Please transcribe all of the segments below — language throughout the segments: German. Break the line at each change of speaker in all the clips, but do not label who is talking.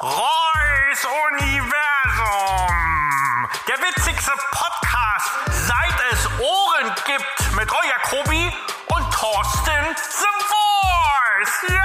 Reus Universum. Der witzigste Podcast, seit es Ohren gibt, mit euer Jakobi und Thorsten The Voice. Ja!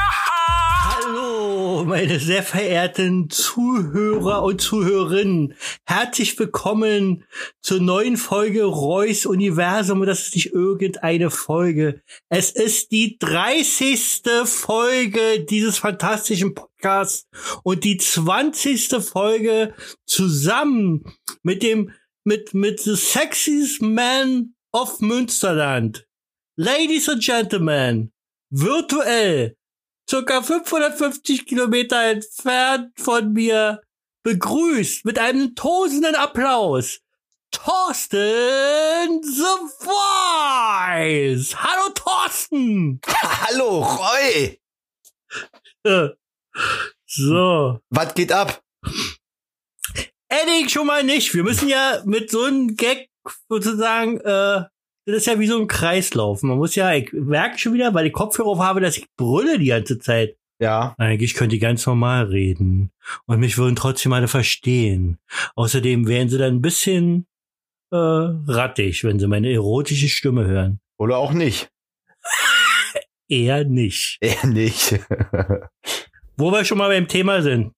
Hallo, meine sehr verehrten Zuhörer und Zuhörerinnen. Herzlich willkommen zur neuen Folge Reus Universum. Und das ist nicht irgendeine Folge. Es ist die 30. Folge dieses fantastischen Podcasts und die 20. Folge zusammen mit dem, mit, mit The Sexiest Man of Münsterland. Ladies and Gentlemen, virtuell circa 550 Kilometer entfernt von mir begrüßt mit einem tosenden Applaus Thorsten The Voice. Hallo Thorsten.
Hallo, Roy!
So.
Was geht ab?
Edding schon mal nicht. Wir müssen ja mit so einem Gag sozusagen, äh, das ist ja wie so ein Kreislauf. Man muss ja, ich merke schon wieder, weil ich Kopfhörer auf habe, dass ich brülle die ganze Zeit.
Ja.
Eigentlich könnte ich ganz normal reden. Und mich würden trotzdem alle verstehen. Außerdem wären sie dann ein bisschen äh, rattig, wenn sie meine erotische Stimme hören.
Oder auch nicht.
Eher nicht.
Eher nicht.
Wo wir schon mal beim Thema sind.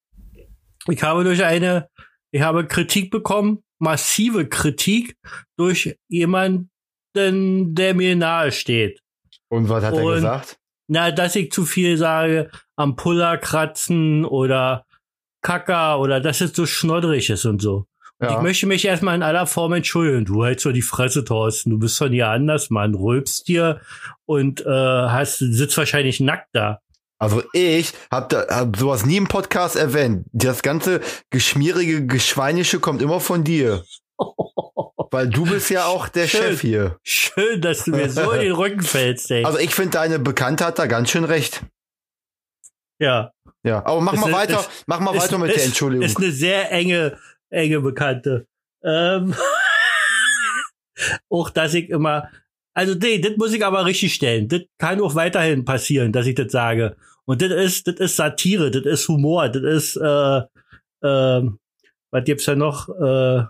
Ich habe durch eine, ich habe Kritik bekommen, massive Kritik durch jemanden, der mir nahe steht.
Und was hat
Und-
er gesagt?
Na, dass ich zu viel sage, am Puller kratzen oder Kacker oder dass es so schnodderig ist und so. Ich
Ja.
möchte mich erstmal in aller Form entschuldigen. Du hältst doch die Fresse, Thorsten. Du bist doch hier anders, Mann. Rülpst dir und äh, hast, sitzt wahrscheinlich nackt da.
Also ich hab, da, hab sowas nie im Podcast erwähnt. Das ganze geschmierige Geschweinische kommt immer von dir. Weil du bist ja auch der
Schön.
Chef hier.
Schön, dass du mir so in den Rücken fällst, ey.
Also ich finde, deine Bekannte hat da ganz schön recht.
ja.
Ja. Aber mach
Es
mal
ist-
weiter.
es-
mach mal weiter mit der Entschuldigung.
Ist eine sehr enge, enge Bekannte. Ähm, auch dass ich immer, also nee, das muss ich aber richtig stellen. Das kann auch weiterhin passieren, dass ich das sage. Und das ist, das ist Satire, das ist Humor, das ist, äh, ähm, was gibt's da noch? Äh,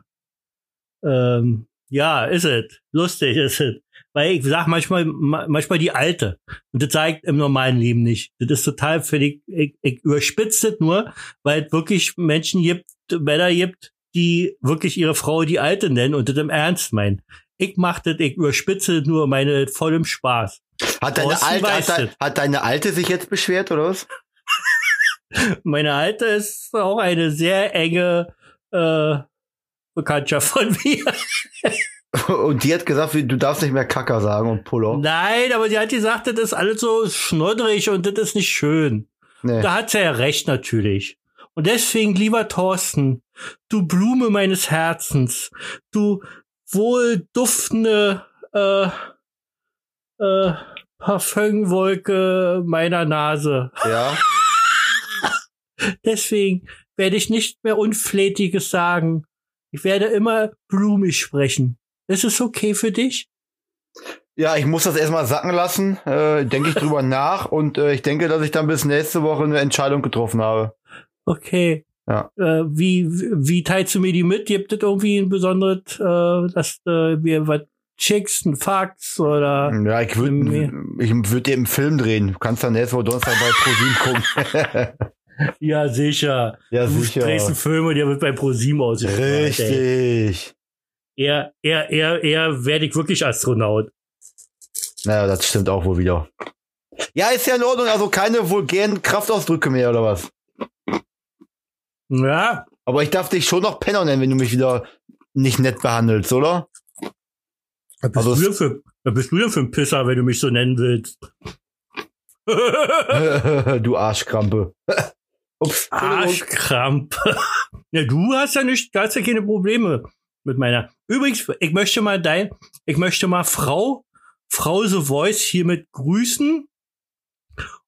ähm, ja, ist es. Lustig ist es. Weil ich sag manchmal, ma- manchmal die alte. Und das zeigt im normalen Leben nicht. Das ist total völlig, ich, ich überspitze das nur, weil es wirklich Menschen gibt, Männer gibt, die wirklich ihre Frau die Alte nennen und das im Ernst meinen. Ich mach das, ich überspitze das nur meine voll im Spaß.
Hat deine,
Thorsten
Alte,
weiß
hat, dein-
das.
hat deine Alte sich jetzt beschwert, oder was?
Meine Alte ist auch eine sehr enge äh, Bekanntschaft von mir.
Und die hat gesagt, wie- du darfst nicht mehr Kacker sagen und Puller.
Nein, aber die hat gesagt, das ist alles so schnodderig und das ist nicht schön.
Nee.
Da hat sie ja recht natürlich. Und deswegen, lieber Thorsten, du Blume meines Herzens, du wohlduftende äh, äh, Parfümwolke meiner Nase.
Ja.
Deswegen werde ich nicht mehr Unflätiges sagen. Ich werde immer blumig sprechen. Ist es okay für dich?
Ja, ich muss das erstmal sacken lassen, äh, denke ich drüber nach und äh, ich denke, dass ich dann bis nächste Woche eine Entscheidung getroffen habe.
Okay.
Ja.
Äh, wie, wie teilst du mir die mit? Gibt es irgendwie ein besonderes, äh, dass äh, mir was schickst, ein Fax oder
Ja, ich würde ich würd dir einen Film drehen. Du kannst dann nächste Woche Donnerstag bei ProSieben gucken.
Ja, sicher.
ja,
du drehst einen Film und der wird bei ProSieben ausgestrahlt. ey.
Richtig.
Eher, eher, eher, eher werde ich wirklich Astronaut.
Naja, das stimmt auch wohl wieder. Ja, ist ja in Ordnung, also keine vulgären Kraftausdrücke mehr oder was.
Ja,
Aber ich darf dich schon noch Penner nennen, wenn du mich wieder nicht nett behandelst, oder?
was bist, du
Also es-
denn für, was bist du denn für ein Pisser, wenn du mich so nennen willst?
du Arschkrampe. Ups, Entschuldigung.
Arschkrampe. Ja, du hast ja nicht, du hast ja keine Probleme mit meiner. Übrigens, ich möchte mal dein, ich möchte mal Frau, Frau The Voice hiermit grüßen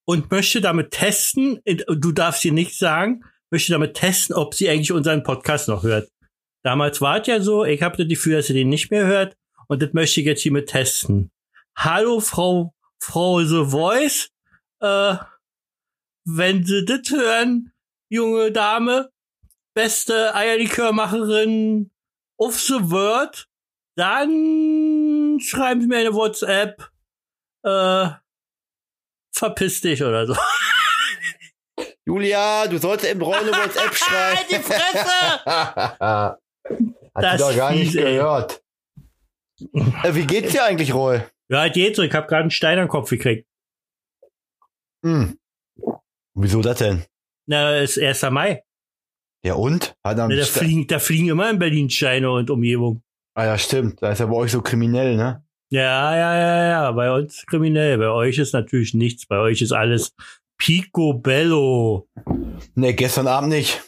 und möchte damit testen, du darfst ihr nicht sagen, möchte damit testen, ob sie eigentlich unseren Podcast noch hört. Damals war es ja so, ich habe das Gefühl, dass sie den nicht mehr hört und das möchte ich jetzt hiermit testen. Hallo, Frau, Frau The Voice, äh, wenn sie das hören, junge Dame, beste Eierlikörmacherin of the world, dann schreiben Sie mir eine WhatsApp, äh, verpiss dich oder so.
Julia, du sollst im Rolle WhatsApp schreiben.
Halt Die Fresse!
Hat
Das
sie doch gar
fies,
nicht
ey.
gehört. Äh, Wie geht's dir eigentlich, Roy?
Ja, geht so, ich habe gerade einen Stein am Kopf gekriegt.
Hm. Wieso das denn?
Na, ist 1. Mai.
Ja und? Hat
Na,
er einen
da,
Ste-
fliegen, da fliegen immer in Berlin Steine und Umgebung.
ah ja, stimmt. Da ist ja bei euch so kriminell, ne?
Ja, ja, ja, ja, bei uns kriminell. Bei euch ist natürlich nichts. Bei euch ist alles picobello.
Ne, gestern Abend nicht.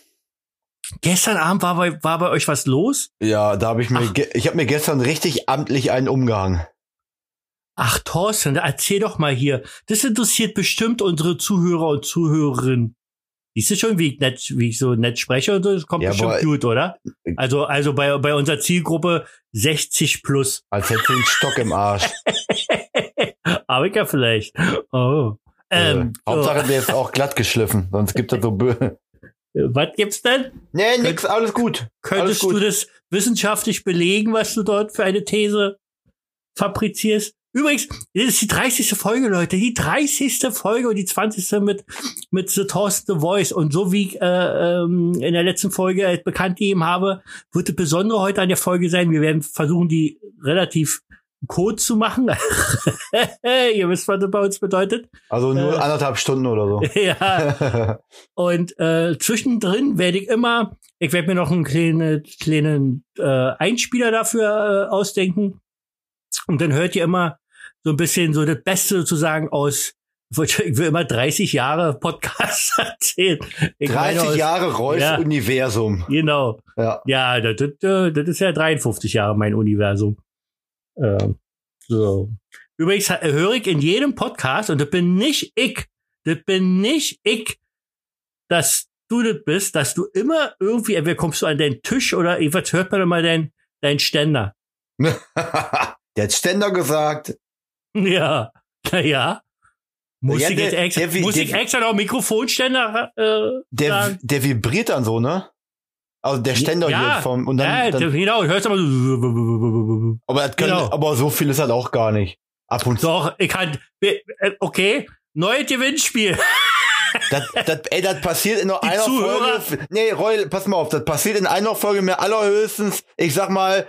Gestern Abend war bei, war bei euch was los?
Ja, da habe ich mir, ge- ich habe mir gestern richtig amtlich einen umgehangen.
Ach, Thorsten, erzähl doch mal hier. Das interessiert bestimmt unsere Zuhörer und Zuhörerinnen. Siehst du schon, wie ich, nett, wie ich so nett spreche? Und so? Das kommt
Ja, äh,
bestimmt
aber-
gut, oder? Also, also bei, bei unserer Zielgruppe 60 plus.
Als hätte ich einen Stock im Arsch.
Aber ich ja vielleicht. Oh. Ähm,
äh, Hauptsache, der ist auch glatt geschliffen, sonst gibt er so bö.
so, äh, was gibt's denn?
Nee, nix, alles gut. Alles
Könntest
gut.
du das wissenschaftlich belegen, was du dort für eine These fabrizierst? Übrigens, das ist die 30. Folge, Leute. Die 30. Folge und die 20. mit, mit The Thorsten The Voice. Und so wie ich äh, ähm, in der letzten Folge äh, bekannt gegeben habe, wird das Besondere heute an der Folge sein. Wir werden versuchen, die relativ kurz zu machen. Ihr wisst, was das bei uns bedeutet.
Also nur
Äh.
anderthalb Stunden oder so.
ja. Und äh, zwischendrin werde ich immer, ich werde mir noch einen kleinen, kleinen äh, Einspieler dafür äh, ausdenken. Und dann hört ihr immer so ein bisschen so das Beste sozusagen aus, ich will immer 30 Jahre Podcast erzählen. Ich meine
30
aus-
Jahre Reus
Ja.
Universum.
Genau.
Ja.
Ja, das, das, äh, das ist ja 53 Jahre mein Universum. Ähm, so. Übrigens ha- höre ich in jedem Podcast, und das bin nicht ich, das bin nicht ich, dass du das bist, dass du immer irgendwie, entweder kommst du an deinen Tisch oder irgendwas hört man immer dein, dein Ständer.
der hat Ständer gesagt.
Ja, naja. Muss
Ja,
ich
der-
jetzt extra,
der-
muss
der-
ich extra noch Mikrofonständer, äh,
Der,
Dann-
der vibriert dann so, ne? Also der Ständer
Ja.
hier vom und dann,
ja,
dann
genau, hörst aber so,
aber, das können,
genau.
aber so viel ist halt auch gar nicht. Ab und zu.
Doch, ich kann. äh, Okay, neues Gewinnspiel.
Das, das, ey, das passiert in nur
Die
einer
Zuhörer-
Folge. Nee, Roy, pass mal auf, das passiert in einer Folge mir allerhöchstens, ich sag mal,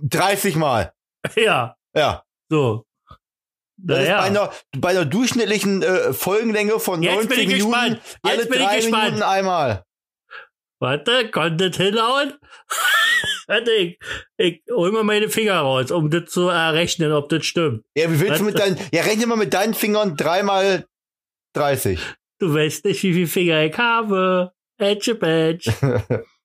30 Mal.
ja,
Ja.
so.
Das ist bei
Naja.
einer, bei einer durchschnittlichen äh, Folgenlänge von
Jetzt
90
bin ich
Minuten
gespannt.
alle
Jetzt bin ich
drei
gespannt.
Minuten einmal.
Warte, konnte das hinhauen? Warte, ich, ich hol mal meine Finger raus, um das zu errechnen, ob das stimmt.
Ja, wie willst du
Was?
mit deinen, ja, rechne mal mit deinen Fingern dreimal 30.
Du weißt nicht, wie viele Finger ich habe. Edge, Edge.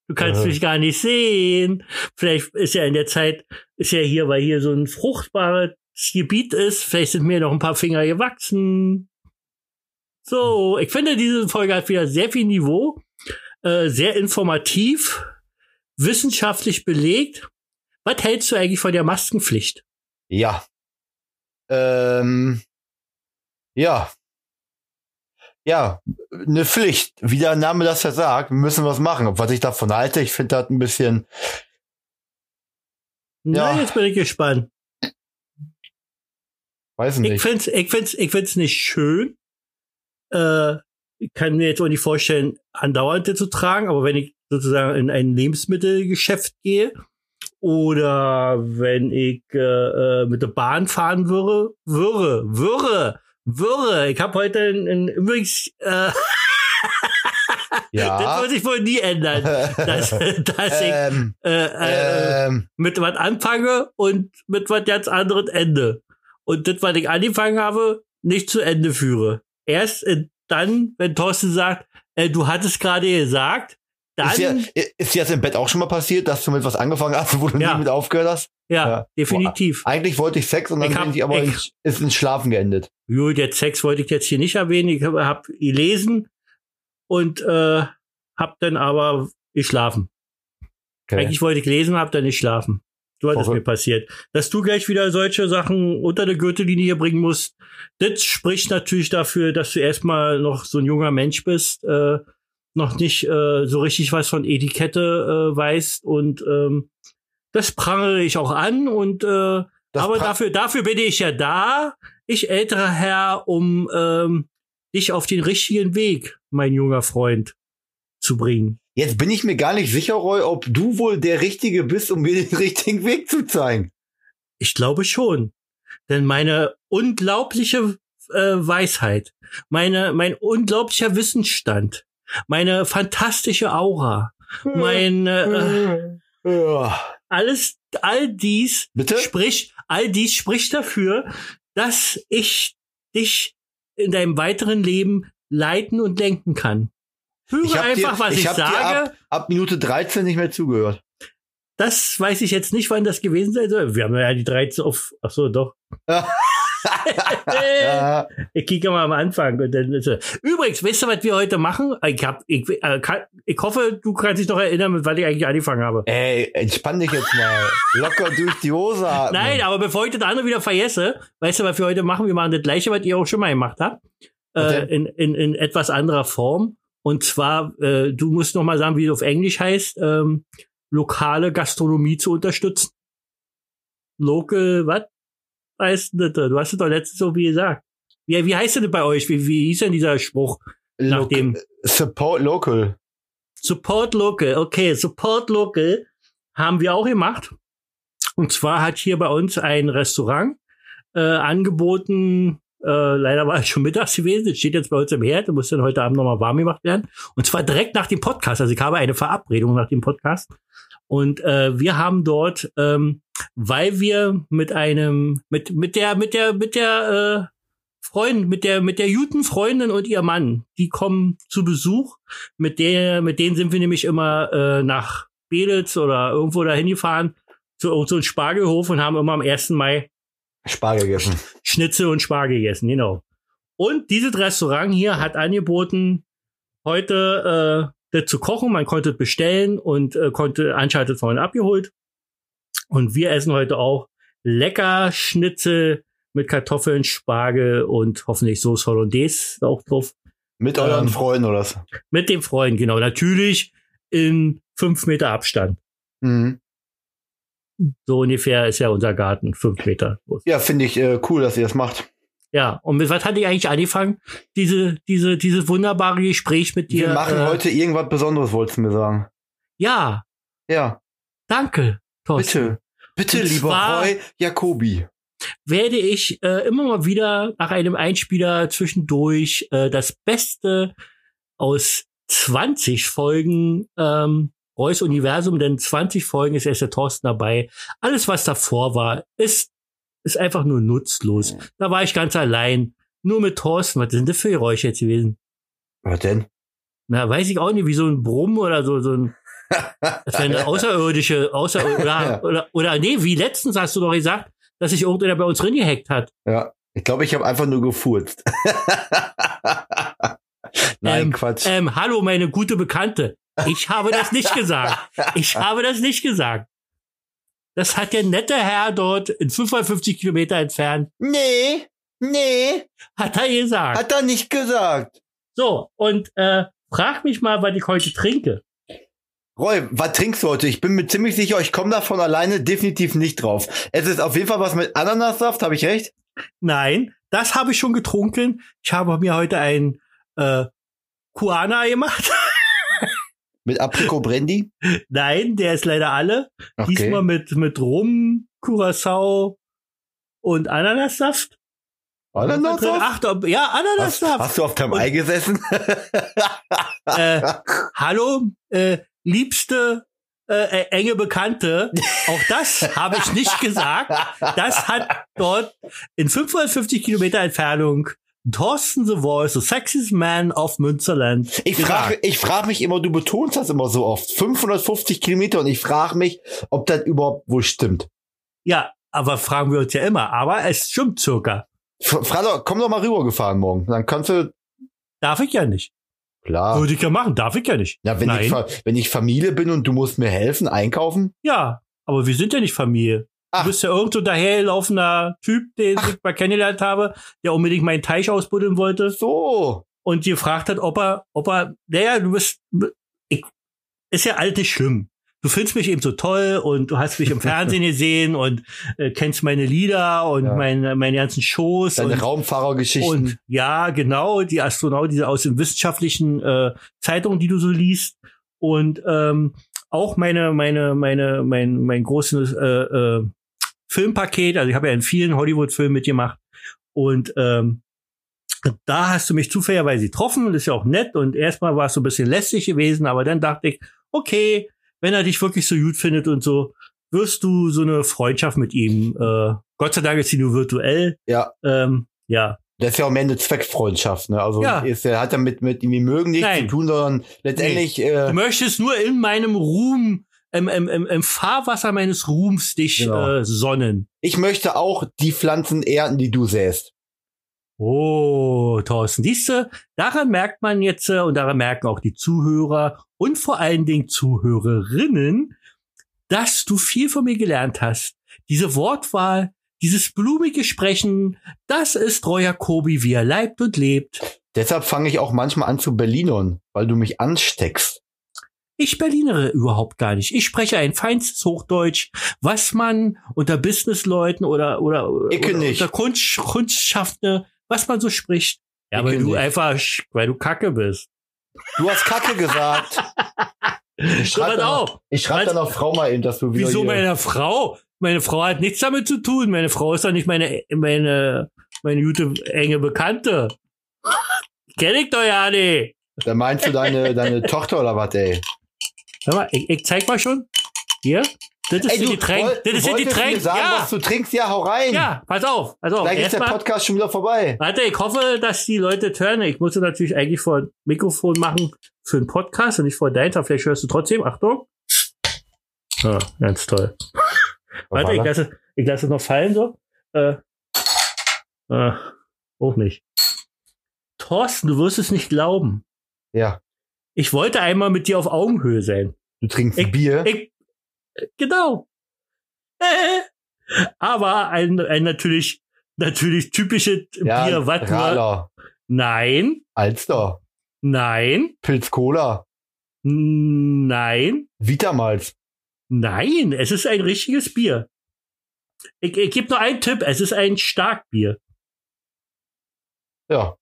Du kannst
Aha.
mich gar nicht sehen. Vielleicht ist ja in der Zeit, ist ja hier, weil hier so ein fruchtbares Gebiet ist, vielleicht sind mir noch ein paar Finger gewachsen. So, ich finde, diese Folge hat wieder sehr viel Niveau, äh, sehr informativ, wissenschaftlich belegt. Was hältst du eigentlich von der Maskenpflicht?
Ja. Ähm, ja. Ja, eine Pflicht, wie der Name das ja sagt, wir müssen was machen. Was ich davon halte, ich finde das ein bisschen,
Na,
Ja.
jetzt bin ich gespannt.
weiß
Ich
nicht.
find's, ich find's, ich find's nicht schön. Äh, ich kann mir jetzt auch nicht vorstellen, andauernd das zu tragen, aber wenn ich sozusagen in ein Lebensmittelgeschäft gehe oder wenn ich äh, äh, mit der Bahn fahren würde, würde, würde, würde. Ich habe heute ein, ein, übrigens, äh, das
Ja.
wird sich wohl nie ändern, dass, dass ich
ähm,
äh, äh,
ähm,
mit was anfange und mit was ganz anderes ende. Und das, was ich angefangen habe, nicht zu Ende führe. Erst äh, dann, wenn Thorsten sagt, äh, du hattest gerade gesagt, dann,
ist,
ja,
ja, ist dir das im Bett auch schon mal passiert, dass du mit was angefangen hast, wo du
Ja.
nie mit aufgehört hast? ja.
definitiv.
Eigentlich wollte ich Sex und dann
Ich hab-
bin ich aber in,
ich-
ist ins Schlafen geendet.
Gut, jetzt Sex wollte ich jetzt hier nicht erwähnen. Ich habe hab gelesen und äh, hab dann aber geschlafen.
Okay.
Eigentlich wollte ich lesen, hab dann nicht schlafen. Du hattest
Woche.
mir passiert. Dass du gleich wieder solche Sachen unter der Gürtellinie hier bringen musst, das spricht natürlich dafür, dass du erstmal noch so ein junger Mensch bist, äh, noch nicht äh, so richtig was von Etikette äh, weißt und ähm, das prangere ich auch an und äh,
Das
aber
pra-
dafür, dafür bin ich ja da, ich älterer Herr, um ähm, dich auf den richtigen Weg, mein junger Freund, zu bringen.
Jetzt bin ich mir gar nicht sicher, Roy, ob du wohl der Richtige bist, um mir den richtigen Weg zu zeigen.
Ich glaube schon. Denn meine unglaubliche äh, Weisheit, meine, mein unglaublicher Wissensstand, meine fantastische Aura, mein äh, äh,
Ja.
alles, all dies
Bitte?
spricht, all dies spricht dafür, dass ich dich in deinem weiteren Leben leiten und lenken kann. Höre
hab
einfach, was ich,
hab
sage.
Dir ab, ab Minute 13 nicht mehr zugehört.
Das weiß ich jetzt nicht, wann das gewesen sein soll. Wir haben ja die 13 auf. Ach so, doch. Äh.
Ja.
Ich kicke mal am Anfang und dann ist er. Übrigens, weißt du, was wir heute machen? Ich, hab, ich, äh, kann, ich hoffe, du kannst dich noch erinnern, mit was ich eigentlich angefangen habe.
Ey, entspann dich jetzt mal. Locker durch die Hose atmen.
Nein, aber bevor ich das andere wieder vergesse, weißt du, was wir heute machen? Wir machen das gleiche, was ihr auch schon mal gemacht habt. Äh,
Okay.
in, in, in etwas anderer Form. Und zwar, äh, du musst noch mal sagen, wie es auf Englisch heißt, ähm, lokale Gastronomie zu unterstützen. Local, was heißt denn das? Du hast es doch letztens so wie gesagt. Wie, wie heißt denn das bei euch? Wie, wie hieß denn dieser Spruch?
Lo-
Nachdem
Support local.
Support Local, okay, Support Local haben wir auch gemacht. Und zwar hat hier bei uns ein Restaurant äh, angeboten, äh, leider war es schon mittags gewesen, es steht jetzt bei uns im Herd und muss dann heute Abend nochmal warm gemacht werden. Und zwar direkt nach dem Podcast, also ich habe eine Verabredung nach dem Podcast. Und äh, wir haben dort, ähm, weil wir mit einem, mit, mit der, mit der, mit der äh, Freundin, mit der, mit der guten Freundin und ihr Mann, die kommen zu Besuch mit der, mit denen sind wir nämlich immer äh, nach Belitz oder irgendwo dahin gefahren, zu irgend so einem Spargelhof und haben immer am 1. Mai
Spargel gegessen.
Schnitzel und Spargel gegessen, genau. Und dieses Restaurant hier hat angeboten, heute äh, das zu kochen. Man konnte es bestellen und äh, konnte anschaltet vorhin abgeholt. Und wir essen heute auch lecker Schnitzel mit Kartoffeln, Spargel und hoffentlich Soße Hollandaise auch drauf
Mit
Ähm.
euren Freunden oder was?
mit dem Freund, genau. Natürlich in fünf Meter Abstand.
Mhm.
So ungefähr ist ja unser Garten, fünf Meter groß.
Ja, finde ich äh, cool, dass ihr das macht.
Ja, und mit was hatte ich eigentlich angefangen? Diese, diese, dieses wunderbare Gespräch mit dir.
Wir machen
äh,
heute irgendwas Besonderes, wolltest du mir sagen.
Ja,
Ja,
danke, Thorsten.
bitte. Bitte,
Und
lieber
zwar-
Roy Jacobi.
werde ich äh, immer mal wieder nach einem Einspieler zwischendurch äh, das Beste aus 20 Folgen ähm, Reus Universum, denn 20 Folgen ist erst der Thorsten dabei. Alles, was davor war, ist, ist einfach nur nutzlos. Da war ich ganz allein. Nur mit Thorsten. Was sind das für Geräusche jetzt gewesen?
Was denn?
Na, weiß ich auch nicht, wie so ein Brumm oder so, so ein, das wäre eine außerirdische, außer, oder, oder, oder, nee, wie letztens hast du doch gesagt, dass sich irgendeiner bei uns reingehackt hat.
Ja, ich glaube, ich habe einfach nur gefurzt. Nein,
Ähm,
Quatsch.
Ähm, hallo, meine gute Bekannte. Ich habe das nicht gesagt. Ich habe das nicht gesagt. Das hat der nette Herr dort in 55 Kilometer entfernt,
nee, nee,
hat er gesagt.
hat er nicht gesagt.
So, und äh, frag mich mal, was ich heute trinke.
Roy, was trinkst du heute? Ich bin mir ziemlich sicher, ich komme davon alleine definitiv nicht drauf. Es ist auf jeden Fall was mit Ananassaft, habe ich recht?
Nein, das habe ich schon getrunken. Ich habe mir heute ein äh, Kuana gemacht.
Mit Apricot Brandy?
Nein, der ist leider alle. Diesmal mit, mit Rum, Curacao und Ananassaft.
Ananassaft?
Ach, doch, ja,
Hast,
Ananassaft.
hast du auf deinem
Und-
Ei gesessen?
äh, hallo, äh, liebste äh, äh, enge Bekannte, auch das habe ich nicht gesagt. Das hat dort in 550 Kilometer Entfernung Thorsten The Voice, the sexiest man of Münsterland.
Ich frage ich frag mich immer, du betonst das immer so oft. 550 Kilometer und ich frage mich, ob das überhaupt wohl stimmt.
Ja, aber fragen wir uns ja immer. Aber es stimmt circa.
F- Frag doch, komm doch mal rübergefahren morgen. Dann kannst du.
Darf ich ja nicht.
Klar.
Würde ich ja machen, darf ich ja nicht.
Na, wenn,
Nein.
ich, Fa- wenn ich Familie bin und du musst mir helfen, einkaufen,
ja, Aber wir sind ja nicht Familie.
Ach.
Du bist ja irgend so daherlaufender Typ, den ich mal kennengelernt habe, der unbedingt meinen Teich ausbuddeln wollte
So.
und gefragt hat, ob er, ob er, naja, du bist, ich, ist ja alles nicht schlimm. Du findest mich eben so toll und du hast mich im Fernsehen gesehen und äh, kennst meine Lieder und
Ja.
meine, meine ganzen Shows und,
Deine
und
Raumfahrergeschichten.
ja, genau, die Astronauten, diese aus den wissenschaftlichen äh, Zeitungen, die du so liest. Und ähm, auch meine, meine, meine, mein, mein großes äh, äh, Filmpaket, also ich habe ja in vielen Hollywood-Filmen mitgemacht. Und ähm, da hast du mich zufälligerweise getroffen, das ist ja auch nett. Und erstmal war es so ein bisschen lästig gewesen, aber dann dachte ich, okay, wenn er dich wirklich so gut findet und so, wirst du so eine Freundschaft mit ihm. Äh, Gott sei Dank ist sie nur virtuell.
Ja.
Ähm, ja,
Das ist ja am Ende Zweckfreundschaft, ne? Also
Ja.
ist, ja- hat ja mit, mit ihm mögen nichts
Nein.
zu tun, sondern letztendlich
Du
äh,
möchtest nur in meinem Ruhm, im, im, im, im Fahrwasser meines Ruhms dich
Genau.
äh, sonnen.
ich möchte auch die Pflanzen ernten, die du säst.
Oh, Thorsten, siehste, daran merkt man jetzt äh, und daran merken auch die Zuhörer und vor allen Dingen Zuhörerinnen, dass du viel von mir gelernt hast. Diese Wortwahl, dieses blumige Sprechen, das ist treuer Kobi, wie er leibt und lebt.
Deshalb fange ich auch manchmal an zu Berlinern, weil du mich ansteckst.
Ich Berlinere überhaupt gar nicht. Ich spreche ein feinstes Hochdeutsch, was man unter Businessleuten oder oder, oder,
Icke
oder
nicht.
unter Kunst, Kunstschaftende, was man so spricht. Ja,
Icke
weil du
nicht.
einfach, sch- weil du Kacke bist.
Du hast Kacke gesagt. Ich
Schau
schreibe
mal
dann,
auf.
ich schreib
Als-
dann auf Frau mal eben, dass du wieder
Wieso
hier-
meiner Frau? Meine Frau hat nichts damit zu tun. Meine Frau ist doch nicht meine meine meine gute enge Bekannte. Kenn ich doch ja nicht.
Da meinst du deine, deine Tochter oder was, ey?
Hör mal, ich, ich zeig mal schon. Hier, das ist
ey,
die
du
Getränk.
woll-
Das ist die
wolltest mir
Getränk.
Sagen,
Ja,
was du trinkst, ja, hau rein.
ja, pass auf, pass auf.
Gleich ist der
Erstmal-
Podcast schon wieder vorbei.
Warte, ich hoffe, dass die Leute turnen. Ich musste natürlich eigentlich vor ein Mikrofon machen für einen Podcast und nicht vor deins, aber vielleicht hörst du trotzdem. Achtung. Ah, ganz toll. Warte, ich lasse, ich lasse es noch fallen so. Äh, ah, auch nicht. Thorsten, du wirst es nicht glauben.
ja,
Ich wollte einmal mit dir auf Augenhöhe sein.
du trinkst
Ich-
Bier.
Ich, genau. Äh, aber ein, ein natürlich, natürlich typisches
ja,
Bier, was wir-
Radler,
Nein.
Alster,
Nein,
Pilz Cola,
nein,
Vitamalz.
nein, es ist ein richtiges Bier. Ich, ich gebe nur einen Tipp, es ist ein Starkbier.
Ja,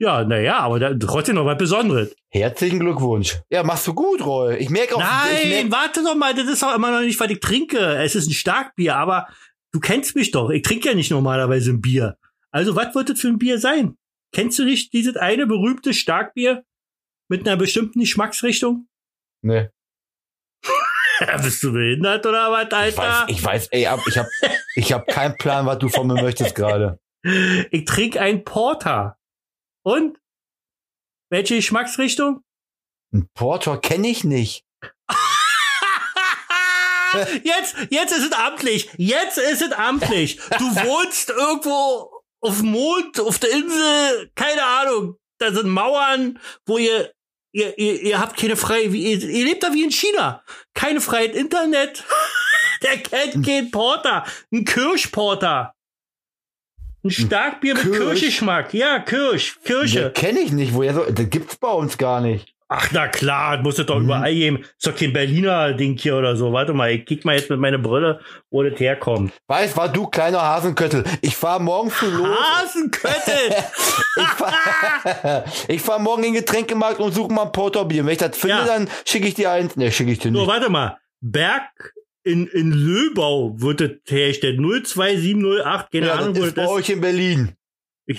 Ja, naja, aber da, trotzdem noch was Besonderes.
herzlichen Glückwunsch. Ja, machst du gut, Roy. Ich merke auch, ich
Nein,
merk,
warte doch mal, das ist auch immer noch nicht, was ich trinke. Es ist ein Starkbier, aber du kennst mich doch. Ich trinke ja nicht normalerweise ein Bier. Also, was wird das für ein Bier sein? Kennst du nicht dieses eine berühmte Starkbier mit einer bestimmten Geschmacksrichtung?
nee,
Bist du behindert oder was,
ich weiß,
Alter?
ich weiß, ey, ab, ich hab, ich hab keinen Plan, was du von mir möchtest gerade.
Ich trinke ein Porter. Und? Welche Geschmacksrichtung?
Ein Porter kenne ich nicht.
jetzt, jetzt ist es amtlich. Jetzt ist es amtlich. Du wohnst irgendwo auf dem Mond, auf der Insel, keine Ahnung. Da sind Mauern, wo ihr, ihr, ihr, ihr habt keine Freiheit, ihr, ihr lebt da wie in China. Keine Freiheit Internet. Der kennt keinen Porter. Ein Kirschporter. Ein Starkbier mit
Kirsch?
Kirschgeschmack. Ja, Kirsch, Kirsche.
Den kenne ich nicht. Woher soll, das gibt's bei uns gar nicht.
Ach, na klar, das muss es doch
Mhm.
überall geben. Ist doch kein Berliner Ding hier oder so. Warte mal, ich kick mal jetzt mit meiner Brille, wo das herkommt.
Weiß, war du kleiner Hasenköttel. Ich fahr morgen früh los.
Hasenköttel!
Ich fahr, ich fahr morgen in den Getränkemarkt und suche mal ein Porterbier. Wenn ich das finde,
Ja.
dann schicke ich dir eins. Ne, schicke ich dir
Nur
nicht.
warte mal, Berg in, in Löbau wird das hergestellt. 02708, keine
Ja,
Ahnung,
das
wo
ist bei
das
euch in Berlin.
ist.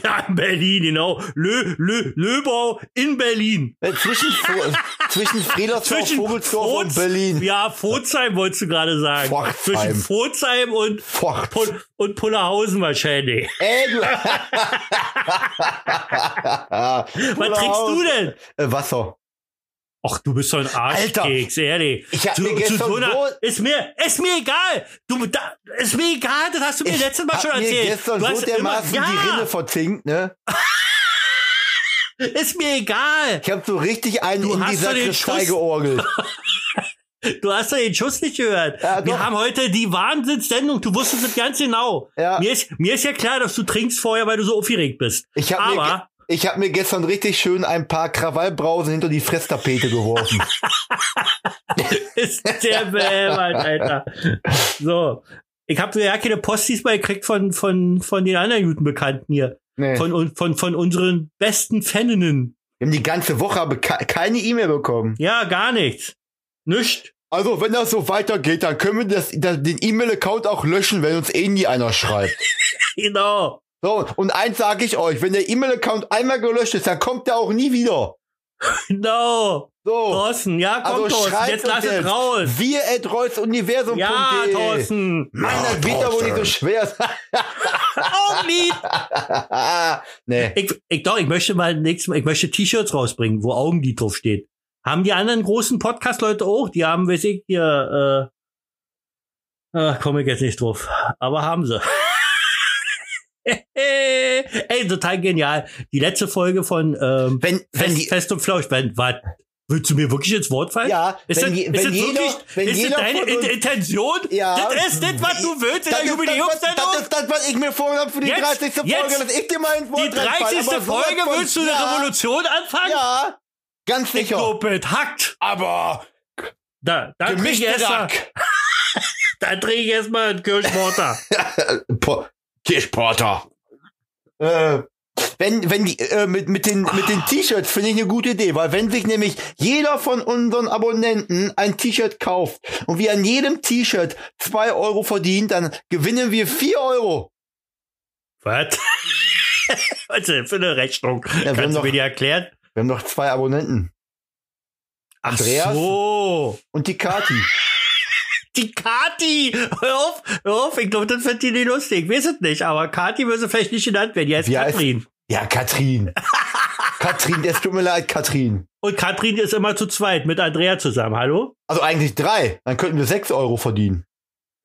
Ja, in Berlin, genau. Lö, Lö, Löbau in Berlin.
Äh, Zwischen, Fro- zwischen Friedersdorf,
Zwischen
Vogelsdorf und
Furz-
Berlin.
Ja, Pforzheim wolltest du gerade sagen.
Pforzheim.
Zwischen Pforzheim und,
Fort.
Pol- und Pullerhausen wahrscheinlich.
Ey, du.
Was trinkst du denn?
Äh, Wasser.
Ach, du bist so ein Arschkeks, ehrlich.
Ich hab mir gestern
so einer-
so-
ist mir, ist mir egal. Du, da, ist mir egal, das hast du mir
Ich
letztes Mal
hab
schon
mir
erzählt.
gestern
du
so
hast
dermaßen
immer,
die Rinne
ja,
verzinkt, ne?
ist mir egal.
Ich hab so richtig einen
Du
in
hast
dieser
doch den
Kristall
Schuss.
georgelt.
Du hast ja den Schuss nicht gehört.
Ja,
Wir
doch.
haben heute die Wahnsinnssendung. Du wusstest es ganz genau.
Ja.
Mir, ist, mir ist ja klar, dass du trinkst vorher, weil du so aufgeregt bist.
Ich habe mir,
Aber-
ge- ich hab mir gestern richtig schön ein paar Krawallbrausen hinter die Fresstapete geworfen.
Ist der Bämmert, Alter. So. Ich habe ja keine Post diesmal gekriegt von, von, von den anderen guten Bekannten hier.
nee.
Von, un- von, von unseren besten Faninnen.
Wir haben die ganze Woche aber ke- keine E-Mail bekommen.
Ja, gar nichts. Nicht.
Also, wenn das so weitergeht, dann können wir das, das, den E-Mail-Account auch löschen, wenn uns eh nie einer schreibt.
Genau.
So, und eins sage ich euch, wenn der E-Mail-Account einmal gelöscht ist, dann kommt der auch nie wieder.
Genau.
So,
Thorsten, ja, komm,
Oh. also
Thorsten,
schreibt
jetzt
uns
lass es
jetzt.
raus.
wir at reusuniversum.de.
Ja, Thorsten.
Mann, das wird ja wohl nicht so schwer.
Auch Lied.
nee.
Ich, ich, doch, ich möchte mal nächstes Mal, ich möchte T-Shirts rausbringen, wo Augenlied drauf steht. Haben die anderen großen Podcast-Leute auch? Die haben, weiß ich, hier, äh, ach, komme ich jetzt nicht drauf. Aber haben sie. Ey, total genial. Die letzte Folge von ähm,
Wenn, wenn
Fest,
die,
Fest und Flausch. Wenn, was? Willst du mir wirklich ins Wort fallen?
ja,
Ist
wenn,
das,
je-
ist
wenn
das
jeder,
wirklich,
wenn
ist
jeder
das deine
von uns-
In- Intention?
Ja.
Das ist nicht, was du willst in der
Das ist das, was-
Jubiläumssendung?
das ist das, was ich mir vorgenommen habe für die
Jetzt,
30. Folge,
jetzt,
dass ich dir mal ins Wort
Die
reinfalle,
30.
aber sowas
Folge
von-
willst du eine
ja,
Revolution anfangen?
Ja, ganz
ich
sicher.
glaube, es hackt.
Aber
Da, da trinke ich
gemischte
erstmal,
Rack.
da trinke ich erstmal einen Kirschwater.
Po- Kirschporter. Äh, wenn, wenn die, äh, mit, mit den, mit den T-Shirts finde ich eine gute Idee, weil wenn sich nämlich jeder von unseren Abonnenten ein T-Shirt kauft und wir an jedem T-Shirt zwei Euro verdienen, dann gewinnen wir vier Euro.
Was? Was ist denn für eine Rechnung?
wir haben
Kannst du
doch-
mir die erklären?
Wir haben noch zwei Abonnenten.
Ach
Andreas?
so.
Und die Kati.
Die Kati. Hör auf, hör auf. Ich glaube, das wird die nicht lustig. Ich weiß es nicht. Aber Kati würde vielleicht nicht genannt werden. Die heißt
Wie heißt-
Katrin.
Ja, Katrin. Katrin, es tut mir leid, Katrin.
Und Katrin ist immer zu zweit mit Andrea zusammen. Hallo?
Also eigentlich drei. Dann könnten wir sechs Euro verdienen.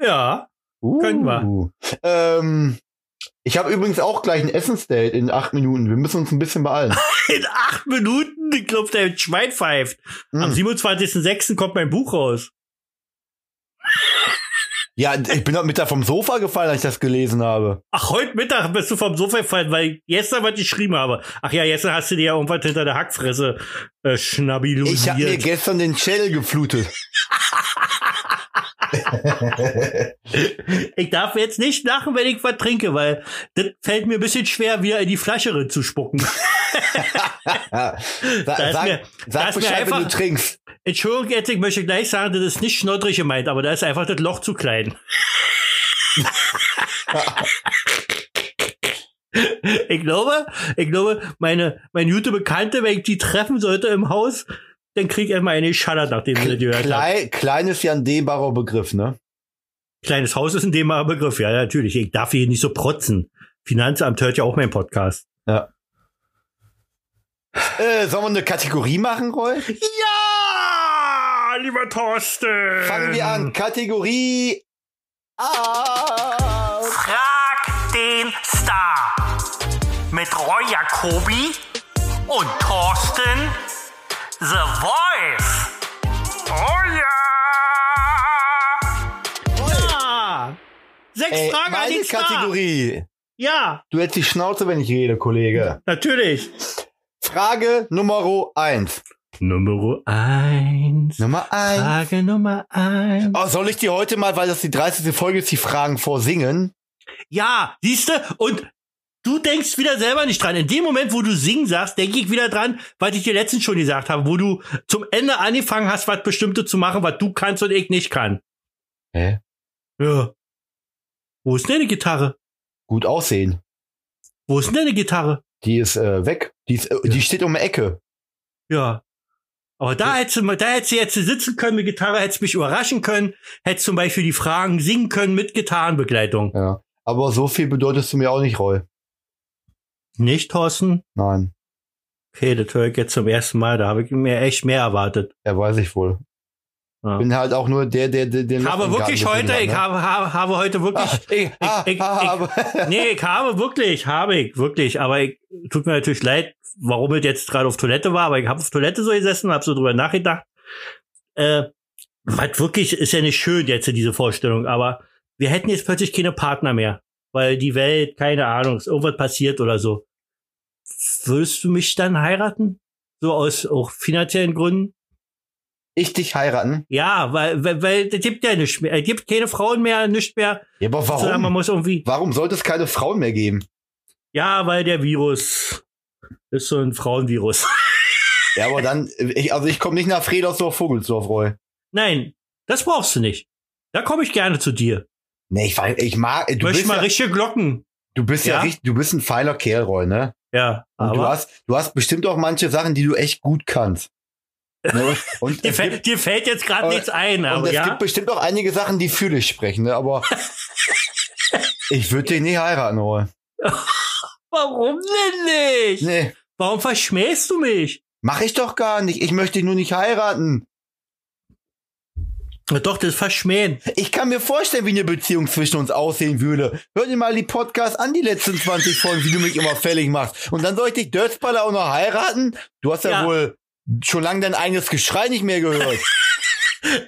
Ja.
Uh.
Können wir.
Ähm, ich habe übrigens auch gleich ein Essensdate in acht Minuten. Wir müssen uns ein bisschen beeilen.
In acht Minuten, ich glaube, der Schwein pfeift. Am
Mm.
27.06. kommt mein Buch raus.
Ja, ich bin heute Mittag vom Sofa gefallen, als ich das gelesen habe.
Ach, heute Mittag bist du vom Sofa gefallen, weil ich gestern was geschrieben habe. Ach ja, gestern hast du dir ja irgendwas hinter der Hackfresse äh,
Ich habe mir
schnabilosiert.
gestern den Schädel geflutet.
Ich, darf jetzt nicht lachen, wenn ich was trinke, weil das fällt mir ein bisschen schwer, wieder in die Flasche reinzuspucken.
Ja. Sa
Da ist
sag
mir- da
sag
ist mir
Bescheid, wenn du
einfach-
trinkst.
Entschuldigung, jetzt, ich möchte gleich sagen, das ist nicht schnoddrig gemeint, aber da ist einfach das Loch zu klein. ich glaube, ich glaube, meine, meine gute Bekannte, wenn ich die treffen sollte im Haus, dann krieg ich erstmal eine Schallert, nachdem sie das gehört hat.
Klei klein ist ja ein dehnbarer Begriff, ne?
Kleines Haus ist ein Thema Begriff, ja, natürlich. Ich darf hier nicht so protzen. Finanzamt hört ja auch meinen Podcast.
Äh, sollen wir eine Kategorie machen, Roy?
Ja, lieber Thorsten.
Fangen wir an. Kategorie A.
Frag den Star. Mit Roy Jacobi und Thorsten The Voice. Oh ja!
Ja. Sechs
Ey,
Fragen an
meine
den Star.
Kategorie.
Ja,
Du hättest die Schnauze, wenn ich rede, Kollege.
natürlich.
Frage Nummer eins.
Nummer eins.
Nummer eins.
Frage Nummer eins.
Oh, soll ich dir heute mal, weil das die 30. Folge ist, die Fragen vorsingen?
Ja, siehste, und du denkst wieder selber nicht dran. In dem Moment, wo du singen sagst, denke ich wieder dran, was ich dir letztens schon gesagt habe, wo du zum Ende angefangen hast, was Bestimmte zu machen, was du kannst und ich nicht kann.
Hä?
Ja. Wo ist denn deine Gitarre?
Gut aussehen.
Wo ist denn deine Gitarre?
Die ist äh, weg. Die, ist, äh, die steht um die Ecke.
Ja. Aber da hättest du, mal- da hättest du jetzt sitzen können mit Gitarre, hättest mich überraschen können, hättest zum Beispiel die Fragen singen können mit Gitarrenbegleitung.
Ja. Aber so viel bedeutest du mir auch nicht, Roy.
Nicht, Thorsten?
Nein.
Okay, das höre ich jetzt zum ersten Mal. Da habe ich mir echt mehr erwartet.
Ja, weiß ich wohl.
Ja.
Bin halt auch nur der, der, der, der.
Ich habe wirklich heute, ich habe,
habe.
habe, habe heute wirklich,
Ah, ich, ah,
ich-
ah,
ich-
aber-
nee, ich habe wirklich, habe ich wirklich, aber ich, tut mir natürlich leid, warum ich jetzt gerade auf Toilette war, aber ich habe auf Toilette so gesessen, habe so drüber nachgedacht. Äh, was wirklich ist ja nicht schön jetzt diese Vorstellung, aber wir hätten jetzt plötzlich keine Partner mehr, weil die Welt, keine Ahnung, ist irgendwas passiert oder so. Würdest du mich dann heiraten? So aus auch finanziellen Gründen?
Ich dich heiraten?
Ja, weil, weil, weil es gibt ja nicht mehr, es gibt keine Frauen mehr, nicht mehr,
Ja, aber
sondern man
warum?
muss irgendwie,
Warum sollte es keine Frauen mehr geben?
ja, weil der Virus ist so ein Frauenvirus.
Ja, aber dann, ich, also ich komme nicht nach Fredersdorf, Vogelsdorf, Roy.
Nein, das brauchst du nicht. Da komme ich gerne zu dir.
Nee, ich, weiß- ich mag, äh, du
Möchte
bist,
mal
ja,
richtige Glocken.
du bist ja,
Ja?
richtig, du bist ein feiner Kerl, Roy, ne?
Ja,
Und du
aber
hast, du hast bestimmt auch manche Sachen, die du echt gut kannst. Ne? Und,
dir,
es
fällt,
gibt,
dir fällt jetzt gerade
Aber-
nichts ein,
und
aber
es
ja.
gibt bestimmt auch einige Sachen, die für dich sprechen, ne? Aber ich würde dich nicht heiraten, Roy.
Warum denn nicht?
Nee,
Warum verschmähst du mich?
mach ich doch gar nicht. Ich möchte dich nur nicht heiraten.
Na Doch, das Verschmähen.
Ich kann mir vorstellen, wie eine Beziehung zwischen uns aussehen würde. Hör dir mal die Podcasts an, die letzten 20 Folgen, wie du mich immer fällig machst. Und dann soll ich dich Dötzballer auch noch heiraten? Du hast ja,
Ja.
wohl schon lange dein eigenes Geschrei nicht mehr gehört.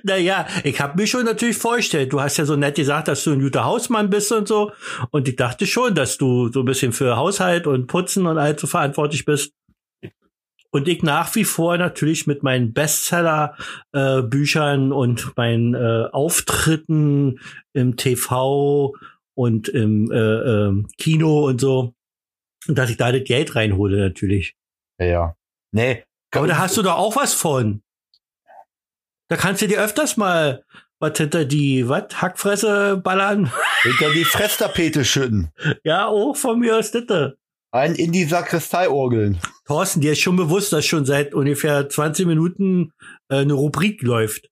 Naja, ich habe mir schon natürlich vorgestellt, du hast ja so nett gesagt, dass du ein guter Hausmann bist und so. Und ich dachte schon, dass du so ein bisschen für Haushalt und Putzen und all so verantwortlich bist. Und ich nach wie vor natürlich mit meinen Bestseller-Büchern und meinen äh, Auftritten im TV und im äh, ähm, Kino und so, dass ich da das Geld reinhole natürlich.
ja, ja. Nee.
Aber da hast du doch auch was von. Da kannst du dir öfters mal was hinter die was Hackfresse ballern.
Hinter die Fresstapete schütten.
Ja, auch von mir aus bitte.
Ein in die Sakristei orgeln.
Thorsten, dir ist schon bewusst, dass schon seit ungefähr 20 Minuten äh, eine Rubrik läuft.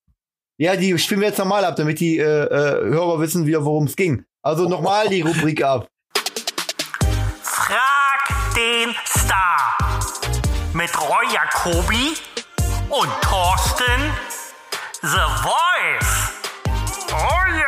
Ja, die spielen wir jetzt nochmal ab, damit die äh, äh, Hörer wissen wieder, worum es ging. Also nochmal die Rubrik ab.
Frag den Star. Mit Roy Jacobi und Thorsten The Voice. Oh ja!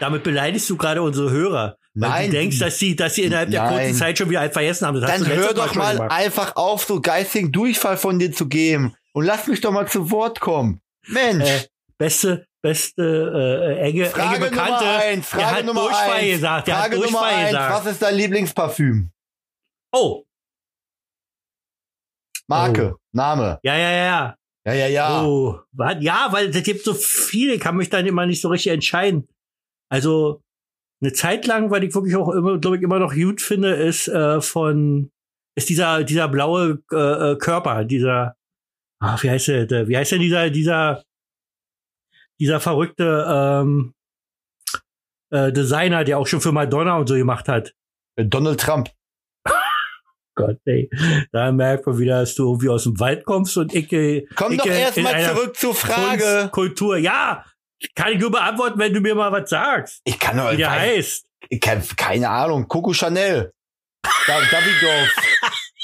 Damit beleidigst du gerade unsere Hörer. Weil
Nein.
du denkst, dass sie, dass sie innerhalb der
Nein.
kurzen Zeit schon wieder alles vergessen haben. Das hast
Dann
du letztes
hör doch
schon
mal
gemacht.
einfach auf, so geistigen Durchfall von dir zu geben. Und lass mich doch mal zu Wort kommen. Mensch.
Äh, beste, beste, äh, enge,
Frage
enge Bekannte.
Nummer eins, Frage
der hat
Nummer
Durchfall
eins.
gesagt. Der
Frage
hat
Nummer
Durchfall
eins.
gesagt.
Was ist dein Lieblingsparfüm?
Oh,
Marke,
Oh.
Name.
ja, ja, ja, ja.
Ja, ja, ja.
Oh, wa- ja, weil es gibt so viele, ich kann mich dann immer nicht so richtig entscheiden. Also eine Zeit lang, weil ich wirklich auch immer, glaube ich, immer noch gut finde, ist äh, von ist dieser dieser blaue äh, äh, Körper, dieser ah, wie heißt der, der, wie heißt denn dieser dieser dieser verrückte ähm, äh, Designer, der auch schon für Madonna und so gemacht hat.
Donald Trump.
Gott, ey, da merkt man wieder, dass du irgendwie aus dem Wald kommst und ich äh,
Komm
ich,
doch
äh, in
erstmal
einer-
zurück zur
Kunst,
Frage.
Kultur, ja. Kann ich nur beantworten, wenn du mir mal was sagst,
Ich kann doch
wie der
kein,
heißt.
ich kann, keine Ahnung. Coco Chanel. Da, Davidoff.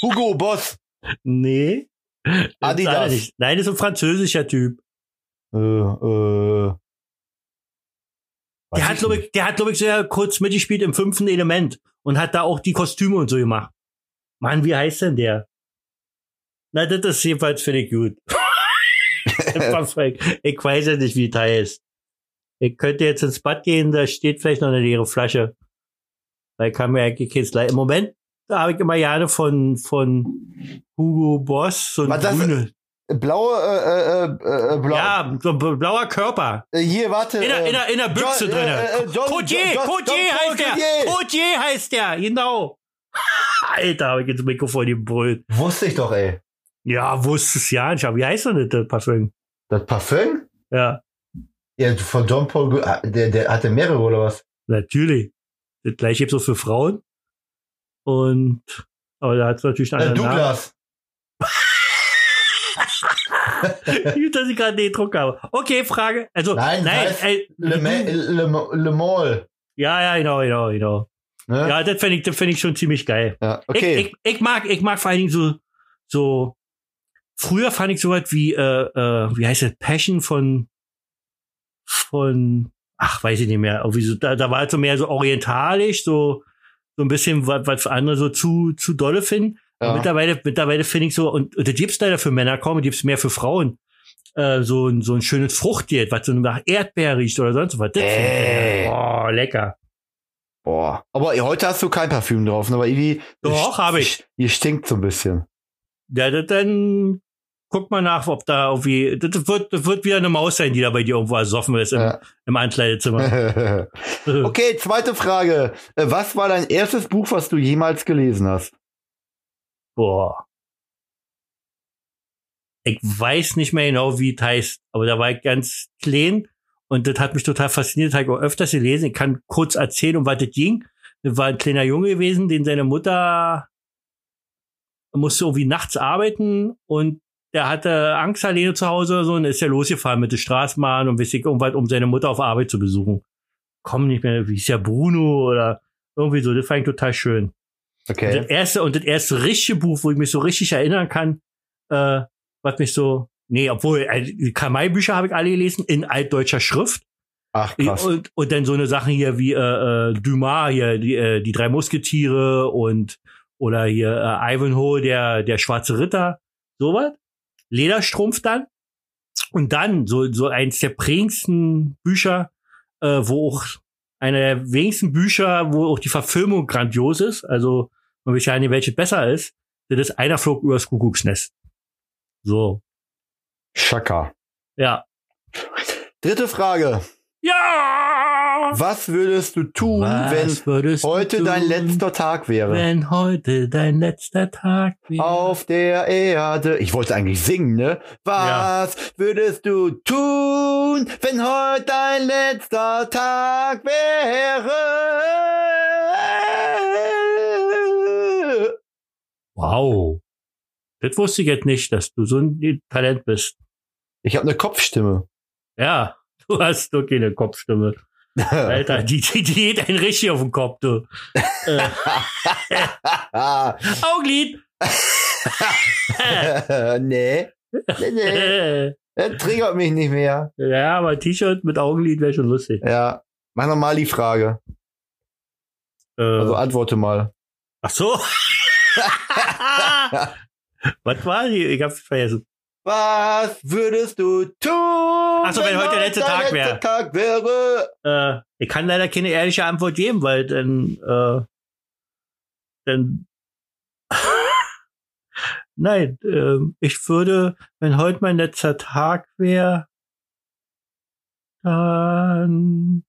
Hugo Boss.
Nee.
Adidas.
Ist er Äh, nicht. Nein, ist ein französischer Typ.
Äh, äh.
Der
Weiß
hat,
ich
glaube
nicht.
ich, der hat, glaube ich, sehr kurz mitgespielt im fünften Element und hat da auch die Kostüme und so gemacht. Mann, wie heißt denn der? Na, das ist jedenfalls finde ich gut. Perfekt. ich weiß ja nicht, wie der heißt. Ich könnte jetzt ins Bad gehen, da steht vielleicht noch eine leere Flasche. Weil kann mir eigentlich keins leid. Im Moment, da habe ich immer gerne von, von Hugo Boss so ein
Was das-
grüne.
Blaue, äh, äh, äh, äh, blau.
Ja, so ein blauer Körper.
Äh, Hier, warte.
In der, in der, in der Büchse
John-
drin.
äh, äh, John-
Cotier,
John-
Cotier
John Paul
heißt der.
Cotier.
Cotier heißt der, genau. Alter, habe ich jetzt Mikrofon gebrüllt.
Wusste ich doch, ey.
Ja, wusste es ja nicht. aber Wie heißt denn das, das Parfüm?
Das Parfüm?
Ja,
Ja, von John Paul, Go- ah, der, der hatte mehrere oder was?
natürlich. Das gleiche gibt's auch für Frauen. Und, aber da hat's natürlich einen
Äh,
anderen
Douglas.
Namen. Gut, dass ich gerade den Druck habe. Okay, Frage. Also,
Nein,
nein,
das-
ey,
Le, Ma- Le, Ma- Le Mall.
ja, ja, genau, genau, genau.
Ne?
Ja, das finde ich, das find ich schon ziemlich geil.
Ja, okay.
Ich, ich, ich mag, ich mag vor allen Dingen so, so, früher fand ich sowas wie, äh, äh, wie heißt das, Passion von, von, ach, weiß ich nicht mehr, irgendwie so, da, da war halt so mehr so orientalisch, so, so ein bisschen, was, was andere so zu, zu dolle finden.
ja.
Mittlerweile, mittlerweile finde ich so, und, und das gibt's leider für Männer kaum, das gibt's mehr für Frauen. äh, so, ein, so ein schönes Fruchtdiät, was so nach Erdbeer riecht oder sonst was. Das find ich
Ey.
lecker. Boah, lecker.
Boah. Aber heute hast du kein Parfüm drauf, ne? aber irgendwie.
Doch, hab ich.
Ihr stinkt so ein bisschen.
Ja, das dann guck mal nach, ob da irgendwie. Das wird, das wird wieder eine Maus sein, die da bei dir irgendwo ersoffen ist im,
Ja.
im Ankleidezimmer.
okay, zweite Frage. Äh, Was war dein erstes Buch, was du jemals gelesen hast?
Boah. Ich weiß nicht mehr genau, wie es heißt, aber da war ich ganz klein und das hat mich total fasziniert. Das habe ich auch öfters gelesen. Ich kann kurz erzählen, um was das ging. Das war ein kleiner Junge gewesen, den seine Mutter musste irgendwie nachts arbeiten und der hatte Angst alleine zu Hause oder so und ist ja losgefahren mit der Straßenbahn und weiß ich irgendwas, um seine Mutter auf Arbeit zu besuchen. Komm nicht mehr, wie ist ja Bruno oder irgendwie so. Das fand ich total schön.
Okay.
Das erste und das erste richtige Buch, wo ich mich so richtig erinnern kann, äh, was mich so, nee, obwohl äh, die Kamei-Bücher habe ich alle gelesen in altdeutscher Schrift
Ach, krass.
und, und dann so eine Sachen hier wie äh, äh, Dumas hier, die, äh, die drei Musketiere und oder hier äh, Ivanhoe, der der schwarze Ritter, sowas. Lederstrumpf dann und dann so so eins der prägendsten Bücher, äh, wo auch einer der wenigsten Bücher, wo auch die Verfilmung grandios ist. Also man weiß ja nicht, welche besser ist. Das ist einer flog übers Kuckucksnest. So,
Schaka.
ja.
Dritte Frage.
Ja!
Was würdest du tun, wenn
würdest du
heute dein
tun?
letzter Tag wäre?
Wenn heute dein letzter Tag wäre.
Auf der Erde. Ich wollte eigentlich singen, ne? Was würdest du tun, wenn heute dein letzter Tag wäre?
Wow. Das wusste ich jetzt nicht, dass du so ein Talent bist.
Ich habe eine Kopfstimme.
Ja, du hast doch keine Kopfstimme. Alter, die, die, die geht ein richtig auf den Kopf, du. Augenlid!
nee. Nee, nee.
Äh,
Das triggert mich nicht mehr.
ja, aber ein T-Shirt mit Augenlid wäre schon lustig.
Ja. Mach nochmal die Frage.
Äh,
Also antworte mal.
ach so. Was war die? Ich hab's vergessen.
Was würdest du tun?
Ach so, wenn heute der letzte Tag
der
wäre.
letzte Tag wäre.
Äh, ich kann leider keine ehrliche Antwort geben, weil dann, äh, dann, nein, ähm, ich würde, wenn heute mein letzter Tag wäre, dann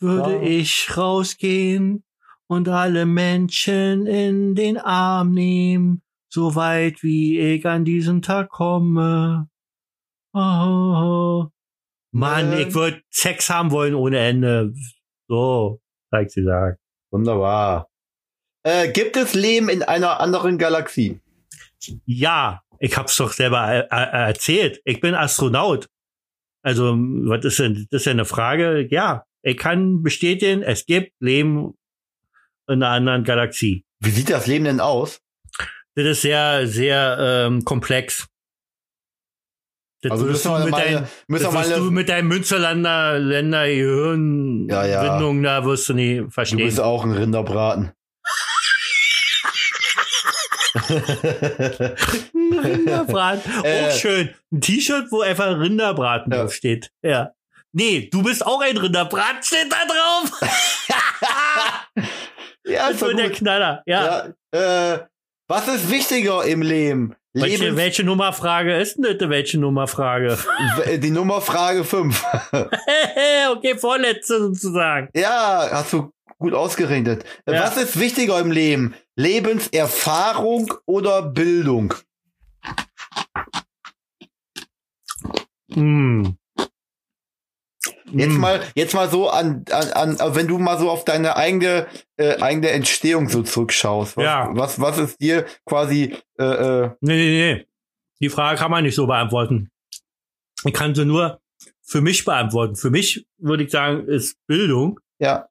würde
Ja.
ich rausgehen und alle Menschen in den Arm nehmen, so weit wie ich an diesem Tag komme. Oh, oh, oh. Mann,
Ähm.
ich würde Sex haben wollen ohne Ende. So, zeigt sie sagen.
Wunderbar. Äh, gibt es Leben in einer anderen Galaxie?
Ja, ich hab's doch selber er er erzählt. Ich bin Astronaut. Also, was ist denn, das ist ja eine Frage. Ja, ich kann bestätigen, es gibt Leben in einer anderen Galaxie.
Wie sieht das Leben denn aus?
Das ist sehr, sehr ähm, komplex. Das
Also
würdest
müssen wir
du mit
mal,
deinen-
müssen wir
das
mal
wirst du mit deinem Münsterlander Länder Gehirnbindung
Ja, ja.
da wirst du nie
du
verstehen.
bist auch ein Rinderbraten.
Rinderbraten.
Äh.
Auch schön. Ein T-Shirt, wo einfach Rinderbraten
Ja.
draufsteht. Ja. Nee, du bist auch ein Rinderbraten, steht da drauf.
ja,
Das
ist doch
wird der
gut.
Knaller. Ja.
Ja, äh, was ist wichtiger im Leben?
Welche,
Lebens
welche Nummerfrage ist denn das? Welche Nummerfrage?
w- die Nummer Frage 5.
okay, vorletzte sozusagen.
ja, hast du gut ausgerechnet.
Ja.
Was ist wichtiger im Leben? Lebenserfahrung oder Bildung?
Hm.
Jetzt
Hm.
mal, jetzt mal so an, an, an, wenn du mal so auf deine eigene, äh, eigene Entstehung so zurückschaust. Was,
Ja.
was, was ist dir quasi, äh, äh,
Nee, nee, nee. Die Frage kann man nicht so beantworten. Ich kann sie nur für mich beantworten. Für mich würde ich sagen, ist Bildung.
ja.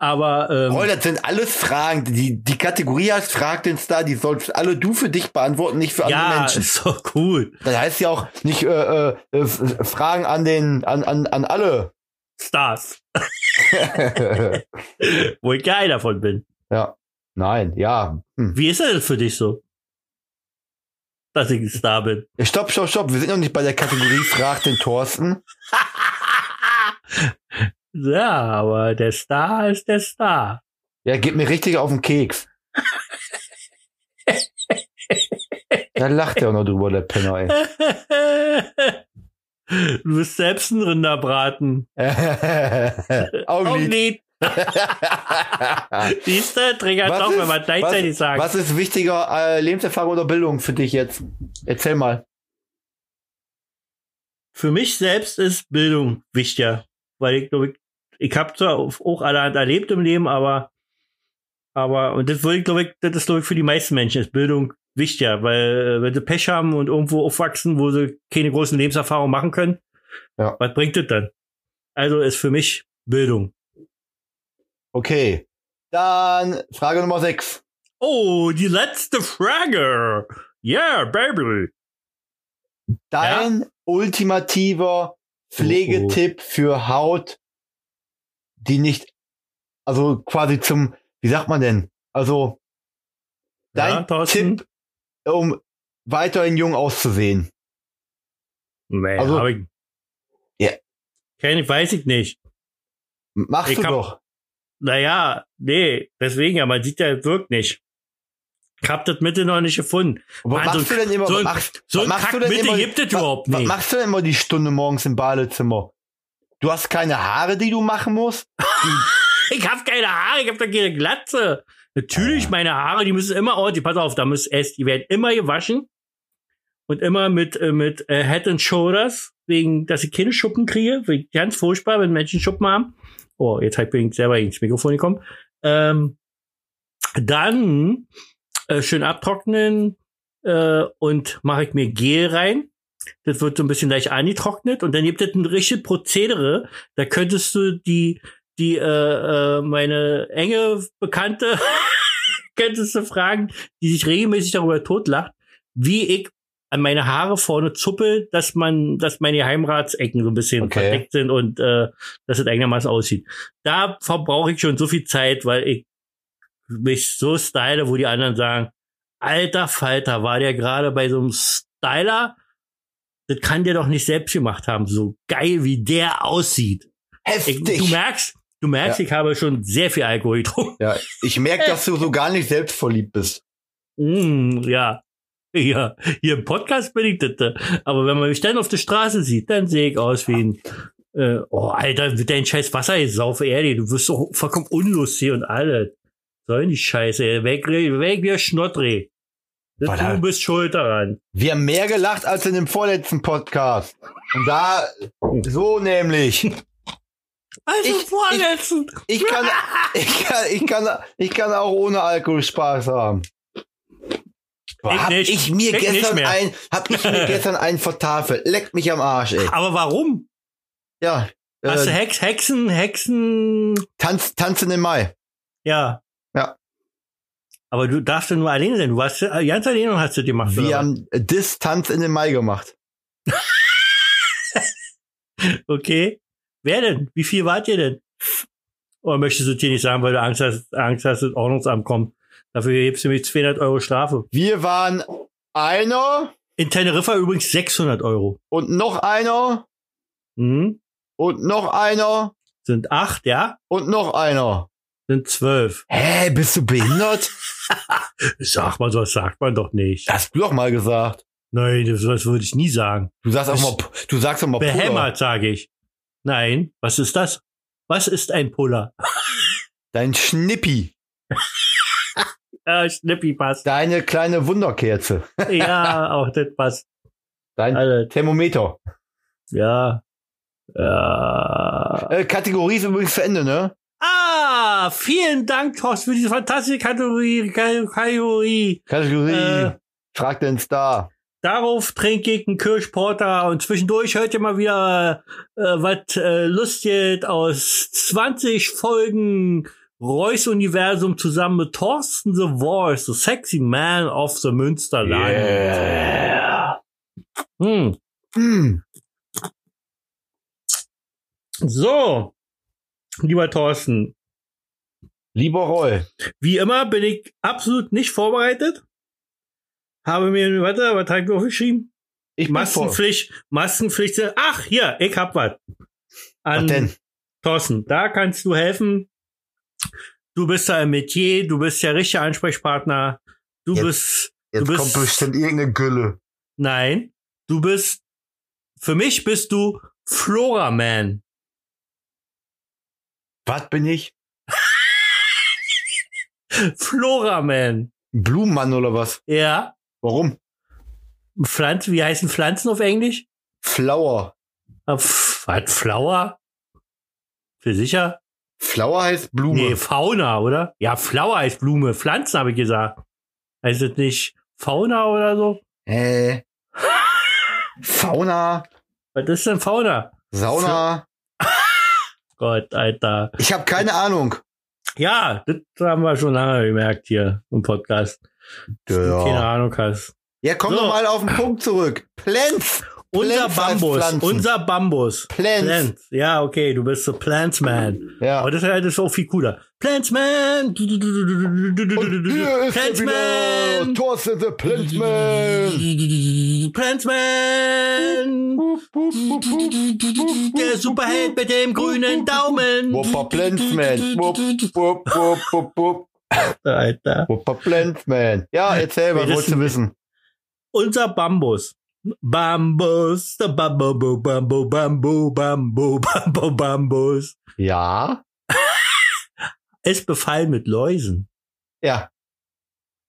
Aber ähm,
Roll, das sind alles Fragen. Die, die Kategorie heißt Frag den Star, die sollst alle du für dich beantworten, nicht für andere
ja,
Menschen.
ist doch cool.
Das heißt ja auch nicht äh, äh, äh, Fragen an den an, an, an alle.
Stars, wo ich geil davon bin.
ja. Nein, ja. Hm.
Wie ist das für dich so? dass ich ein Star bin.
Stopp, stopp, stopp. Wir sind noch nicht bei der Kategorie Frag den Thorsten.
Ja, aber der Star ist der Star.
Ja, geht mir richtig auf den Keks. Da lacht er auch noch drüber, der Penner, ey.
du bist selbst ein Rinderbraten.
Augenlid.
Augenlid. Siehst du, triggert
Was
doch, wenn
ist-
man gleichzeitig sagt.
Was ist wichtiger, äh, Lebenserfahrung oder Bildung für dich jetzt? Erzähl mal.
Für mich selbst ist Bildung wichtiger. Weil ich glaube, ich, ich habe zwar auch allerhand erlebt im Leben, aber, aber, und das würde ich, glaube ich, das ist, glaube ich, für die meisten Menschen ist Bildung wichtiger, weil äh, wenn sie Pech haben und irgendwo aufwachsen, wo sie keine großen Lebenserfahrungen machen können,
Ja.
was bringt das dann? Also ist für mich Bildung.
Okay. Dann Frage Nummer 6.
Oh, die letzte Frage. Yeah, baby.
Dein ultimativer Pflegetipp für Haut, die nicht, also quasi zum, wie sagt man denn? Also,
Ja,
dein
Thorsten?
Tipp, um weiterhin jung auszusehen.
Nee,
Also-
also, ich.
Ja.
Kenn, weiß ich nicht.
Machst
Ich
du
hab-
doch.
Naja, nee, deswegen ja, man sieht ja wirklich nicht. Ich hab das Mitte noch nicht gefunden.
Aber
Mann,
machst
so
du denn immer,
so ein-
machst,
So
was
ein
machst
Kack
du denn
Mitte
immer,
gibt es
wa-
überhaupt
was
nicht.
machst du denn immer die Stunde morgens im Badezimmer? Du hast keine Haare, die du machen musst?
Ich hab keine Haare, ich hab da keine Glatze. Natürlich, meine Haare, die müssen immer ordentlich, pass auf, da müssen erst, die werden immer gewaschen. Und immer mit, äh, mit äh, Head and Shoulders, wegen, dass ich keine Schuppen kriege. Finde ich Ganz furchtbar, wenn Menschen Schuppen haben. Oh, jetzt hab ich selber ins Mikrofon gekommen. Ähm, dann äh, schön abtrocknen äh, und mache ich mir Gel rein. Das wird so ein bisschen leicht angetrocknet und dann gibt es ein richtiges Prozedere. Da könntest du die, die äh, äh, meine enge Bekannte könntest du fragen, die sich regelmäßig darüber totlacht, wie ich an meine Haare vorne zuppel, dass man, dass meine Geheimratsecken so ein bisschen
Okay.
verdeckt sind und äh, dass es einigermaßen aussieht. Da verbrauche ich schon so viel Zeit, weil ich mich so style, wo die anderen sagen, alter Falter, war der gerade bei so einem Styler? Das kann der doch nicht selbst gemacht haben, so geil wie der aussieht. Ich, du
Heftig.
merkst, du merkst, ich habe schon sehr viel Alkohol getrunken.
ja, ich merke, dass du so gar nicht selbstverliebt bist.
Mm, ja. Ja, hier im Podcast bin ich das. da. Aber wenn man mich dann auf der Straße sieht, dann sehe ich aus wie ein äh, Oh, Alter, mit deinem scheiß Wasser jetzt saufe Erde, du wirst doch vollkommen unlustig und alles. Sollen die Scheiße, ey. weg, weg wie ein Schnottreh. Das-
Voilà.
Du bist schuld daran.
Wir haben mehr gelacht als in dem vorletzten Podcast. Und da, so nämlich.
Also
Ich-
vorletzten.
Ich kann, ich kann, ich kann, ich kann auch ohne Alkohol Spaß haben. Boah,
Ich
hab
nicht.
ich mir
Ich nicht
gestern
mehr.
ein, hab ich mir gestern einen vertafelt. Leck mich am Arsch, ey.
Aber warum?
Ja.
Hast du
Äh,
Hex, Hexen, Hexen?
Tanz, tanzen im Mai.
Ja.
Ja.
Aber du darfst ja nur alleine sein. Du warst ja ganz alleine und hast das gemacht.
Wir
oder was?
haben Distanz in den Mai gemacht.
Okay. Wer denn? Wie viel wart ihr denn? Oder möchtest du dir nicht sagen, weil du Angst hast, Angst hast, dass das Ordnungsamt kommt? Dafür gibst du mir 200 Euro Strafe.
Wir waren einer
In Teneriffa übrigens 600 Euro.
und noch einer
Hm?
und noch einer
Sind acht, ja?
und noch einer.
Sind zwölf.
Hä, bist du behindert?
Sag mal, sowas sagt man doch nicht.
Das hast du doch mal gesagt.
Nein, das, das würde ich nie sagen.
Du sagst auch
Ich- halt.
mal, du sagst auch mal Puller.
Behämmert, sage ich. Nein, was ist das? Was ist ein Puller?
Dein Schnippi.
Äh, Schnippi passt.
Deine kleine Wunderkerze.
Ja, auch das passt.
Dein
Alles.
Thermometer.
Ja. Ja.
Äh, Kategorie ist übrigens zu Ende, ne?
Ah, vielen Dank, Thorsten, für diese fantastische Kategorie. Kategorie.
Kategorie.
Äh.
Frag den Star.
Darauf trinke ich einen Kirschporter und zwischendurch hört ihr mal wieder äh, was äh, Lustiges aus 20 Folgen Reus Universum zusammen mit Thorsten The Voice, The Sexy Man of the Münsterland. Hm.
Hm.
So, lieber Thorsten,
Lieber Roy.
Wie immer bin ich absolut nicht vorbereitet. habe mir, warte, was habe ich aufgeschrieben?
Ich bin vor.
Massenpflicht, Massenpflicht. Ach, hier, ich hab was.
Was
An
denn?
Thorsten, da kannst du helfen. Du bist da im Metier, du bist der richtige Ansprechpartner. Du
Jetzt-
bist,
Jetzt
bist-
kommt bestimmt irgendeine Gülle.
nein, du bist, für mich bist du Floraman.
Was bin ich?
Floraman.
Ein Blumenmann oder was?
Ja.
Warum?
Pflanzen, wie heißen Pflanzen auf Englisch?
Flower.
Ah, pf, Was, Flower? Für sicher?
Flower heißt Blume.
Nee, Fauna, oder? Ja, Flower heißt Blume. Pflanzen habe ich gesagt. Heißt das nicht Fauna oder so?
Äh. Fauna,
Was ist denn Fauna?
Sauna.
Gott, Alter.
Ich habe keine Ahnung.
Ja, das haben wir schon lange gemerkt hier im Podcast. Dass du
Ja.
Keine Ahnung hast.
Ja, komm
So.
doch mal auf den Punkt zurück. Plants.
Unser
Plants heißt
Bambus.
Pflanzen.
Unser Bambus.
Plants.
Plants. Ja, okay, du bist so Plantsman.
Ja.
Aber das ist halt das ist auch viel cooler. Plantsman! Du, du, du, du, du, du, du, du, du, du,
Und
du.
hier ist er wieder.
Plantsman!
Thorsten the Plantman.
Plantsman! Der Superheld mit dem grünen Daumen!
Wuppa Plantsman. Wupp, wupp, wupp, wupp, wupp.
Alter.
Wuppa Plantsman. Ja, erzähl, was
Wir
wolltest du wissen?
unser Bambus. Bambus, der Bambu, Bambu, Bambu, Bambu, Bambu, Bambus.
Ja.
Es befallen mit Läusen.
Ja.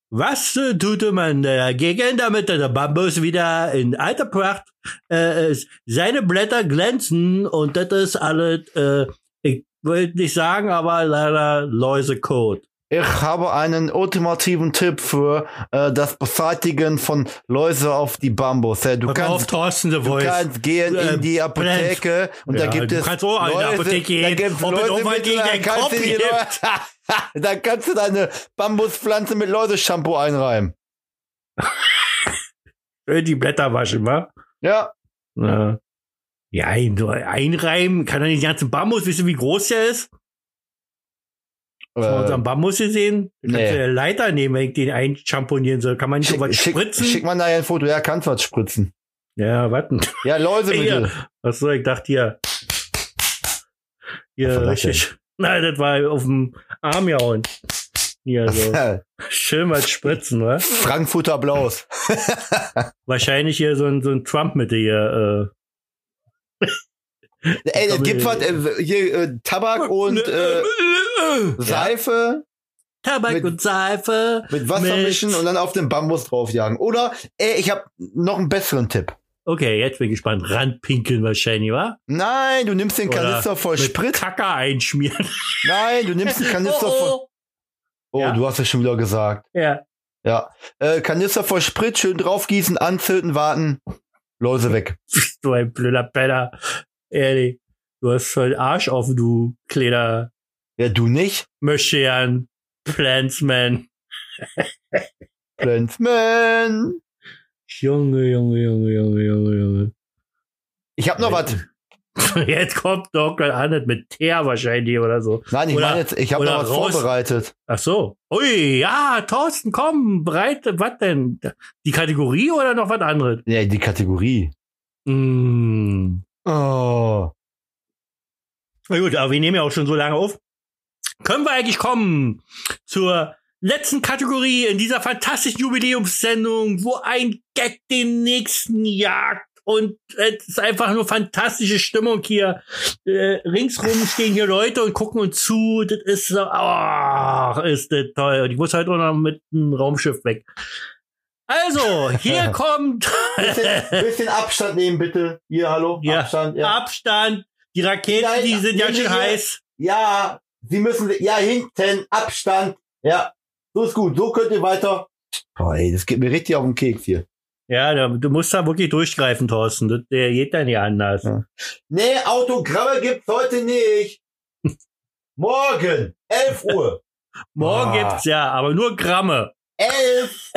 Was äh, tut man dagegen, damit der Bambus wieder in alter Pracht äh, ist? seine Blätter glänzen und das ist alles, äh, ich will nicht sagen, aber leider Läusekot.
Ich habe einen ultimativen Tipp für äh, das Beseitigen von Läuse auf die Bambus. Äh, Du
Pass auf,
kannst,
Thorsten, the
du
Voice.
kannst gehen in die
äh,
Apotheke und da
Ja,
gibt
du
es
kannst auch in die Apotheke
da
gehen,
gibt's
ob es
Läusemittel,
irgendwann gegen
da
deinen
kannst
Kopf
du die
hilft.
Läu- Da kannst du deine Bambuspflanze mit Läuse-Shampoo einreiben.
Schön Die Blätter waschen, wa?
Ja,
Ja, ja ein- nur einreiben, kann er nicht den ganzen Bambus, wisst ihr, wie groß der ist? Von
äh,
unserem Bambus gesehen? Da kannst
nee.
du eine Leiter nehmen, wenn ich den einschamponieren soll. Kann man nicht so
schick,
was
schick,
spritzen?
schick mal nachher ein Foto. Ja, kannst was spritzen.
Ja, warten.
Ja, Läusemittel.
Achso, ich dachte hier. Hier,
Wovon das
richtig. Nein, das war auf dem Arm gehauen. Hier so. Schön was spritzen, wa?
Frankfurter Blaus.
Wahrscheinlich hier so ein, so ein Trump mit dir.
Ey, es
glaube,
gibt was, äh, hier äh,
Äh,
Tabak und äh, Seife
Tabak
mit-
und Seife.
mit Wasser
Mit-
mischen und dann auf den Bambus draufjagen. Oder, ey, ich habe noch einen besseren Tipp.
Okay, jetzt bin ich gespannt. Randpinkeln wahrscheinlich, wa?
Nein, du nimmst den
Oder
Kanister voll
mit
Sprit.
Kacker einschmieren.
Nein, du nimmst den Kanister voll. Oh,
Oh, Ja.
du hast es schon wieder gesagt.
Ja.
Ja. Äh, Kanister voll Sprit, schön draufgießen, anzünden, warten. Läuse weg.
Du ein blöder Penner. Ehrlich. Du hast voll Arsch offen, du kleiner
Ja, du nicht?
Möschean. Plantsman.
Plantsman.
Junge, Junge, Junge, Junge, Junge,
Ich hab noch was.
Junge. Jetzt kommt Dr. Annett mit Teer wahrscheinlich oder so.
Nein, ich
Oder-
meine jetzt, ich habe
oder
noch was
raus.
vorbereitet.
Ach so. Ui, ja, Thorsten, komm, bereit. Was denn? Die Kategorie oder noch was anderes?
Ja, die Kategorie.
Mm.
Oh.
Na gut, aber wir nehmen ja auch schon so lange auf. Können wir eigentlich kommen zur letzten Kategorie in dieser fantastischen Jubiläumssendung, wo ein Gag den nächsten jagt und es ist einfach nur fantastische Stimmung hier. Äh, ringsrum stehen hier Leute und gucken uns zu. Das ist so, oh, ist das toll. Und ich muss halt auch noch mit einem Raumschiff weg. Also, hier kommt
Bisschen, bisschen Abstand nehmen, bitte. Hier, hallo.
Ja.
Abstand, ja.
Abstand. Die Raketen,
Nein,
die sind ja
nee, nee,
schon
nee.
heiß.
Ja, Sie müssen, ja, hinten, Abstand. Ja. So ist gut. So könnt ihr weiter. Oh, ey, das geht mir richtig auf den Keks hier.
Ja, da, du musst da wirklich durchgreifen, Thorsten. Das, der geht da nicht anders.
Ja. Nee, Autogramme gibt's heute nicht. Morgen, 11 Uhr.
Morgen
Ah.
gibt's ja, aber nur Gramme.
11.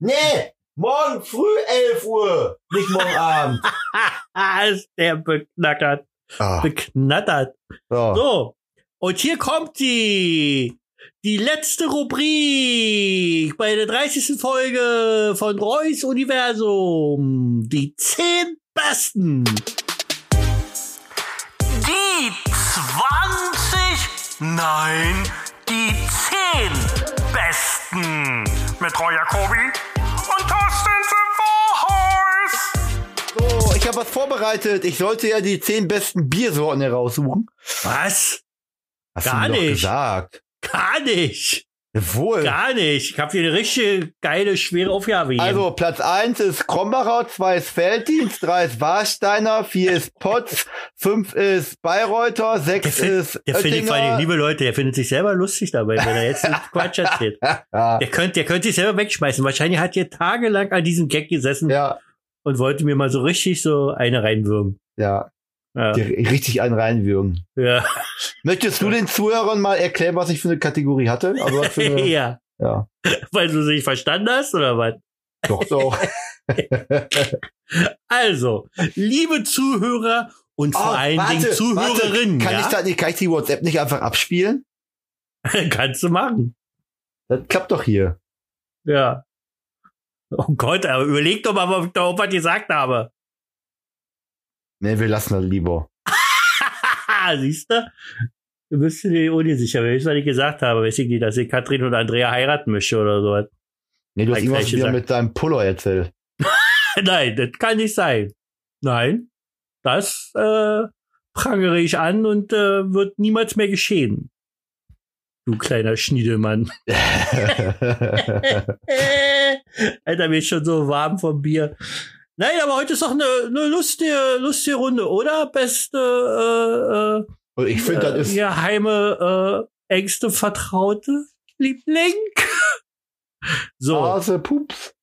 Nee, morgen früh 11 Uhr. Nicht morgen Abend.
Ah, ist der Ah, beknackert. Beknattert. So. Und hier kommt sie. Die letzte Rubrik bei der 30. Folge von Reus Universum. Die 10 besten.
Die 20, nein, die 10 besten mit Roy Jacobi und Thorsten Sevohorst.
So, ich habe was vorbereitet. Ich sollte ja die zehn besten Biersorten heraussuchen.
Was?
Hast
Gar
du mir
nicht.
Doch gesagt.
Gar nicht.
Wohl.
Gar nicht. Ich habe hier eine richtige geile, schwere Aufgabe hier.
Also Platz 1 ist Krombacher, 2 ist Felddienst, 3 ist Warsteiner, 4 ist Potz, 5 ist Bayreuther,
der
6
fin-
ist
der findet, vor allem,
Oettinger.
liebe Leute, der findet sich selber lustig dabei, wenn er jetzt einen Quatsch erzählt.
Ja,
Der könnte, der könnte sich selber wegschmeißen. Wahrscheinlich hat er tagelang an diesem Gag gesessen
ja,
und wollte mir mal so richtig so eine reinwürgen.
ja.
Ja.
Die richtig einen reinwürgen.
Ja.
Möchtest du den Zuhörern mal erklären, was ich für eine Kategorie hatte? Also was für eine,
ja.
ja,
Weil du sie nicht verstanden hast, oder was?
doch, doch.
Also, liebe Zuhörer und vor
Oh,
allen Dingen Zuhörerinnen,
Kann,
ja?
ich da, nee, kann ich die WhatsApp nicht einfach abspielen?
kannst du machen.
Das klappt doch hier.
Ja. Oh Gott, aber überleg doch mal, ob, ob was ich gesagt habe.
Nee, wir lassen das lieber.
Siehst du? Du bist dir die Uni sicher, wenn ich was ich gesagt habe, weiß ich nicht, dass ich Katrin und Andrea heiraten möchte oder sowas.
Nee, du hast
Gleich
irgendwas
welche
wieder
sagen.
mit deinem Pullover erzählt.
Nein, das kann nicht sein. Nein, das äh, prangere ich an und äh, wird niemals mehr geschehen. Du kleiner Schniedelmann. Äh, Alter, mir ist schon so warm vom Bier. Nein, aber heute ist doch eine, eine lustige, lustige Runde, oder? Beste
Und ich
äh,
finde,
äh,
das ist
geheime äh, Ängste, Vertraute, Liebling. So.
Hase, Pups.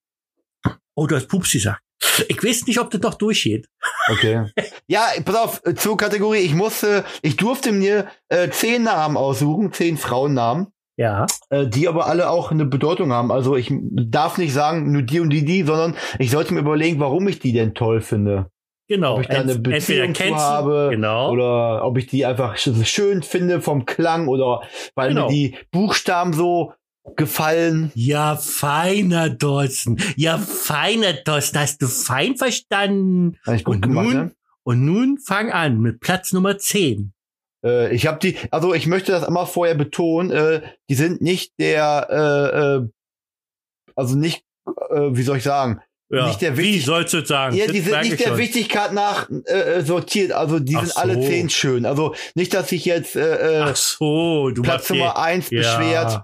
Oh, du hast Pupsi gesagt. Ich weiß nicht, ob das noch durchgeht.
Okay. Ja, pass auf, äh, zur Kategorie. Ich musste, ich durfte mir äh, zehn Namen aussuchen, zehn Frauennamen,
Ja.
äh, die aber alle auch eine Bedeutung haben. Also ich darf nicht sagen, nur die und die, die, sondern ich sollte mir überlegen, warum ich die denn toll finde.
Genau.
Ob ich da eine
Ent-
Beziehung zu habe
genau.
Oder ob ich die einfach sch schön finde vom Klang oder weil
Genau.
mir die Buchstaben so gefallen.
ja, feiner Dotsen. Ja, feiner Dotsen. Hast du fein verstanden?
Hab ich gut
Und
gemacht,
nun?
ne?
Und nun fang an mit Platz Nummer 10.
Äh, ich habe die, also ich möchte das immer vorher betonen, äh, die sind nicht der, äh, äh, also nicht, äh, wie soll ich sagen,
Ja.
Nicht der
Wie
wichtig-
sollst du sagen?
ja,
Das
die sind
sag
nicht
ich
der
schon.
Wichtigkeit nach äh, äh, sortiert, also die
Ach
sind alle
so.
zehn schön, also nicht, dass sich jetzt äh, äh,
Ach so, du
Platz
machst die-
Nummer eins
ja.
beschwert,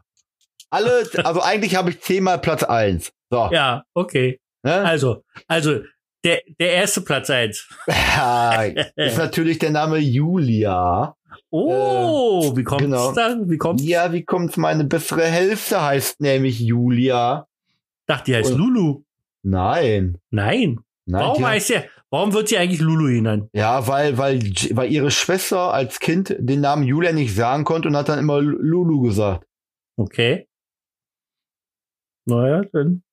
alle, also eigentlich habe ich zehnmal Platz eins, so,
Ja, okay.
ne?
Also, also der, der erste Platz eins.
Ja, ist natürlich der Name Julia.
Oh, wie kommt's
genau.
da? Wie kommt's?
Ja, wie kommt's, meine bessere Hälfte heißt nämlich Julia.
Ich dachte, die heißt
Und-
Lulu.
Nein.
Nein.
Nein,
warum
die-
heißt der, warum wird sie eigentlich Lulu genannt?
Ja, weil, weil, J- weil ihre Schwester als Kind den Namen Julia nicht sagen konnte und hat dann immer Lu- Lulu gesagt.
Okay. Naja, dann.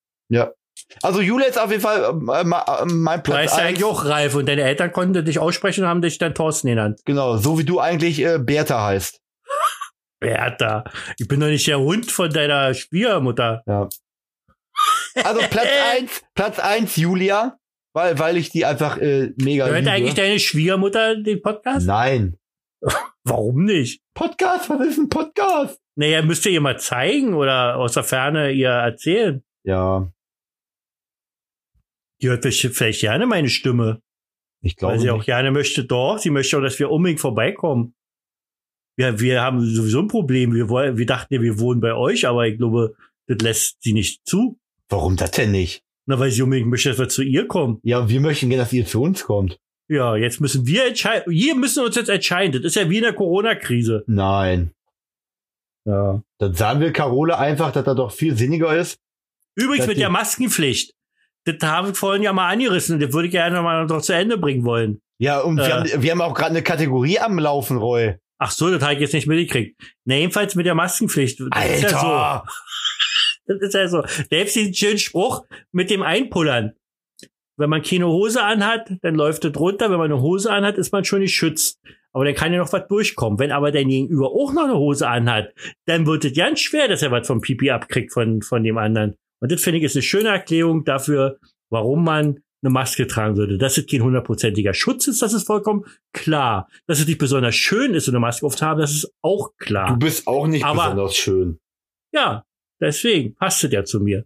Also Julia ist auf jeden Fall äh, ma- äh, mein
Du
Platz.
heißt ja
eins.
eigentlich auch Ralf und deine Eltern konnten das nicht aussprechen und haben dich dann Thorsten genannt.
Genau, so wie du eigentlich äh, Bertha heißt.
Bertha, ich bin doch nicht der Hund von deiner Schwiegermutter.
Also Platz eins, Platz eins Julia, weil, weil ich die einfach äh, mega
Hört
liebe.
eigentlich deine Schwiegermutter den Podcast?
Nein.
Warum nicht?
Podcast, was ist ein Podcast?
Naja, müsst ihr ihr mal zeigen oder aus der Ferne ihr erzählen.
Ja,
Die hört vielleicht vielleicht gerne meine Stimme,
ich glaube
weil sie auch
nicht.
gerne möchte. Doch, sie möchte auch, dass wir unbedingt vorbeikommen. Ja, wir haben sowieso ein Problem. Wir, woll- wir dachten ja, wir wohnen bei euch, aber ich glaube, das lässt sie nicht zu.
Warum das denn nicht?
Na, weil sie unbedingt möchte, dass wir zu ihr kommen.
Ja, wir möchten gerne, dass ihr zu uns kommt.
Ja, jetzt müssen wir entscheiden. Wir müssen uns jetzt entscheiden. Das ist ja wie in der Corona-Krise.
Nein.
Ja.
Dann sagen wir Carole einfach, dass das doch viel sinniger ist.
Übrigens
Das
mit der
geht.
Maskenpflicht. Das haben wir vorhin ja mal angerissen und das würde ich gerne mal noch zu Ende bringen wollen.
Ja, und
Äh.
wir, haben, wir haben auch gerade eine Kategorie am Laufen, Roy.
Ach so, das habe ich jetzt nicht mitgekriegt. Na, jedenfalls mit der Maskenpflicht. Das ist ja so.
Alter!
Das ist ja so. Da gibt's diesen schönen Spruch mit dem Einpullern. Wenn man keine Hose anhat, dann läuft es runter. Wenn man eine Hose anhat, ist man schon geschützt. Aber dann kann ja noch was durchkommen. Wenn aber dein Gegenüber auch noch eine Hose anhat, dann wird es ganz schwer, dass er was vom Pipi abkriegt von, von dem anderen. Und das finde ich ist eine schöne Erklärung dafür, warum man eine Maske tragen würde. Dass es kein hundertprozentiger Schutz ist, das ist vollkommen klar. Dass es nicht besonders schön ist, so eine Maske aufzuhaben, das ist auch
Du
klar.
bist auch nicht
Aber-
besonders schön.
Ja, deswegen passt es ja zu mir.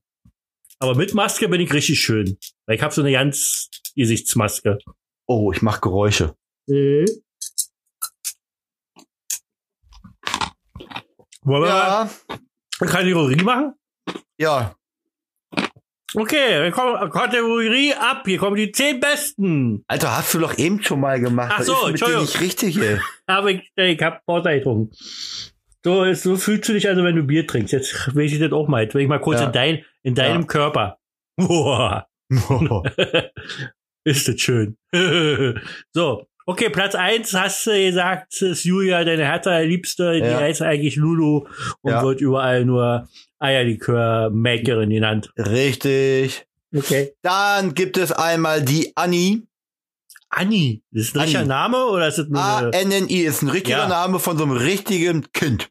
Aber mit Maske bin ich richtig schön. Weil ich habe so eine ganz Gesichtsmaske.
Oh, ich mache Geräusche.
Wollen wir
Ja,
mal eine Kategorie machen?
ja.
Okay, wir kommen Kategorie ab. Hier kommen die zehn besten.
Alter, hast du doch eben schon mal gemacht.
Ach
Was
so,
ist denn mit dir
Entschuldigung.
nicht richtig, ey.
Aber ich, äh, ich hab Porter getrunken. So, ist- so fühlst du dich also, wenn du Bier trinkst. Jetzt will ich das auch mal. Jetzt will ich mal kurz
Ja.
in, dein, in deinem
Ja.
Körper. Boah, ist das schön. so, okay, Platz eins hast du gesagt, ist Julia, deine Hertha Liebste, die
Ja.
heißt eigentlich Lulu und
Ja.
wird überall nur Eierlikör-Makerin genannt.
richtig.
Okay.
Dann gibt es einmal die Anni.
Anni, ist das ein
Anni. Ah,
richtiger Name oder ist das nur eine-
A-N-N-I ist ein richtiger
Äh. Ja.
Name von so einem richtigen Kind.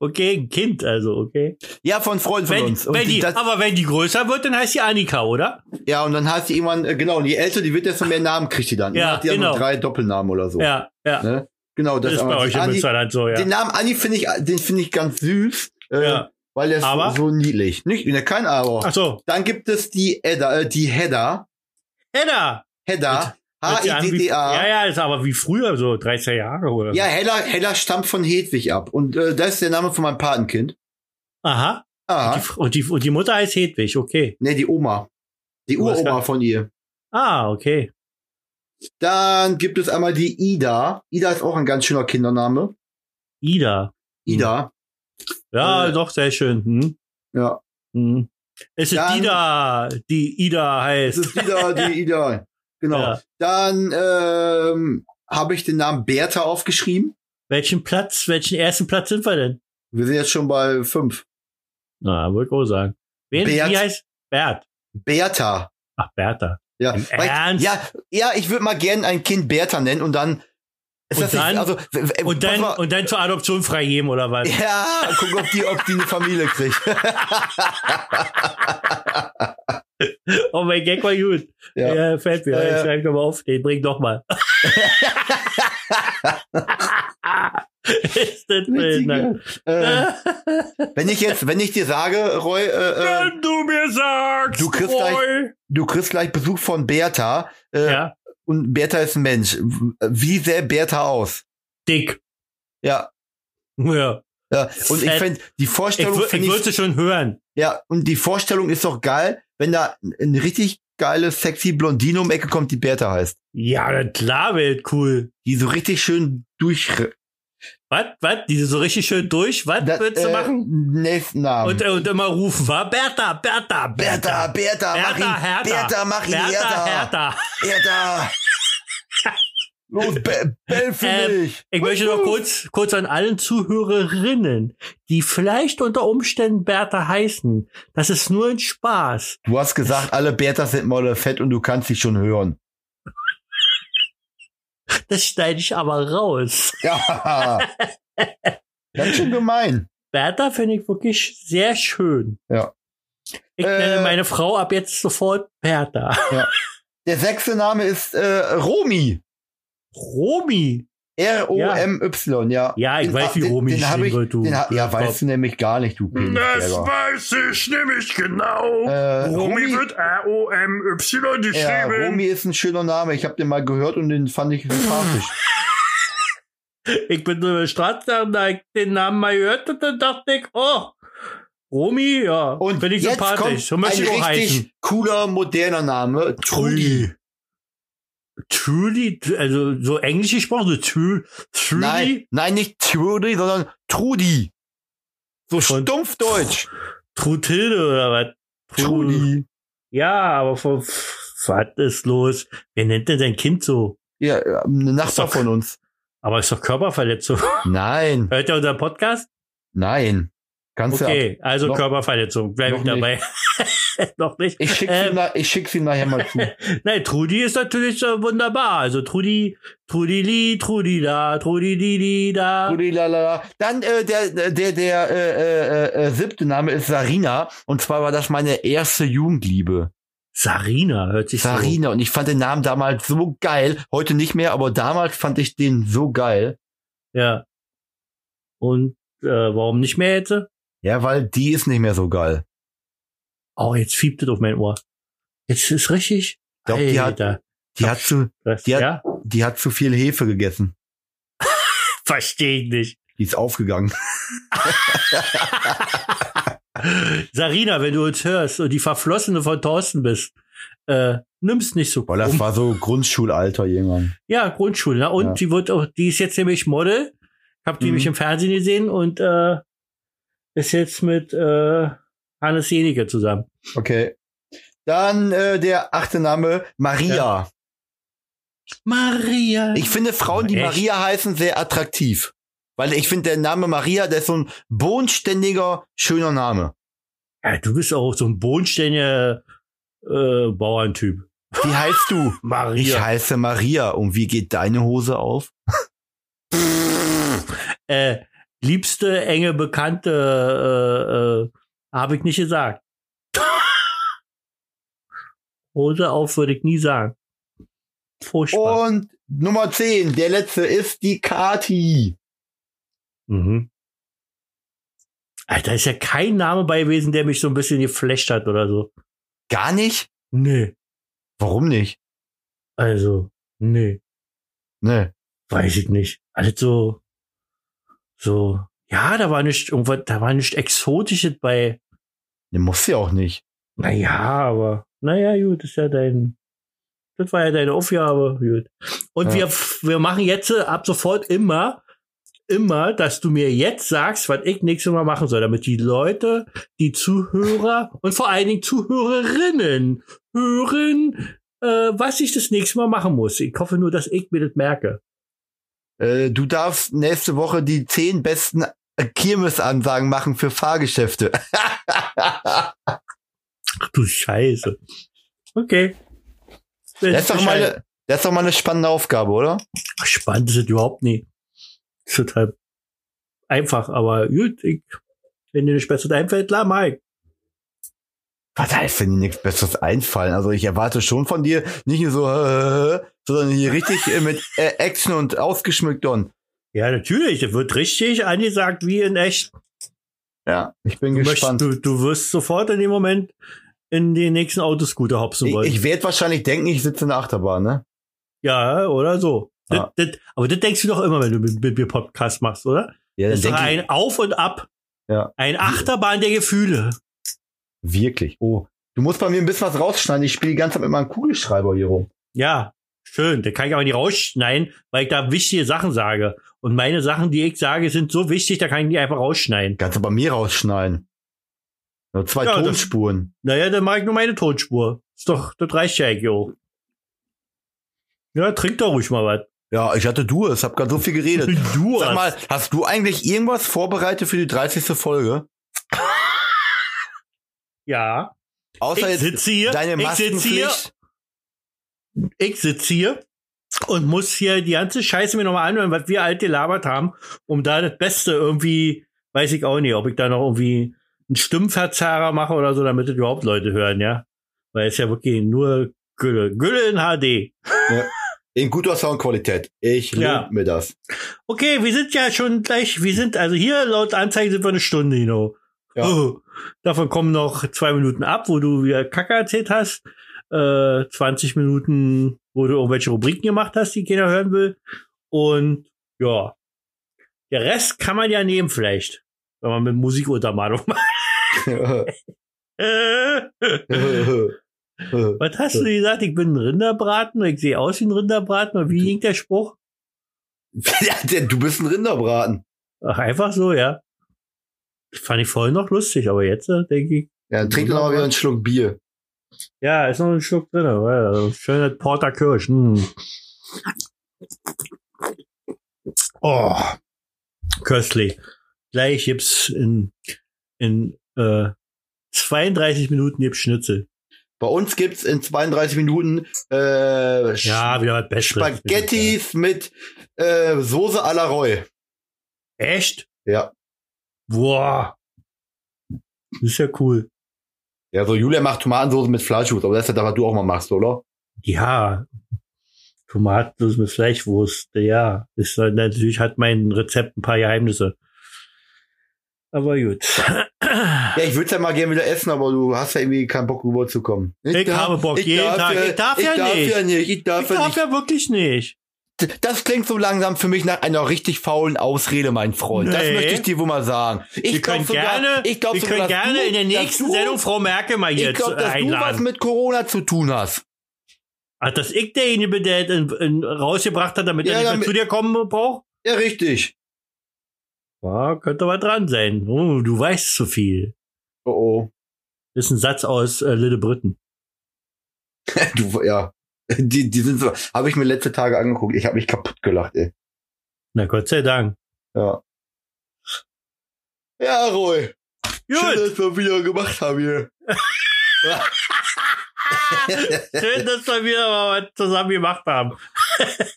Okay, ein Kind, also, okay.
Ja, äh. von Freunden von
Wenn,
uns. Und
wenn die,
das,
aber wenn die größer wird, dann heißt sie Annika, oder?
ja, und dann heißt die irgendwann, äh, genau, und die Ältere, die wird desto mehr Namen kriegt die dann.
Ja,
dann hat die dann
genau.
noch drei Doppelnamen oder so.
Ja, ja.
Ne? Genau,
das
das,
ist bei
einmal
euch
die
im
Anni.
Münsterland so, ja.
Den Namen Anni finde ich, den finde ich ganz süß. Äh,
Ja.
Weil der ist
Aber?
so niedlich. Nicht, ne, kein Aber.
Ach so,
Dann gibt es die Edda, äh, die Hedda.
Hedda.
Hedda.
Hört sich an wie-
H-I-D-D-A.
Ja, ja, ist aber wie früher, so 13 Jahre oder so.
Ja, Hella, Hella stammt von Hedwig ab. Und äh, das ist der Name von meinem Patenkind.
Aha. Die,
Ah,
F- und, die, und die Mutter heißt Hedwig, okay.
ne, die Oma. Die
Du hast
Uroma
gar-
von ihr.
Ah, okay.
Dann gibt es einmal die Ida. Ida ist auch ein ganz schöner
Mhm.
Kindername.
Ida.
Ida.
Ja,
Äh.
doch, sehr schön. Hm?
Ja.
Hm. Es ist
Dann-
Ida, die Ida
Das
heißt.
ist Ida, die Ida. Genau.
Ja.
Dann ähm, habe ich den Namen Bertha aufgeschrieben.
Welchen Platz, welchen ersten Platz sind wir denn?
Wir sind jetzt schon bei fünf.
Na, wollte ich auch sagen. Wen,
Bert.
Wie heißt Bert?
Bertha.
Ach, Bertha.
Ja,
Im
weil-
Ernst?
ja, ja ich würde mal gerne ein Kind Bertha nennen und dann. Ist
Und
das
dann-
nicht, also, w- w-
Und dann,
pass mal-
und dann zur Adoption freigeben oder was?
ja, gucken, ob die, ob die eine Familie kriegt.
Oh, mein Gag war gut. Ja,
ja.
fällt mir.
Ja,
Ich
ja.
schreibe mal auf, den bring doch mal. Ist das behindert? Ah.
Äh, wenn ich jetzt, wenn ich dir sage, Roy, äh, äh,
Wenn du mir sagst,
du kriegst gleich-
Roy.
du kriegst gleich Besuch von Bertha äh,
Ja,
und Bertha ist ein Mensch. W- Wie sähe Bertha aus?
dick.
Ja,
Ja.
ja. Und ich
Fett.
finde die
Äh, Ich,
Vorstellung,
wür- ich
finde ich,
würde schon hören.
ja, und die Vorstellung ist doch geil, wenn da ein richtig geile, sexy Blondine um die Ecke kommt, die Bertha heißt.
Ja, na klar, wäre cool.
Die so richtig schön durch.
Was, was? Die sind so richtig schön durch. Was
Da-
willst du
äh,
machen?
Nächsten Namen.
Und, äh, und immer rufen, war Bertha, Bertha,
Bertha,
Bertha.
Bertha, mach
Bertha,
ihn,
Hertha.
Bertha, mach ihn,
Bertha,
Hertha.
Hertha.
Bertha. Los, be bell für
Ähm,
mich.
Ich möchte noch kurz, kurz an allen Zuhörerinnen, die vielleicht unter Umständen Bertha heißen, das ist nur ein Spaß.
Du hast gesagt, alle Berthas sind mal fett und du kannst dich schon hören.
Das schneide ich aber raus.
Ja. Ganz schön gemein.
Bertha finde ich wirklich sehr schön.
Ja.
Ich
Äh,
nenne meine Frau ab jetzt sofort Bertha.
Der sechste Name ist äh, Romy.
Romy.
R-O-M-Y, ja.
Ja, ich
Den-
weiß, wie
den-
Romy
den hab
geschrieben
ich-
wird, du
Den, ha- ja,
Blödkopf.
weißt du nämlich gar nicht, du
Das
Penisberger.
weiß ich nämlich genau.
Äh,
Romy,
Romy-
wird R-O-M-Y
Ja,
geschrieben.
Romy ist ein schöner Name. Ich habe den mal gehört und den fand ich sympathisch.
Ich bin so über die Straße und da ich den Namen mal gehört und dann dachte ich, oh, Romy, ja.
Und
finde ich
jetzt kommt
sympathisch. So möchte ich auch
ein richtig
heißen.
cooler, moderner Name. Trudi.
Trudy, also so englisch gesprochen, so Tru- Trudy.
Nein, nein, nicht Trudy, sondern Trudi. So
Von-
stumpfdeutsch.
Trutilde oder was? Tru- Ja, aber von, was ist los? Wer nennt denn sein Kind so?
Ja, äh, eine Nachbar
doch-
von uns.
Aber ist doch Körperverletzung.
Nein,
Hört ihr unseren Podcast?
nein. Kannst du ab.
Okay, also
Noch-
Körperverletzung. Bleib
noch
ich dabei. noch nicht.
Ich schicke
Ähm.
sie, na- ich schick sie nachher mal zu.
Nein, Trudi ist natürlich äh, wunderbar. Also Trudi, Trudi li, Trudi da, Trudi di di da.
Rudi, la, la, la. Dann äh, der, der, der äh, äh, äh, siebte Name ist Sarina. Und zwar war das meine erste Jugendliebe.
Sarina hört sich
Sarina. Und ich fand den Namen damals so geil. Heute nicht mehr, aber damals fand ich den so geil.
so. Ja. Und äh, warum nicht mehr jetzt?
Ja, weil die ist nicht mehr so geil.
Oh, jetzt fiebt es auf mein Ohr. Jetzt ist richtig.
Ich glaub, die hat-
Alter.
Die hat zu,
Das,
die hat-
ja,
die hat zu viel Hefe gegessen.
verstehe ich nicht.
Die ist aufgegangen.
Sarina, wenn du uns hörst und die Verflossene von Thorsten bist, äh, nimm's nicht so
Weil das
krumm.
war so Grundschulalter irgendwann.
Ja, Grundschule. Na, und
Ja.
die wird auch, die ist jetzt nämlich Model. Ich habe die
Mhm.
nämlich im Fernsehen gesehen und äh, ist jetzt mit äh, Hannes Jenike zusammen.
Okay. Dann äh, der achte Name, Maria.
Maria.
Ich finde Frauen, die
Echt?
Maria heißen, sehr attraktiv. Weil ich finde, der Name Maria, der ist so ein bodenständiger, schöner Name.
ja, du bist auch so ein bodenständiger äh, Bauerntyp.
Wie heißt du? Ich
Maria.
heiße Maria. Und wie geht deine Hose auf?
Äh, liebste, enge, Bekannte äh, äh, habe ich nicht gesagt. Hose auf würde ich nie sagen. Furchtbar.
Und Nummer 10, der letzte ist die Kati.
Mhm. Alter, ist ja kein Name bei gewesen, der mich so ein bisschen geflasht hat oder so.
Gar nicht?
Nee.
Warum nicht?
Also, nee.
Ne.
Weiß ich nicht. Also, so, ja, da war nicht irgendwas, da war nicht Exotisches bei.
Ne, muss sie auch nicht.
Naja, aber, naja, gut, ist ja dein, das war ja deine Aufgabe, gut. Und
Ja.
wir, wir machen jetzt äh, ab sofort immer, immer, dass du mir jetzt sagst, was ich nächstes Mal machen soll, damit die Leute, die Zuhörer und vor allen Dingen Zuhörerinnen hören, äh, was ich das nächste Mal machen muss. Ich hoffe nur, dass ich mir das merke.
Äh, du darfst nächste Woche die 10 besten äh, Kirmesansagen machen für Fahrgeschäfte.
Ach du Scheiße. Okay.
Das ist doch mal
Bescheid.
eine, das ist doch mal eine spannende Aufgabe, oder?
Ach, Spannend ist es überhaupt nicht. Ist total einfach, aber gut, ich, wenn dir nicht besser einfällt, klar, Mike.
Was heißt, wenn dir nichts Besseres einfallen? Also ich erwarte schon von dir nicht nur so, äh, sondern hier richtig äh, mit äh, Action und ausgeschmückt und.
Ja, natürlich, das wird richtig angesagt, wie in echt.
Ja, ich bin
Du, möchtest,
gespannt.
du, du wirst sofort in dem Moment in den nächsten Autoscooter hopsen
ich
wollen.
ich werde wahrscheinlich denken, ich sitze in der Achterbahn, ne?
ja, oder so. Das,
Ja.
das, aber das denkst du doch immer, wenn du mit, mit mir Podcast machst, oder?
Ja,
Das
dann
ist doch
denke
ein
ich
Auf und Ab.
Ja.
Ein Achterbahn der Gefühle.
wirklich. Oh, du musst bei mir ein bisschen was rausschneiden. Ich spiele die ganze Zeit mit meinem Kugelschreiber hier rum.
Ja, schön. Da kann ich aber nicht rausschneiden, weil ich da wichtige Sachen sage. Und meine Sachen, die ich sage, sind so wichtig, da kann ich die einfach rausschneiden.
Kannst du bei mir rausschneiden? Nur zwei
Ja, das-
Tonspuren.
Naja, dann mache ich nur meine Tonspur. Ist doch, das reicht ja eigentlich auch. Ja, trink doch ruhig mal was.
Ja, ich hatte du es, hab gerade so viel geredet.
Du
Sag
hast-
mal, hast du eigentlich irgendwas vorbereitet für die 30. Folge?
Ja.
Außer
Ich
jetzt
sitze hier,
deine
ich sitze hier,
Maskenpflicht?
ich sitze hier und muss hier die ganze Scheiße mir nochmal anhören, was wir alt gelabert haben, um da das Beste irgendwie, weiß ich auch nicht, ob ich da noch irgendwie einen Stimmverzerrer mache oder so, damit das überhaupt Leute hören, ja. Weil es ja wirklich nur Gülle. Gülle in HD.
In guter Soundqualität. Ich
Ja.
lob mir das.
Okay, wir sind ja schon gleich, wir sind, also hier laut Anzeige sind wir eine Stunde, Hino.
Ja.
Oh, davon kommen noch zwei Minuten ab, wo du wieder Kacke erzählt hast. Äh, 20 Minuten, wo du irgendwelche Rubriken gemacht hast, die keiner hören will. Und ja. Der Rest kann man ja nehmen vielleicht. Wenn man mit Musikuntermalung macht. Äh, Was hast du gesagt? Ich bin ein Rinderbraten, ich sehe aus wie ein Rinderbraten. Und wie ging der Spruch?
du bist ein Rinderbraten.
Ach, einfach so, ja. Das fand ich vorhin noch lustig, aber jetzt äh, denke ich,
Ja, trink doch mal wieder einen Schluck Bier.
ja, ist noch ein Schluck drin. aber, äh, Schöne Porter Kirsch. Hm. Oh, köstlich. Gleich gibt's in In äh, 32 Minuten gibt's Schnitzel.
Bei uns gibt's in 32 Minuten äh,
Ja, wieder was Besseres.
Spaghettis mit äh, Soße à la Roy.
Echt?
Ja.
Boah. Das ist ja cool.
Ja, so Julia macht Tomatensoße mit Fleischwurst, aber das ist ja das, was du auch mal machst, oder?
Ja. Tomatensauce mit Fleischwurst. Ja. Ist halt- natürlich hat mein Rezept ein paar Geheimnisse. Aber gut. Ah.
Ja, ich würde ja mal gerne wieder essen, aber du hast ja irgendwie keinen Bock rüberzukommen.
Ich habe Bock, jeden Tag. Ich darf ja nicht.
Ich darf ja nicht. Ich darf,
Ich
ja
darf
nicht.
ja wirklich nicht.
Das klingt so langsam für mich nach einer richtig faulen Ausrede, mein Freund. Das
Nee.
möchte ich dir wohl mal sagen. Ich
Wir
glaub
können
sogar-
gerne,
ich glaub
wir
sogar,
können
dass
gerne
du-
in der
dass
nächsten
du-
Sendung Frau Merkel mal
Ich
jetzt
glaube,
äh,
dass du was
einladen.
mit Corona zu tun hast.
Ach, dass ich derjenige bin, der in, in, rausgebracht hat, damit
Ja,
er nicht
damit-
mehr zu dir kommen braucht?
Ja, richtig.
Ja, könnte aber dran sein. Oh, du weißt zu viel.
Oh oh.
Das ist ein Satz aus äh, Little Britain.
Du, ja. Die, die sind so. Habe ich mir letzte Tage angeguckt. Ich habe mich kaputt gelacht, ey.
Na, Gott sei Dank.
Ja. Ja, Roy.
Gut,
Schön, dass wir wieder gemacht haben hier.
schön, dass wir wieder mal was zusammen gemacht haben.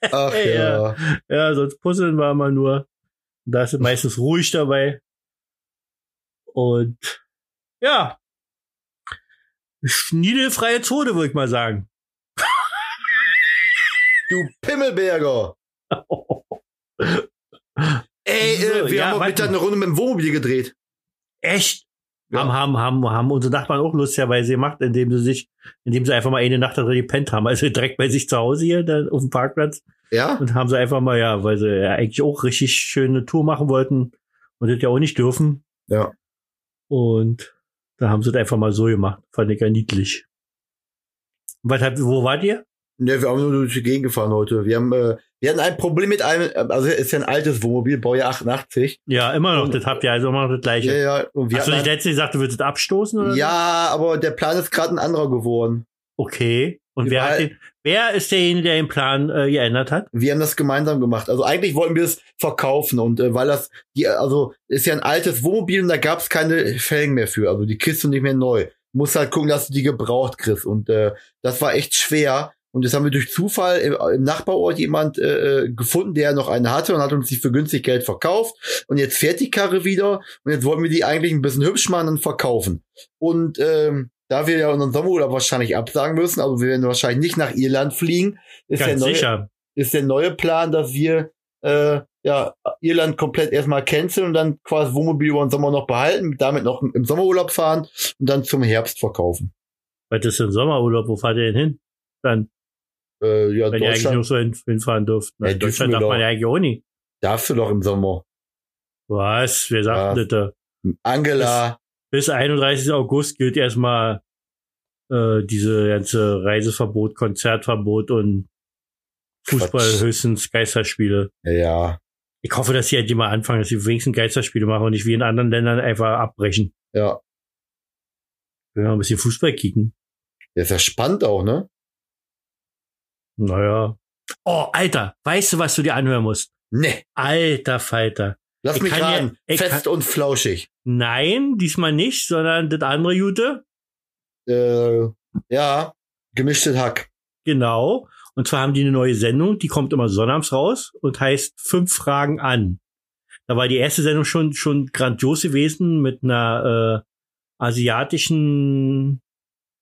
Ach
Ey,
ja.
Ja, sonst puzzeln wir mal nur. Da ist es meistens ruhig dabei. Und ja. Schniedelfreie Zone, würde ich mal sagen.
Du Pimmelberger. Ey, äh,
So,
wir
ja,
haben heute
warte.
Mittag eine Runde mit dem Wohnmobil gedreht.
Echt?
Ja.
Haben, haben, haben, haben unsere Nachbarn auch lustigerweise gemacht, indem sie sich, indem sie einfach mal eine Nacht darin gepennt haben. Also direkt bei sich zu Hause hier dann auf dem Parkplatz
Ja?
und haben sie einfach mal, ja, weil sie ja eigentlich auch richtig schöne Tour machen wollten und das ja auch nicht dürfen.
Ja.
Und da haben sie das einfach mal so gemacht. Fand ich ja niedlich. Was habt, wo wart ihr?
Ne, wir haben nur durch die Gegend gefahren heute. Wir haben, äh, wir hatten ein Problem mit einem, also es ist ja ein altes Wohnmobil, Baujahr 88.
Ja, immer noch,
Und-
das habt ihr also immer noch das
Ja,
gleiche.
ja. Und wir
Hast du nicht
hatten
letztens gesagt, du würdest abstoßen? Oder
ein,
so?
ja, aber der Plan ist gerade ein anderer geworden.
Okay. Und wer, hat
Überall-
den, wer ist derjenige, der den Plan äh, geändert hat?
Wir haben das gemeinsam gemacht. Also eigentlich wollten wir es verkaufen und äh, weil das, die, also ist ja ein altes Wohnmobil und da gab es keine Felgen mehr für. Also die kriegst du nicht mehr neu. Musst halt gucken, dass du die gebraucht kriegst. Und äh, das war echt schwer. Und das haben wir durch Zufall im, im Nachbarort jemand äh, äh, gefunden, der noch eine hatte und hat uns die für günstig Geld verkauft. Und jetzt fährt die Karre wieder und jetzt wollten wir die eigentlich ein bisschen hübsch machen und verkaufen. Und ähm, da wir ja unseren Sommerurlaub wahrscheinlich absagen müssen, also wir werden wahrscheinlich nicht nach Irland fliegen, ist der
Ganz
neue,
sicher.
ist der neue Plan, dass wir äh, ja, Irland komplett erstmal canceln und dann quasi Wohnmobil über den Sommer noch behalten, damit noch im Sommerurlaub fahren und dann zum Herbst verkaufen.
Was ist denn Sommerurlaub? Wo fahrt ihr denn hin? Dann,
Äh, ja,
wenn ihr eigentlich
Deutschland
nur so hin, hinfahren dürft. Na,
Ja,
in
dürfen
Deutschland
wir
darf man
doch.
ja eigentlich auch nicht.
darfst du doch im Sommer.
Was? Wer sagt
Ja.
denn das? da?
Angela,
Bis 31. August gilt erstmal äh, diese ganze Reiseverbot, Konzertverbot und Fußball
Quatsch.
höchstens Geisterspiele.
ja,
Ich hoffe, dass sie halt immer anfangen, dass sie wenigstens Geisterspiele machen und nicht wie in anderen Ländern einfach abbrechen.
ja.
Wir mal ein bisschen Fußball kicken.
Der ist ja spannend auch, ne?
Naja. Oh, Alter, weißt du, was du dir anhören musst?
Ne,
Alter Falter.
lass
Ich
mich
kann ja-
raten.
ich
Fest und flauschig.
Nein, diesmal nicht, sondern das andere Jute.
Äh, ja, gemischtes Hack.
Genau. Und zwar haben die eine neue Sendung, die kommt immer sonnabends raus und heißt Fünf Fragen an. Da war die erste Sendung schon, schon grandios gewesen mit einer äh, asiatischen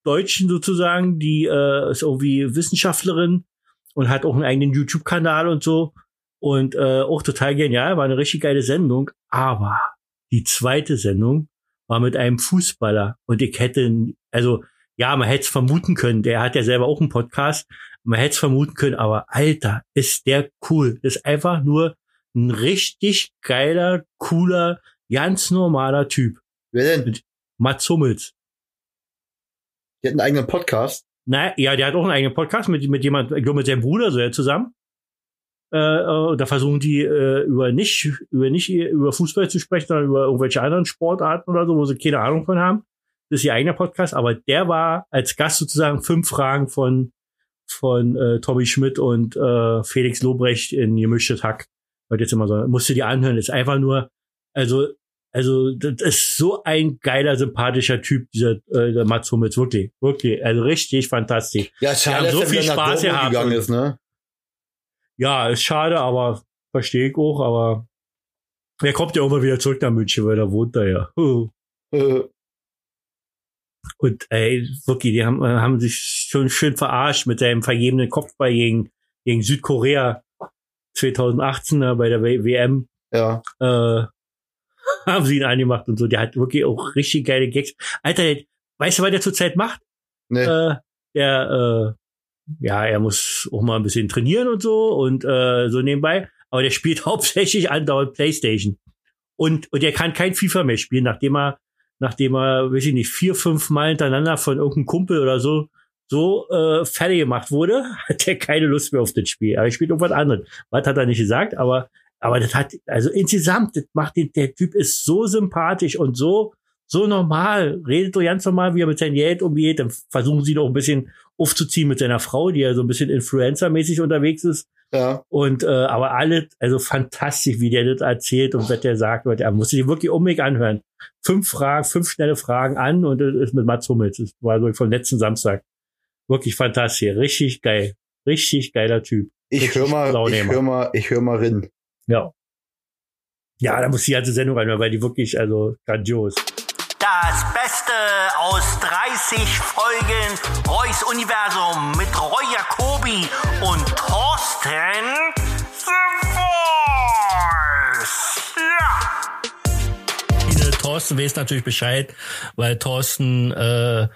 Deutschen sozusagen, die äh, ist irgendwie Wissenschaftlerin und hat auch einen eigenen YouTube-Kanal und so. Und äh, auch total genial, war eine richtig geile Sendung. Aber die zweite Sendung war mit einem Fußballer. Und ich hätte, also ja, man hätte es vermuten können. Der hat ja selber auch einen Podcast. Man hätte es vermuten können, aber Alter, ist der cool. Ist einfach nur ein richtig geiler, cooler, ganz normaler Typ.
Wer denn?
Mats Hummels.
Die hat einen eigenen Podcast.
Na, ja, der hat auch einen eigenen Podcast mit, mit jemand, ich glaube, mit seinem Bruder so ja zusammen. Äh, äh, da versuchen die äh, über nicht, über nicht über Fußball zu sprechen, sondern über irgendwelche anderen Sportarten oder so, wo sie keine Ahnung von haben. Das ist ihr eigener Podcast, aber der war als Gast sozusagen fünf Fragen von von äh, Tommy Schmidt und äh, Felix Lobrecht in gemischtes Hack. Heute jetzt immer so, musst du dir anhören, ist einfach nur, also
Also, das ist so ein geiler, sympathischer Typ, dieser äh, der Mats Hummels. Wirklich, wirklich. Also richtig fantastisch.
Ja,
haben
schade, dass
so
er
viel
wieder nach
Spaß
Dortmund
gehabt
gegangen
und-
ist, ne?
Ja, ist schade, aber verstehe ich auch, aber er kommt ja auch mal wieder zurück nach München, weil da wohnt er ja. Huh.
Äh,
Und ey, äh, wirklich, die haben, haben sich schon schön verarscht mit seinem vergebenen Kopfball gegen, gegen Südkorea 2018 da bei der W- WM.
ja.
Äh, haben sie ihn angemacht und so. Der hat wirklich auch richtig geile Gags. Alter, der, weißt du, was der zurzeit macht?
Nee.
Äh, der, äh, ja, er muss auch mal ein bisschen trainieren und so und äh, so nebenbei. Aber der spielt hauptsächlich andauernd Playstation. Und, und er kann kein FIFA mehr spielen, nachdem er, nachdem er, weiß ich nicht, vier, fünf Mal hintereinander von irgendeinem Kumpel oder so, so äh, fertig gemacht wurde, hat er keine Lust mehr auf das Spiel. Aber er spielt irgendwas anderes. Was hat er nicht gesagt, aber, aber das hat, also insgesamt, das macht den, der Typ ist so sympathisch und so, so normal, redet doch ganz normal, wie er mit seinem Geld umgeht, dann versuchen sie doch ein bisschen aufzuziehen mit seiner Frau, die ja so ein bisschen Influencer-mäßig unterwegs ist.
Ja.
Und äh, aber alle, also fantastisch, wie der das erzählt und was der sagt, was er muss sich wirklich unbedingt anhören. Fünf Fragen, fünf schnelle Fragen an und das ist mit Mats Hummels. Das war so vom letzten Samstag. Wirklich fantastisch, richtig geil. Richtig geiler Typ.
Ich
Richtig
höre mal, ich
Launehmer.
höre mal, ich höre mal rin.
Ja. Ja, da muss die ganze Sendung anhören, weil die wirklich, also grandios.
Das Beste aus 30 Folgen Reus Universum mit Roy Jacobi und Thorsten The Voice. Ja.
Biene, Thorsten weiß natürlich Bescheid, weil Thorsten äh,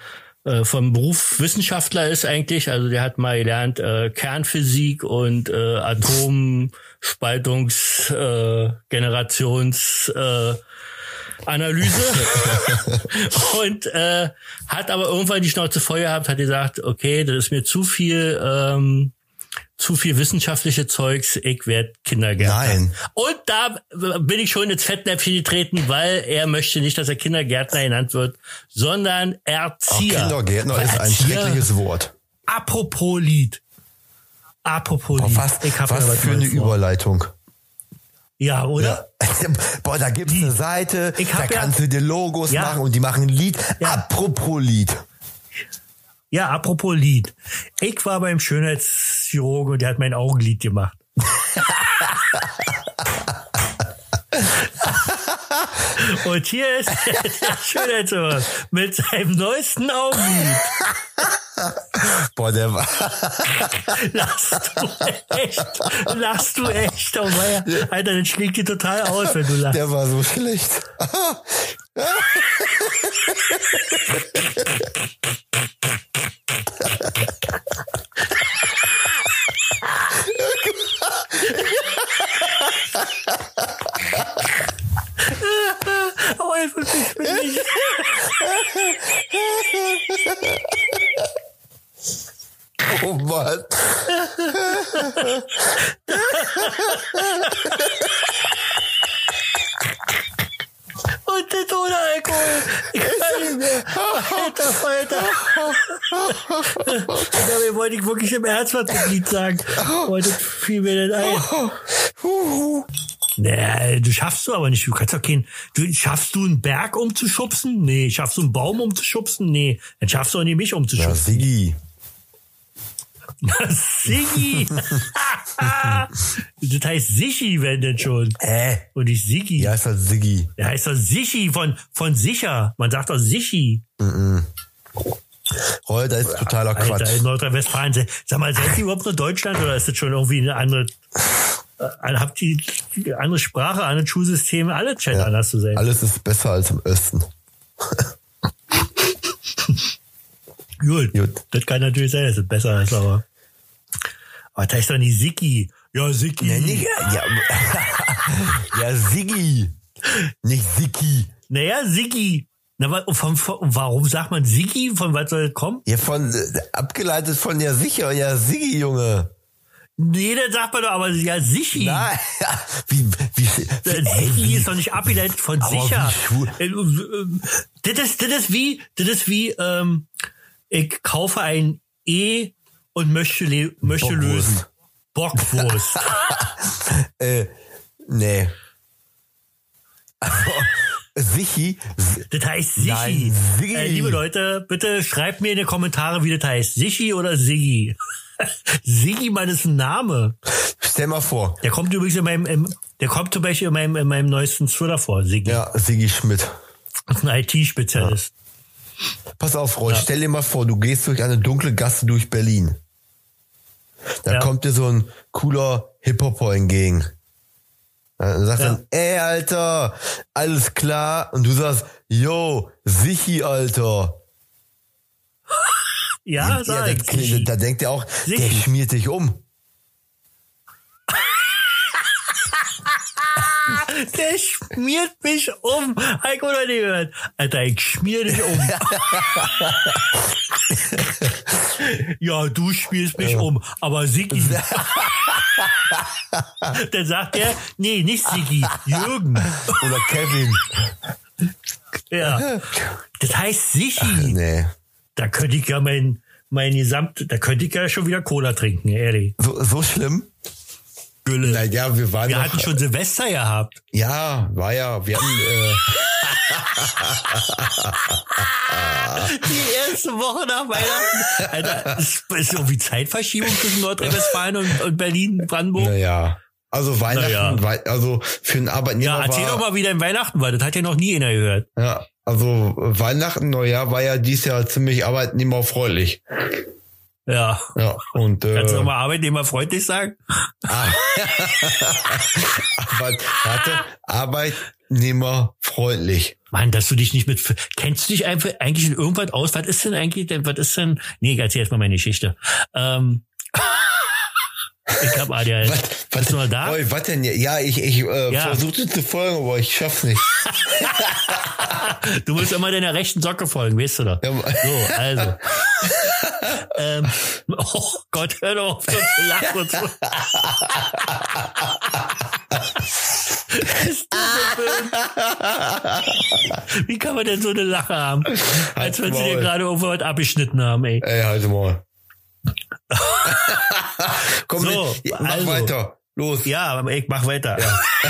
äh, vom Beruf Wissenschaftler ist eigentlich. Also der hat mal gelernt äh, Kernphysik und äh, Atomspaltungs äh, Generations äh, Analyse und äh, hat aber irgendwann die Schnauze voll gehabt, hat gesagt, okay, das ist mir zu viel, ähm, zu viel wissenschaftliche Zeugs, ich werd Kindergärtner.
Nein.
Und da bin ich schon ins Fettnäpfchen getreten, weil er möchte nicht, dass er Kindergärtner genannt wird, sondern
Auch
Erzieher.
Kindergärtner
Weil
ist ein
Erzieher-
schreckliches Wort.
Apropos Lied. Apropos
Boah,
Lied.
was
Ich hab
was
mir was
für eine
Neues vor.
Überleitung.
Ja, oder?
Ja. Boah, da gibt's eine Seite,
Ich
da
hab ja-
kannst du dir Logos
Ja.
machen und die machen ein Lied.
Ja.
Apropos Lied.
Ja, apropos Lied. Ich war beim Schönheitschirurgen und der hat mein Augenlid gemacht. und hier ist der Schönheitschirurg mit seinem neuesten Augenlid.
Boah, der war.
Lachst du echt? Lachst du echt? Oh Meier. Alter, das schlägt dir total aus, wenn du lachst.
Der war so schlecht.
Oh, ey, wirklich, bin ich.
Oh Mann.
Und das ohne Alkohol. Ich kann nicht mehr. Alter Falter. Ich glaube, ihr wollte ich Genau, wirklich im Ernst was zum Lied sagen. Heute fiel mir das ein. Nee, du schaffst du aber nicht. Du kannst doch keinen. Du, schaffst du einen Berg umzuschubsen? Nee. Schaffst du einen Baum umzuschubsen? Nee. Dann schaffst du auch nicht mich
Ja,
umzuschubsen.
Siggi.
Siggi! das heißt Sichi, wenn denn schon.
Hä?
Und nicht Siggi.
Ja, ist das Siggi.
Der heißt doch Sichi von, von sicher. Man sagt doch Sichi.
Roll, Oh, da ist totaler
Alter,
Quatsch.
in Nordrhein-Westfalen. Se- Sag mal, seid ihr überhaupt nur Deutschland oder ist das schon irgendwie eine andere, äh, habt ihr eine andere Sprache, andere Schulsystem, alle Chat anders zu sein?
Alles ist besser als im Osten.
Gut.
Gut.
Das kann natürlich sein, dass es besser ist, aber. Aber das heißt doch nicht Siki. Ja, Siki.
Ja, nicht, ja, ja, Siggi. Nicht Siggi.
Naja, Siki. Na, wa- von, von, warum sagt man Siki? Von was soll das kommen?
Ja, von, äh, abgeleitet von ja sicher, ja Siggi, Junge.
Nee, das sagt man doch, aber ja, Sichi.
Nein, ja, wie, wie, wie,
Äh,
ey,
Sichi
wie
ist doch nicht abgeleitet von
Aber
sicher.
wie schwul-
Äh, äh, Das ist, das ist wie, das ist wie, ähm, ich kaufe ein E und möchte, le- möchte
Bockwurst.
lösen. Bockwurst.
äh, nee. Sichi. S-
Das heißt Sichi.
Nein, Siggi.
Äh, liebe Leute, bitte schreibt mir in die Kommentare, wie das heißt. Sichi oder Siggi? Siggi, Mann, ist ein Name.
Stell mal vor.
Der kommt übrigens in meinem, im, der kommt zum Beispiel in meinem, in meinem neuesten Thriller vor, Siggi.
Ja, Sigi Schmidt.
Ist ein IT-Spezialist.
Pass auf, Roy, stell dir mal vor, du gehst durch eine dunkle Gasse durch Berlin. Da
Ja.
kommt dir so ein cooler Hip-Hopper entgegen. Dann sagt
Ja.
dann, ey, Alter, alles klar. Und du sagst, yo, Sichi, Alter.
Ja,
Ja,
sag
da,
ich. Siggi.
da denkt er auch, der
Sichi.
schmiert dich um.
Der schmiert mich um. Hab ich oder nicht gehört? Alter, ich schmier Äh, dich um. ja, du schmierst mich um, aber Siggi. Dann sagt er, nee, nicht Siggi, Jürgen.
Oder Kevin.
Ja. Das heißt Siggi.
nee.
Da könnte ich ja mein, mein Gesamt, da könnte ich ja schon wieder Cola trinken, ehrlich.
So, so schlimm?
Gülle.
Naja, wir waren
Wir
noch-
hatten schon Silvester gehabt.
Ja, war ja, wir hatten, äh,
Die erste Woche nach Weihnachten. Alter, es ist irgendwie Zeitverschiebung zwischen Nordrhein-Westfalen und, und Berlin, Brandenburg.
naja. Also Weihnachten,
Naja.
Wei- also für einen Arbeitnehmer
Ja, erzähl
war,
doch mal, wie dein Weihnachten war. Das hat ja noch nie einer gehört.
Ja, also Weihnachten, Neujahr war ja dieses Jahr ziemlich arbeitnehmerfreundlich.
Ja.
Ja, und äh,
Kannst du nochmal arbeitnehmerfreundlich sagen?
Arbeit, warte, arbeitnehmerfreundlich.
Mann, dass du dich nicht mit, kennst du dich einfach eigentlich in irgendwas aus? Was ist denn eigentlich, denn, was ist denn, nee, ich erzähl erst mal meine Geschichte. Ähm, ich hab ADHS.
Was, was,
Bist du noch da?
Oi, was denn? hier? Ja, ich, ich äh,
Ja.
versuchte zu folgen, aber ich schaff's nicht.
Du musst immer deiner rechten Socke folgen, weißt du doch.
Ja, aber-
So, also. ähm, oh Gott, hör doch auf, so zu lachen und so. Ist das so blöd? Wie kann man denn so eine Lache haben? Als wenn sie dir
Maul.
gerade irgendwo was abgeschnitten haben, ey.
Ey, halt mal. Komm,
So,
mit, mach
also.
weiter. Los.
Ja, aber ich mach weiter.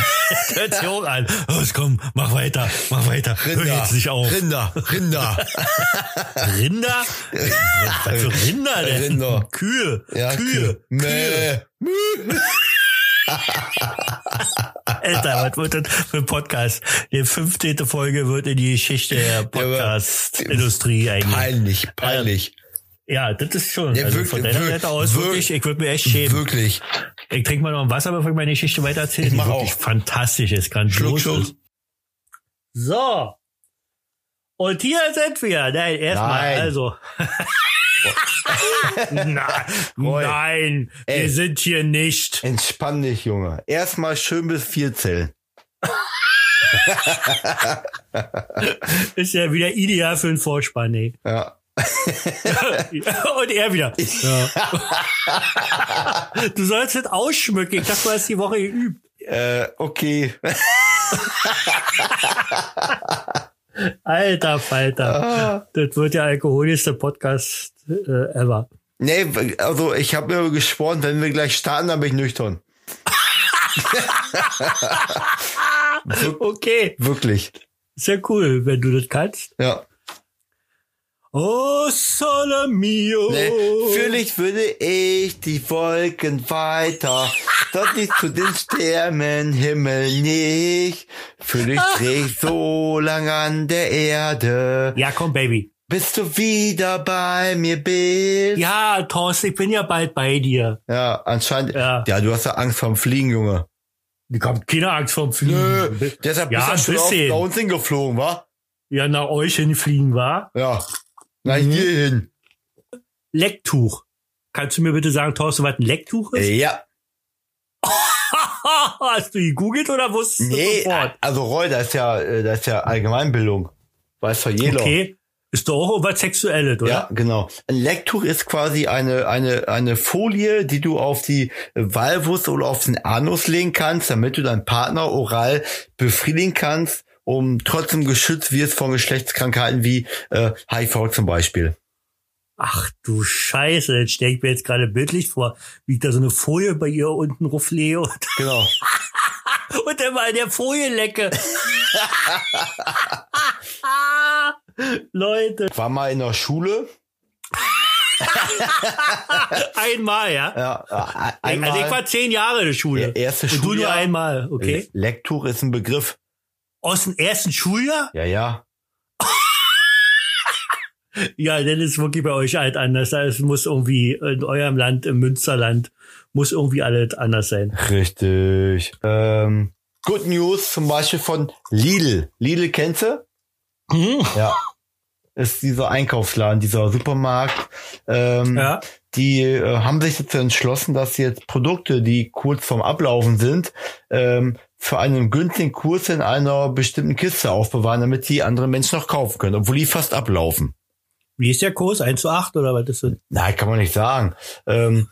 Hört sich auch an. Los, komm, mach weiter, mach weiter. Hör jetzt nicht auf.
Rinder, Rinder.
Rinder? Was für Rinder denn?
Rinder.
Kühe.
Ja,
Kühe.
Mäh.
Alter, was wird das für ein Podcast? Die 15. Folge wird in die Geschichte der Podcast-Industrie eigentlich.
Peinlich, peinlich.
Ja, das ist schon.
Ja,
also
wirklich,
von deiner
wir-
Seite aus
wir-
wirklich, ich würde mir echt schämen.
Wirklich.
Ich trinke mal noch ein Wasser, bevor ich meine Geschichte weitererzähle.
Ich mach
die wirklich
auch.
fantastisch ist,
Schluck,
grandios
schluck.
ist. So. Und hier sind wir. Nein, erstmal,
Nein.
also. nein, nein,
Ey.
wir sind hier nicht.
Entspann dich, Junge. Erstmal schön bis vier zählen.
Ist ja wieder ideal für einen Vorspann, ey.
Ja.
Und er wieder. du sollst das ausschmücken. Ich dachte, du hast die Woche geübt.
Äh, okay.
Alter Falter.
Ah.
Das wird der alkoholischste Podcast äh, ever.
Nee, also ich habe mir geschworen, wenn wir gleich starten, dann bin ich nüchtern.
Okay.
Wirklich.
Sehr cool, wenn du das kannst.
Ja.
Oh, Sole mio.
Nee,
Oh.
Vielleicht würde ich die Wolken weiter, doch nicht zu den Sternen, Himmel nicht. Vielleicht dreh ich so lang an der Erde,
Ja, komm, Baby.
bis du wieder bei mir bist.
Ja, Thorsten, ich bin ja bald bei dir.
Ja, anscheinend.
Ja.
Ja. du hast ja Angst vorm Fliegen, Junge.
Die kommt keine Angst vorm Fliegen.
Nö, deshalb
Ja,
bist du
ein
schon auf,
bisschen.
bei uns hingeflogen, wa?
Ja, nach euch hinfliegen, war.
Ja. Nein,
Mhm.
hier hin.
Lecktuch. Kannst du mir bitte sagen, Thorsten, was ein Lecktuch ist?
Ja.
Hast du gegoogelt oder wusstest du
Nee,
sofort?
also Roy, das ist ja, äh, das ist ja Allgemeinbildung. Weiß doch jeder.
Okay. Ist doch auch was Sexuelles, oder?
Ja, genau. Ein Lecktuch ist quasi eine, eine, eine Folie, die du auf die Valvus oder auf den Anus legen kannst, damit du deinen Partner oral befriedigen kannst, um trotzdem geschützt wirst von Geschlechtskrankheiten wie äh, HIV zum Beispiel.
Ach du Scheiße, das stell ich mir jetzt gerade bildlich vor, wie ich da so eine Folie bei ihr unten ruflehe und,
Genau.
und dann mal in der Folie lecke. Leute,
War mal in der Schule.
einmal, ja?
Ja,
äh,
ja, einmal.
Also ich war zehn Jahre in der Schule.
Ja, erstes
Und du nur
Schuljahr.
einmal, okay?
Lektüre ist ein Begriff.
Aus dem ersten Schuljahr?
Ja, ja.
Ja, dann ist wirklich bei euch halt anders. Es muss irgendwie in eurem Land, im Münsterland, muss irgendwie alles anders sein.
Richtig. Ähm, Good News zum Beispiel von Lidl. Lidl kennst du?
Mhm.
Ja. Ist dieser Einkaufsladen, dieser Supermarkt. Ähm,
Mhm.
Ja.
Die äh, haben sich dazu entschlossen, dass sie jetzt Produkte, die kurz vorm Ablaufen sind, ähm, für einen günstigen Kurs in einer bestimmten Kiste aufbewahren, damit die anderen Menschen noch kaufen können, obwohl die fast ablaufen.
Wie ist der Kurs? 1 zu 8 oder was ist das?
Nein, kann man nicht sagen. Ähm,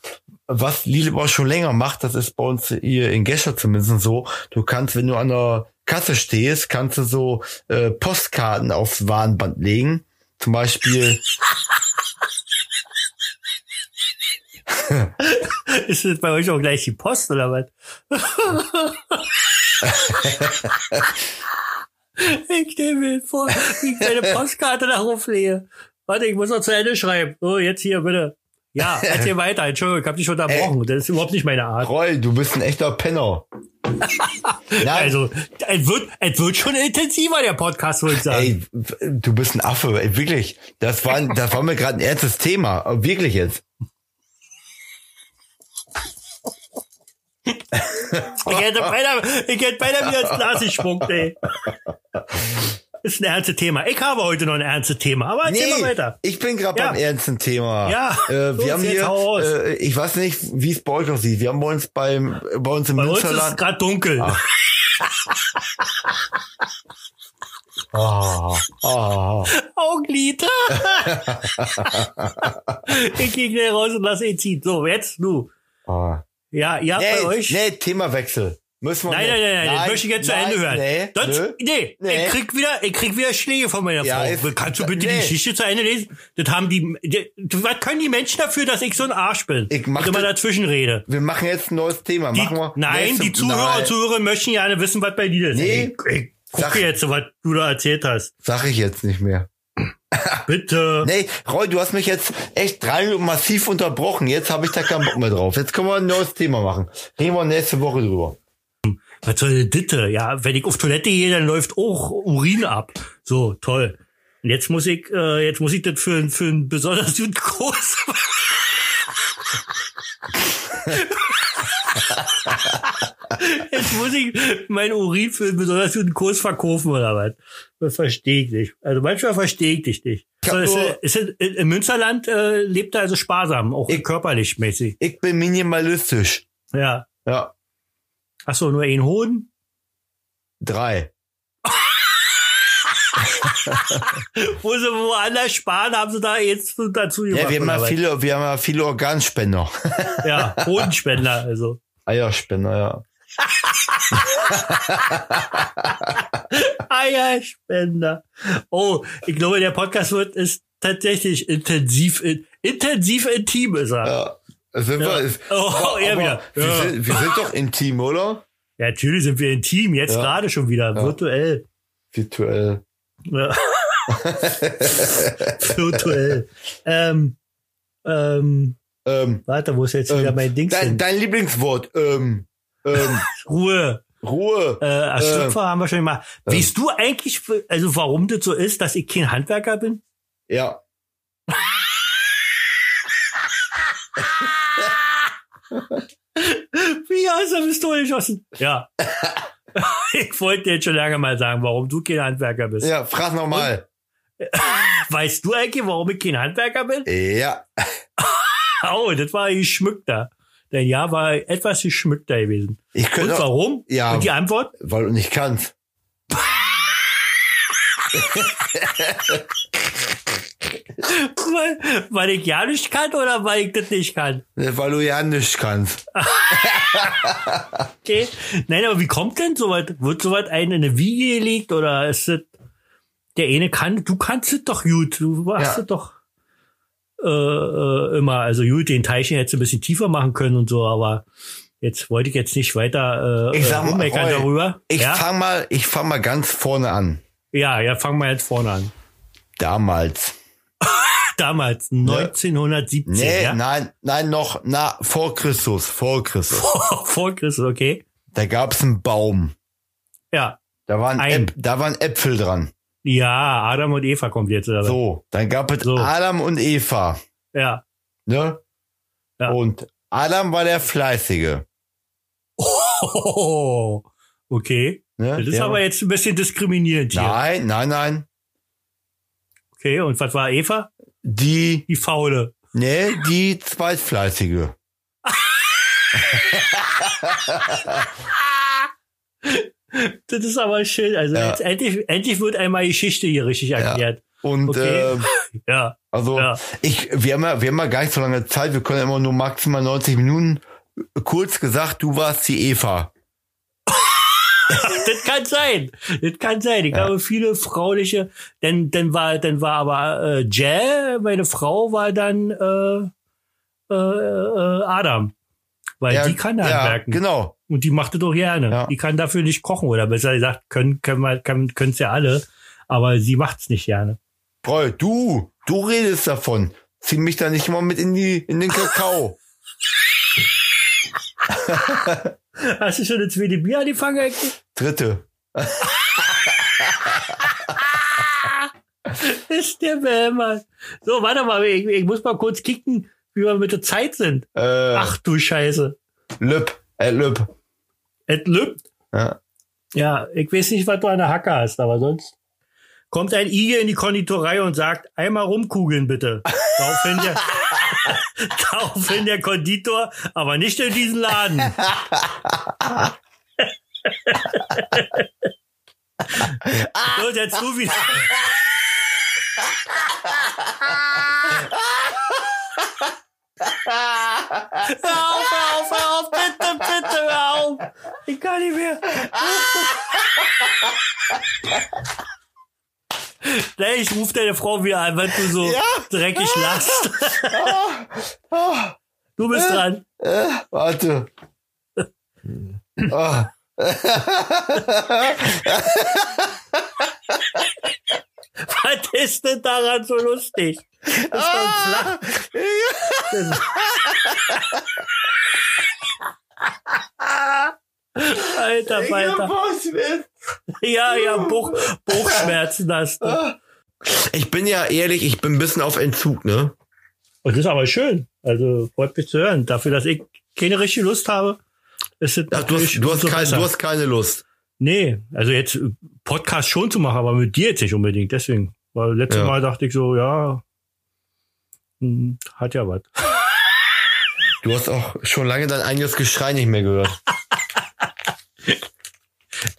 was Lidl aber schon länger macht, das ist bei uns hier in Gescher zumindest so, du kannst, wenn du an der Kasse stehst, kannst du so äh, Postkarten aufs Warenband legen. Zum Beispiel,
Ist das bei euch auch gleich die Post oder was? ich nehme mir vor, wie ich deine Postkarte nach oben lege. Warte, ich muss noch zu Ende schreiben. So, jetzt hier, bitte. Ja, erzähl weiter. Entschuldigung, ich hab dich unterbrochen. Das ist überhaupt nicht meine Art.
Roll, du bist ein echter Penner. Nein,
Also, es wird, es wird schon intensiver, der Podcast, würde ich sagen.
ey, w- du bist ein Affe, ey, wirklich. Das war, das war mir gerade ein ernstes Thema, aber wirklich jetzt.
Ich hätte beinahe, ich hätte beinahe wieder ins Glas gespuckt, ey. Ist ein ernstes Thema. Ich habe heute noch ein ernstes Thema, aber erzähl mal weiter.
ich bin gerade
Ja.
beim ernsten Thema.
Ja,
äh,
los,
wir haben
jetzt
hier,
hau raus.
äh, ich weiß nicht, wie es bei euch noch sieht. Wir haben bei uns beim, bei uns im
Bei uns ist es
Münsterland.
gerade dunkel.
Ah, ah.
Augenlid. ich gehe gleich raus und lass ihn ziehen. So, jetzt du.
ah.
Ja, ja,
Nee,
bei euch.
nee, Themawechsel. Müssen wir
Nein,
nicht.
nein, nein, nein, das möchte ich jetzt zu
nein,
Ende hören.
Nee,
Sonst,
nö.
nee,
Nee.
Ich, krieg wieder, ich krieg wieder Schläge von meiner
Ja,
Frau.
ist-
Kannst du bitte die
nee.
Geschichte zu Ende lesen? Das haben die, die, was können die Menschen dafür, dass ich so ein Arsch bin?
Ich mach
und immer
das-
dazwischen rede.
Wir machen jetzt ein neues Thema.
Die,
machen wir
nein,
nächste-
die Zuhörer
Nein,
und Zuhörer möchten gerne wissen, was bei dir ist.
Nee.
Ich, ich
Sag-
gucke jetzt, was du da erzählt hast.
Sag ich jetzt nicht mehr.
Bitte.
Nee, Roy, du hast mich jetzt echt drei Minuten massiv unterbrochen. Jetzt habe ich da keinen Bock mehr drauf. Jetzt können wir ein neues Thema machen. Reden wir nächste Woche drüber.
Was soll denn Ditte? Ja, wenn ich auf Toilette gehe, dann läuft auch Urin ab. So, toll. Und jetzt muss ich, äh, jetzt muss ich das für, einen- für einen besonders guten Kurs Jetzt muss ich mein Urin für einen besonders guten Kurs verkaufen oder was? Das verstehe ich nicht. Also manchmal verstehe ich dich nicht.
Ich hab
So, ist,
nur-
ist, ist, Im Münsterland äh, lebt er also sparsam, auch
Ich-
körperlich mäßig.
Ich bin minimalistisch.
Ja.
Ja,
Hast du nur einen Hoden?
drei.
Wo sie woanders sparen, haben sie da jetzt dazu gemacht.
Ja, wir haben
oder
ja
was?
viele, wir haben ja viele Organspender.
Ja, Hodenspender, also.
Eierspender, ja.
Eierspender. Oh, ich glaube, der Podcast wird ist tatsächlich intensiv, in, intensiv intim ist er.
ja. Sind
Ja.
wir, ist,
Oh, er
aber
wieder.
Wir,
Ja.
sind, wir sind doch intim, oder?
Ja, natürlich sind wir intim, jetzt
Ja.
gerade schon wieder,
Ja.
virtuell.
Virtuell.
Ja. virtuell. Ähm, ähm,
Ähm,
warte, wo ist jetzt wieder
ähm,
mein Dings
dein,
hin?
dein Lieblingswort. Ähm, ähm,
Ruhe.
Ruhe.
Äh, als
Äh,
Schlüpfer haben wir schon mal.
äh.
Weißt du eigentlich, also warum das so ist, dass ich kein Handwerker bin?
Ja.
Wie aus der Pistole geschossen. Ja. ich wollte dir jetzt schon lange mal sagen, warum du kein Handwerker bist.
Ja, frag nochmal.
Weißt du eigentlich, warum ich kein Handwerker bin?
Ja.
Oh, das war geschmückter. Dein Jahr war etwas geschmückter gewesen.
Ich
Und
könnte auch,
warum?
Ja.
Und die Antwort?
weil du nicht kannst.
Weil, weil ich ja nicht kann oder weil ich das nicht kann?
Ne, Weil du ja nicht kannst.
Okay. Nein, aber wie kommt denn sowas? Wird sowas einen in eine Wiege gelegt oder ist das, der eine kann, du kannst es doch gut, du machst
Ja.
es doch äh, äh, immer, also gut, den Teilchen hättest du ein bisschen tiefer machen können und so, aber Jetzt wollte ich jetzt nicht weiter äh,
Ich sag mal,
rummeckern
Roy,
darüber.
Ich
ja?
fang mal, ich fang mal ganz vorne an.
ja, ja, fangen wir jetzt vorne an.
Damals.
Damals, 1917,
Ne. Nee, ne.
ja?
nein, nein, noch, na, vor Christus, vor Christus.
vor Christus, okay.
Da gab's einen Baum.
Ja,
Da waren,
Ein.
Äp da waren Äpfel dran.
ja, Adam und Eva kommt jetzt. Oder? was?
So, dann gab es
So.
Adam und Eva.
Ja.
Ne?
Ja.
Und Adam war der Fleißige.
Oh, okay.
Ne?
Das ist
der,
aber jetzt ein bisschen diskriminierend hier.
Nein, nein, nein.
Okay, und was war Eva?
Die,
Die Faule.
ne, die Zweitfleißige.
Das ist aber schön. Also
Ja.
jetzt endlich, endlich wird einmal Geschichte hier richtig erklärt.
Und,
Okay.
äh,
Ja,
also,
ja.
ich, wir haben ja, wir haben ja gar nicht so lange Zeit. Wir können ja immer nur maximal 90 Minuten. äh, Kurz gesagt, du warst die Eva.
Das kann sein. Das kann sein. Ich glaube, viele frauliche, denn dann war, dann war aber äh, Jay, meine Frau war dann äh, äh, äh, Adam. Weil die kann handwerken.
Genau.
Und die macht das doch gerne.
Ja.
Die kann dafür nicht kochen. Oder besser gesagt, können können wir, können, können's ja alle. Aber sie macht's nicht gerne.
Roy, du, du redest davon. Zieh mich da nicht mal mit in die, in den Kakao.
Hast du schon das zweite Bier angefangen? Ecke?
Dritte.
Ist der Bellmann. So, warte mal. Ich, ich muss mal kurz kicken, wie wir mit der Zeit sind.
Äh,
Ach du Scheiße.
Löb. Äh, Löb.
Et lübt.
Ja.
Ja, ich weiß nicht, was du an der Hacke hast, aber sonst. Kommt ein Igel in die Konditorei und sagt, einmal rumkugeln bitte. Daraufhin der, daraufhin der Konditor, aber nicht in diesen Laden. so, jetzt du wieder. Hör auf, hör auf, hör auf, bitte, bitte, hör auf. Ich kann nicht mehr. Nee, ich rufe deine Frau wieder an, weil du so dreckig lachst. Du bist dran.
Warte. Ah.
Was ist denn daran so lustig? Das ist doch flach. Alter, Alter. Ja, ja, Buch, Buchschmerzen hast du.
Ich bin ja ehrlich, ich bin ein bisschen auf Entzug, ne?
Und das ist aber schön. Also freut mich zu hören. Dafür, dass ich keine richtige Lust habe, ist es
Ach, du, hast,
natürlich
du, hast
umso
kein,
besser.
du hast keine Lust.
Nee, also jetzt äh, Podcast schon zu machen, aber mit dir jetzt nicht unbedingt, deswegen. Weil letztes
Ja.
Mal dachte ich so, ja, hm, hat ja was.
Du hast auch schon lange dein eigenes Geschrei nicht mehr gehört.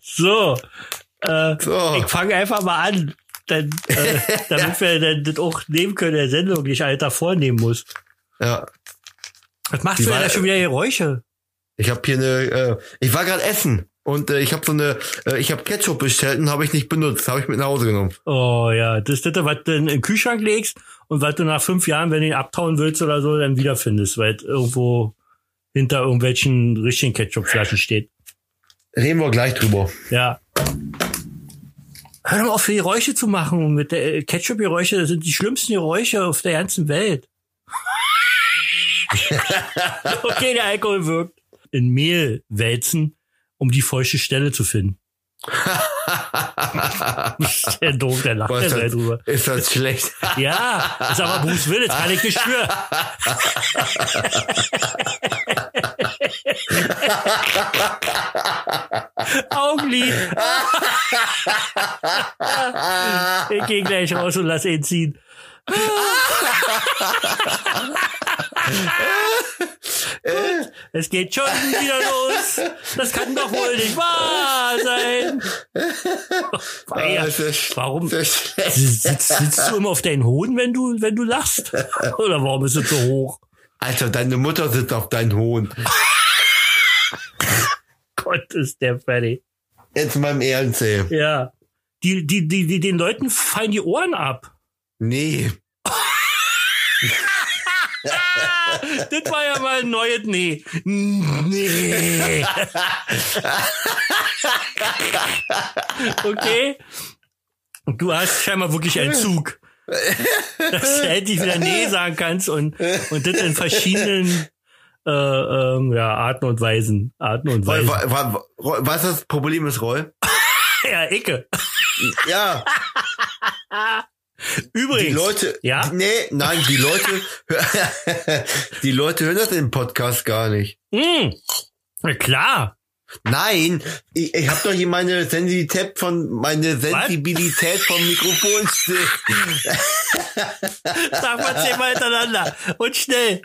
So, äh,
So.
ich fange einfach mal an, denn, äh, damit wir dann das auch nehmen können, der Sendung, die ich alter vornehmen muss.
Ja.
Was machst
Die
du denn
war-
da schon wieder Geräusche?
Ich habe hier eine, äh, ich war gerade essen und äh, ich habe so eine, äh, ich habe Ketchup bestellt und habe ich nicht benutzt, habe ich mit nach Hause genommen.
Oh ja, das ist das, was du in den Kühlschrank legst und was du nach fünf Jahren, wenn du ihn abtauen willst oder so, dann wiederfindest, weil es irgendwo hinter irgendwelchen richtigen Ketchupflaschen steht.
Reden wir gleich drüber.
Ja. Hör doch mal auf, hier Geräusche zu machen. Mit der äh, Ketchup-Geräusche das sind die schlimmsten Geräusche auf der ganzen Welt. okay, der Alkohol wirkt. In Mehl wälzen, um die feuchte Stelle zu finden. Ist der doof, der lacht
Boah,
der
ist,
sei
das,
drüber.
ist das schlecht?
Ja, ist aber Bruce Willis, kann ich nicht für. Augenlid. ich gehe gleich raus und lass ihn ziehen. es geht schon wieder los. Das kann doch wohl nicht wahr sein.
Ah,
Feier.
ist das-
Warum
ist das schlecht?
sitzt, sitzt du immer auf deinen Hoden, wenn du, wenn du lachst? Oder warum ist es so hoch?
Alter, deine Mutter sitzt auf deinen Hohn.
Gott, ist der fertig.
Jetzt mal im Ernst, ey.
Ja. Die, die, die, die, den Leuten fallen die Ohren ab.
Nee.
das war ja mal ein neues Nee. Nee. Okay. Du hast scheinbar wirklich einen Zug. Dass du endlich wieder Nee sagen kannst und, und das in verschiedenen äh, ähm, ja, Arten und Weisen. Arten und
Weil,
Weisen.
weil, weil, Roy, weißt du, was das Problem ist, Roy?
Ja, Icke.
Ja, die
Übrigens.
Leute.
Ja?
Nee, nein, die Leute. die Leute hören das im Podcast gar nicht.
Mh, Hm. na klar.
Nein, ich, ich habe doch hier meine Sensibilität von meine Sensibilität vom Mikrofon still.
Sag mal zehnmal hintereinander. Und schnell.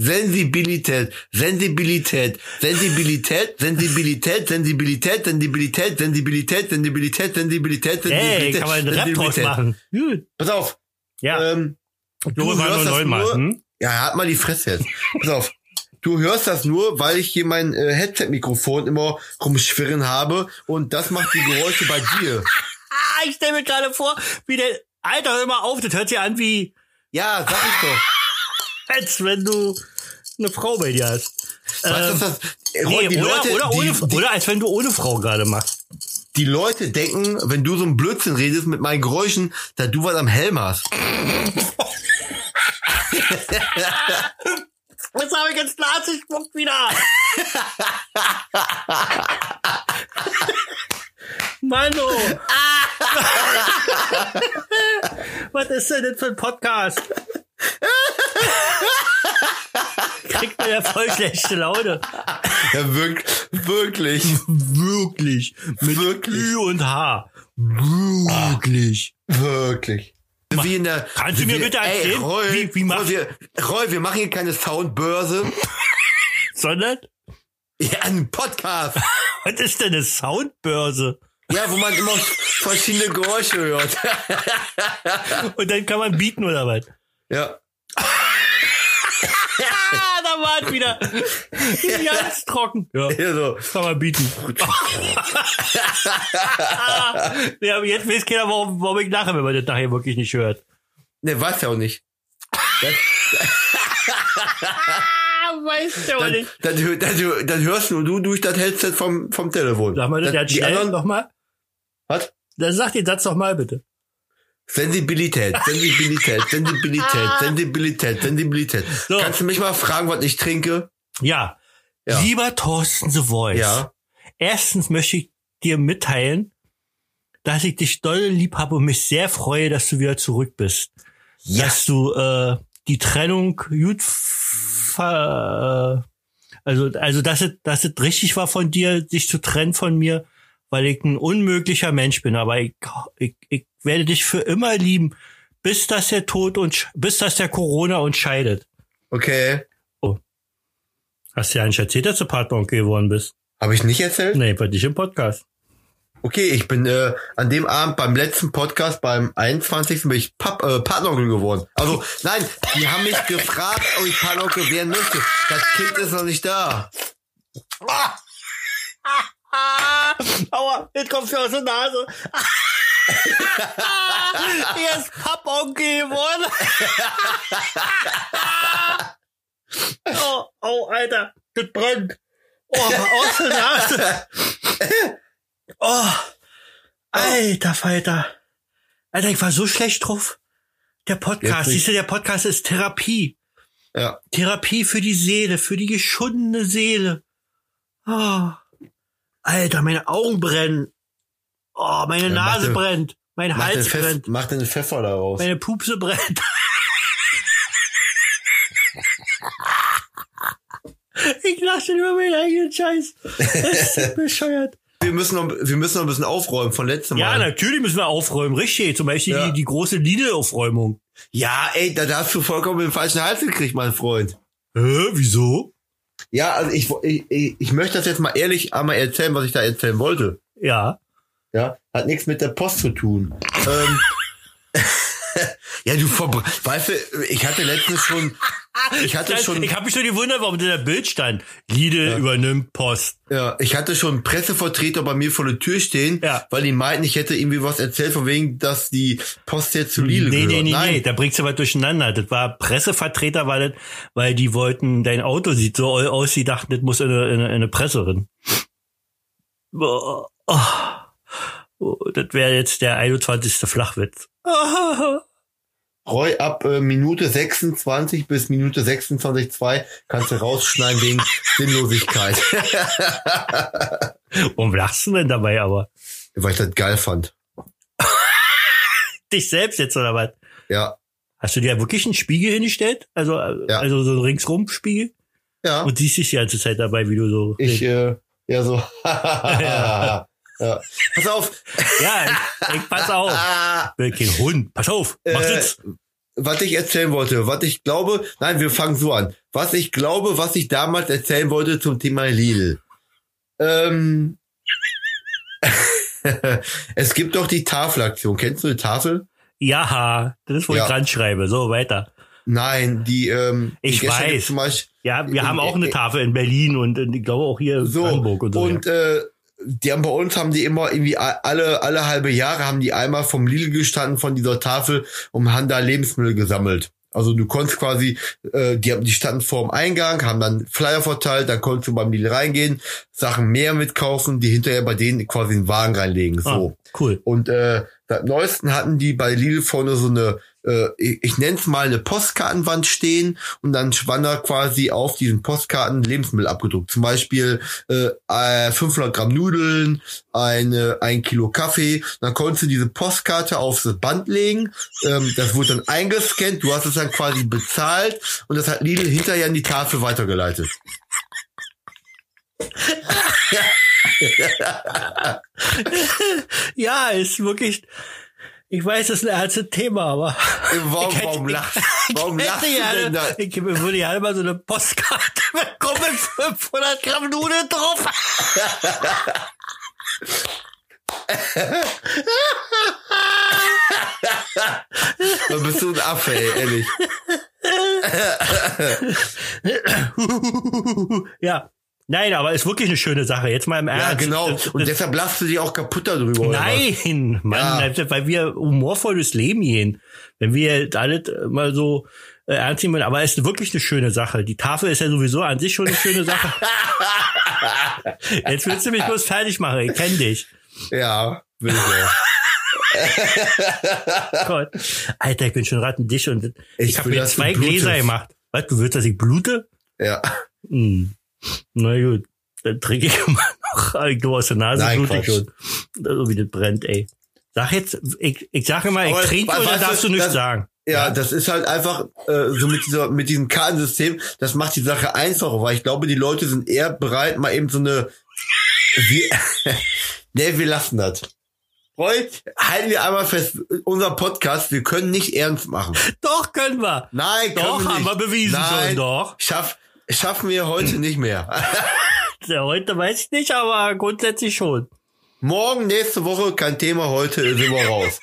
Sensibilität, Sensibilität, Sensibilität, Sensibilität, Sensibilität, Sensibilität, Sensibilität, Sensibilität, Sensibilität,
Ey,
Sensibilität.
kann man einen Rap draus machen. Gut.
Pass auf.
Ja.
Ähm,
Du
du
war
hörst
nur
das
neunmal.
nur-
Hm?
Ja, halt mal die Fresse jetzt. Pass auf. Du hörst das nur, weil ich hier mein äh, Headset-Mikrofon immer rumschwirren habe und das macht die Geräusche bei dir.
Ah, ich stelle mir gerade vor, wie der. Alter, hör mal auf, das hört sich an wie,
Ja, sag ich doch.
als wenn du eine Frau bei dir hast.
Weißt
Ähm,
du, was das, äh,
Nee,
Roy, die,
oder,
Leute,
oder, ohne,
die, die,
oder als wenn du ohne Frau gerade machst.
die Leute denken, wenn du so einen Blödsinn redest mit meinen Geräuschen, da du was am Helm hast.
Jetzt habe ich jetzt Nasenspunkt wieder. Mano. Was ist denn das für ein Podcast? Kriegt man ja voll schlechte Laune.
Ja, wirklich. Wirklich.
Wirklich. Mit
Wirklich.
Ü und H.
Ah.
Wirklich.
Wirklich. Wie in der,
Kannst du
wie-
mir bitte
ey,
erzählen,
Roy,
wie- wie mach-
Roy, wir, Roy, wir machen hier keine Soundbörse.
Sondern,
Ja, einen Podcast.
was ist denn eine Soundbörse?
Ja, wo man immer verschiedene Geräusche hört.
Und dann kann man bieten oder was?
Ja.
Ah, da war es wieder. Ganz trocken. Ja,
Ja, so.
kann man bieten. ja, aber jetzt weiß keiner, warum, warum ich lache, wenn man das nachher wirklich nicht hört.
Ne, weiß ja auch nicht.
Ah, weißt du aber
Dann,
nicht.
dann, hör- dann, hör- dann hörst nur du durch das Headset vom, vom Telefon.
Sag mal das
Dann-
jetzt
die
schnell
anderen noch.
nochmal.
Was?
Dann sag den Satz nochmal bitte.
Sensibilität, Sensibilität, Sensibilität, Sensibilität, Sensibilität.
Ah. So.
Kannst du mich mal fragen, was ich trinke?
Ja.
Ja.
Lieber Thorsten The Voice.
Ja.
Erstens möchte ich dir mitteilen, dass ich dich doll lieb habe und mich sehr freue, dass du wieder zurück bist.
Ja.
Dass du äh, die Trennung gut ver äh, also also dass es dass es richtig war von dir, dich zu trennen von mir, weil ich ein unmöglicher Mensch bin, aber ich ich, ich werde dich für immer lieben, bis dass der Tod und sch- bis dass der Corona uns scheidet.
Okay.
Hast du ja eigentlich erzählt, dass du Partneronkel geworden bist?
Habe ich nicht erzählt?
Nee, bei dich im Podcast.
Okay, ich bin äh, an dem Abend beim letzten Podcast, beim 21. bin ich Pap äh, Partneronkel geworden. Also, nein, die haben mich gefragt, ob ich Partneronkel werden möchte. Das Kind ist noch nicht da.
Ah, aua, jetzt kommt mir aus der Nase. Hier ist Papponkel geworden. oh, oh, Alter, das brennt. Oh, aus der Nase. Oh, alter Falter. Alter, ich war so schlecht drauf. Der
Jetzt
Podcast,
nicht.
siehst du, der Podcast ist Therapie.
Ja.
Therapie für die Seele, für die geschundene Seele. Oh. Alter, meine Augen brennen. Oh, meine
Ja, mach
Nase
den-
brennt. Mein
Mach den,
Hals
Pfeff,
brennt.
mach den Pfeffer daraus.
Meine Pupse brennt. ich lache über meinen eigenen Scheiß. Das ist bescheuert.
Wir müssen, noch, wir müssen noch ein bisschen aufräumen von letztem
Ja,
Mal.
natürlich müssen wir aufräumen. Richtig. Zum Beispiel
Ja.
die, die große Lidl-Aufräumung.
Ja, ey, da hast du vollkommen den falschen Hals gekriegt, mein Freund.
Hä, wieso?
Ja, also ich, ich, ich, ich möchte das jetzt mal ehrlich einmal erzählen, was ich da erzählen wollte.
Ja.
Ja, hat nichts mit der Post zu tun. ähm, ja, du verbr- weißt du, ich hatte letztens schon, Ich hatte
Das-
schon-
ich habe mich schon gewundert, warum da der Bild stand. Lidl übernimmt Post.
Ja, ich hatte schon einen Pressevertreter bei mir vor der Tür stehen,
Ja.
weil die meinten, ich hätte irgendwie was erzählt, von wegen, dass die Post jetzt zu Lidl
Nee,
gehört.
nee, nee,
Nein,
nee, da bringst du was durcheinander. Das war Pressevertreter, weil, das, weil die wollten, dein Auto sieht so all aus, die dachten, das muss in eine, in eine, in eine Presserin. Oh, oh, oh, das wäre jetzt der 21. Flachwitz.
Roy, ab äh, Minute 26 bis Minute 26,2 kannst du rausschneiden wegen Sinnlosigkeit.
Warum lachst du denn dabei aber?
Weil ich das geil fand.
Dich selbst jetzt oder was?
Ja.
Hast du dir wirklich einen Spiegel hingestellt? Also, äh,
Ja.
also so einen Ringsrum-Spiegel?
Ja.
Und siehst dich die ganze Zeit dabei, wie du so. redest.
ich, äh, ja, so. ja. Pass auf.
ja, ich, ich pass auf.
Ah,
Ich bin kein Hund. Pass auf. Mach
Äh,
Sitz.
was ich erzählen wollte, was ich glaube, nein, wir fangen so an. Was ich glaube, was ich damals erzählen wollte zum Thema Lidl. Ähm, es gibt doch die Tafelaktion. Kennst du die Tafel?
Ja, das ist, wo
Ja.
ich dran schreibe. So, weiter.
Nein, die, ähm, die
Ich
gestern
weiß.
jetzt Zum Beispiel,
Ja, wir
In-
haben auch eine
in-
Tafel in Berlin und in, ich glaube auch hier in
so.
Hamburg und so.
Und äh, die haben bei uns haben die immer irgendwie a- alle alle halbe Jahre haben die einmal vom Lidl gestanden von dieser Tafel und haben da Lebensmittel gesammelt. Also du konntest quasi, äh, die, haben- die standen vor dem Eingang, haben dann Flyer verteilt, dann konntest du beim Lidl reingehen, Sachen mehr mitkaufen, die hinterher bei denen quasi in den Wagen reinlegen.
ja.
So.
ah, cool.
Und äh, seit neuesten hatten die bei Lidl vorne so eine, äh, ich, ich nenne es mal eine Postkartenwand stehen und dann waren da quasi auf diesen Postkarten Lebensmittel abgedruckt. Zum Beispiel äh, äh, 500 Gramm Nudeln, eine, ein Kilo Kaffee. Dann konntest du diese Postkarte aufs Band legen. Ähm, das wurde dann eingescannt. Du hast es dann quasi bezahlt und das hat Lidl hinterher an die Tafel weitergeleitet.
Ja, ist wirklich. Ich weiß, das ist ein ernstes Thema, aber
Äh, Warum,
hätte-
warum lachst, warum
ich
lachst
hätte
du denn da?
gerne, ich würde gerne mal so eine Postkarte bekommen mit 500 Gramm Nudeln drauf.
Dann bist du ein Affe, ey, ehrlich.
ja. Nein, aber ist wirklich eine schöne Sache. Jetzt mal im Ernst.
Ja, genau. Und deshalb lachst du dich auch kaputt darüber. oder
Nein, Mann,
Ja.
einfach, weil wir humorvoll durchs Leben gehen. Wenn wir da nicht mal so äh, ernst nehmen, aber es ist wirklich eine schöne Sache. Die Tafel ist ja sowieso an sich schon eine schöne Sache. Jetzt willst du mich bloß fertig machen. Ich kenn dich.
was? Ja, will ich auch.
Gott. Alter, ich bin schon rattendicht und ich,
Ich
hab habe
will,
mir
dass du
zwei
blutest.
Gläser gemacht. Was, du willst, dass ich blute?
Ja.
Hm. Na gut, dann trinke ich immer noch irgendwo aus der Nase
Nein,
blutig
Quatsch.
und so wie das brennt, ey. Sag jetzt, ich, ich sage immer, ich
Aber
trinke
we-
und dann
weißt du,
darfst du nichts
das-
sagen.
Ja, das ist halt einfach äh, so mit dieser mit diesem Kartensystem, das macht die Sache einfacher, weil ich glaube, die Leute sind eher bereit, mal eben so eine wir, Nee, wir lassen das. Roy, halten wir einmal fest, unser Podcast, wir können nicht ernst machen.
Doch, können wir.
Nein, können
Doch,
wir nicht.
haben wir bewiesen
Nein,
schon, doch.
Schaff, schaffen wir heute nicht mehr.
Ja, Heute weiß ich nicht, aber grundsätzlich schon.
Morgen, nächste Woche, kein Thema, heute sind wir raus.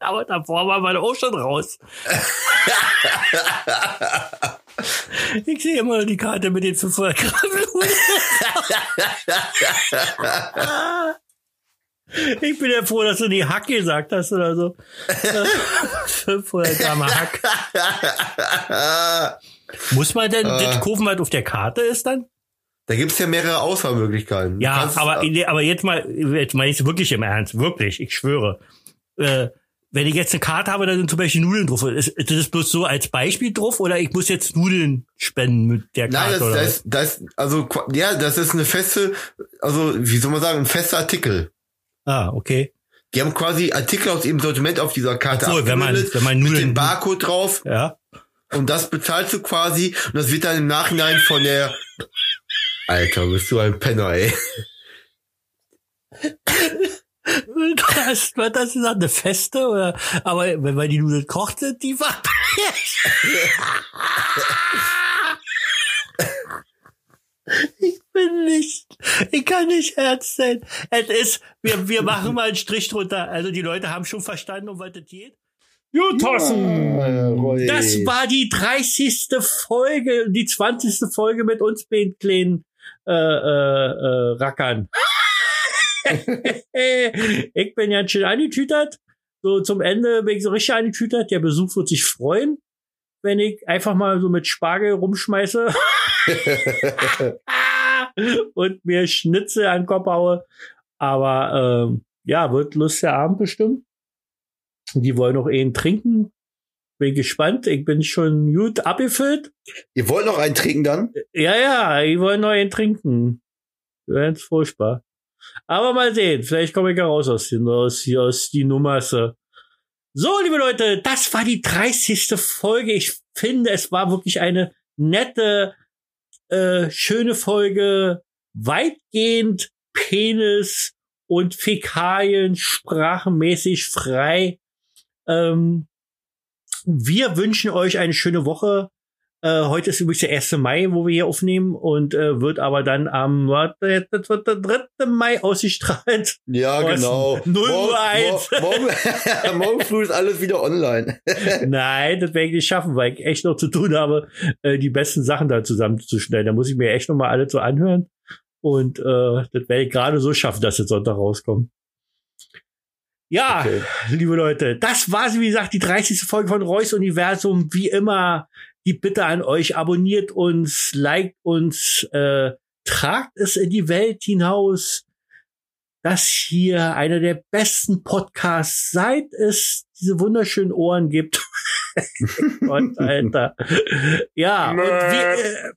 Aber davor waren wir auch schon raus. ich sehe immer nur die Karte mit den 500 Gramm. Nudeln. ich bin ja froh, dass du die Hack gesagt hast oder so. 500 Gramm Hack. Muss man denn
Äh.
das kaufen, was auf der Karte ist dann?
Da gibt's ja mehrere Auswahlmöglichkeiten. Du
Ja,
kannst-
aber, nee, aber jetzt mal, jetzt mal jetzt wirklich im Ernst, wirklich, ich schwöre. Äh, wenn ich jetzt eine Karte habe, da sind zum Beispiel Nudeln drauf. Ist, ist das bloß so als Beispiel drauf oder ich muss jetzt Nudeln spenden mit der Karte?
Nein, das,
oder
das, das, also, qua- ja, das ist eine feste, also, wie soll man sagen, ein fester Artikel.
was? Ah, okay.
Die haben quasi Artikel aus ihrem Sortiment auf dieser Karte
Obwohl, wenn man-
abgebildet,
wenn man
mit
Nudeln-
dem Barcode drauf
Ja.
und das bezahlst du quasi und das wird dann im Nachhinein von der Alter, bist du ein Penner, ey.
Du hast, was hast du gesagt, eine Feste? Oder? Aber wenn man die Nudeln kocht, sind die war. Ich bin nicht, ich kann nicht ernst sein. Es ist, wir, wir machen mal einen Strich drunter. Also die Leute haben schon verstanden, um was das geht. Jo, Thorsten!
Ah,
Roy.
Das war die 30. Folge, die 20. Folge mit uns beiden kleinen äh, äh, äh, Rackern. ich bin ganz schön angetütert. So zum Ende bin ich so richtig angetütert. Der Besuch wird sich freuen, wenn ich einfach mal so mit Spargel rumschmeiße und mir Schnitzel an den Kopf haue. Aber ähm, ja, wird lustiger Abend bestimmt. Die wollen noch einen trinken. Bin gespannt. Ich bin schon gut abgefüllt.
Ihr wollt noch einen trinken dann?
Ja, ja, ich wollte noch einen trinken. Ganz furchtbar. Aber mal sehen, vielleicht komme ich ja raus aus, den, aus, hier aus die Nummerse. So, liebe Leute, das war die 30. Folge. Ich finde, es war wirklich eine nette, äh, schöne Folge. Weitgehend Penis und Fäkalien sprachenmäßig frei. Ähm, wir wünschen euch eine schöne Woche. Äh, heute ist übrigens der 1. Mai, wo wir hier aufnehmen und äh, wird aber dann am warte, jetzt wird der 3. Mai ausgestrahlt.
Ja,
Thorsten,
genau.
0 Uhr
Morgen-
eins.
mor- Morgen, morgen früh ist alles wieder online.
Nein, das werde ich nicht schaffen, weil ich echt noch zu tun habe, äh, die besten Sachen da zusammenzuschneiden. Da muss ich mir echt noch mal alle so anhören. Und äh, das werde ich gerade so schaffen, dass das Sonntag rauskommt. Ja,
Okay.
liebe Leute, das war sie, wie gesagt, die 30. Folge von Reus Universum. Wie immer, die Bitte an euch, abonniert uns, liked uns, äh, tragt es in die Welt hinaus, dass hier einer der besten Podcasts, seit es diese wunderschönen Ohren gibt. Gott, Alter. Ja, und wie, äh,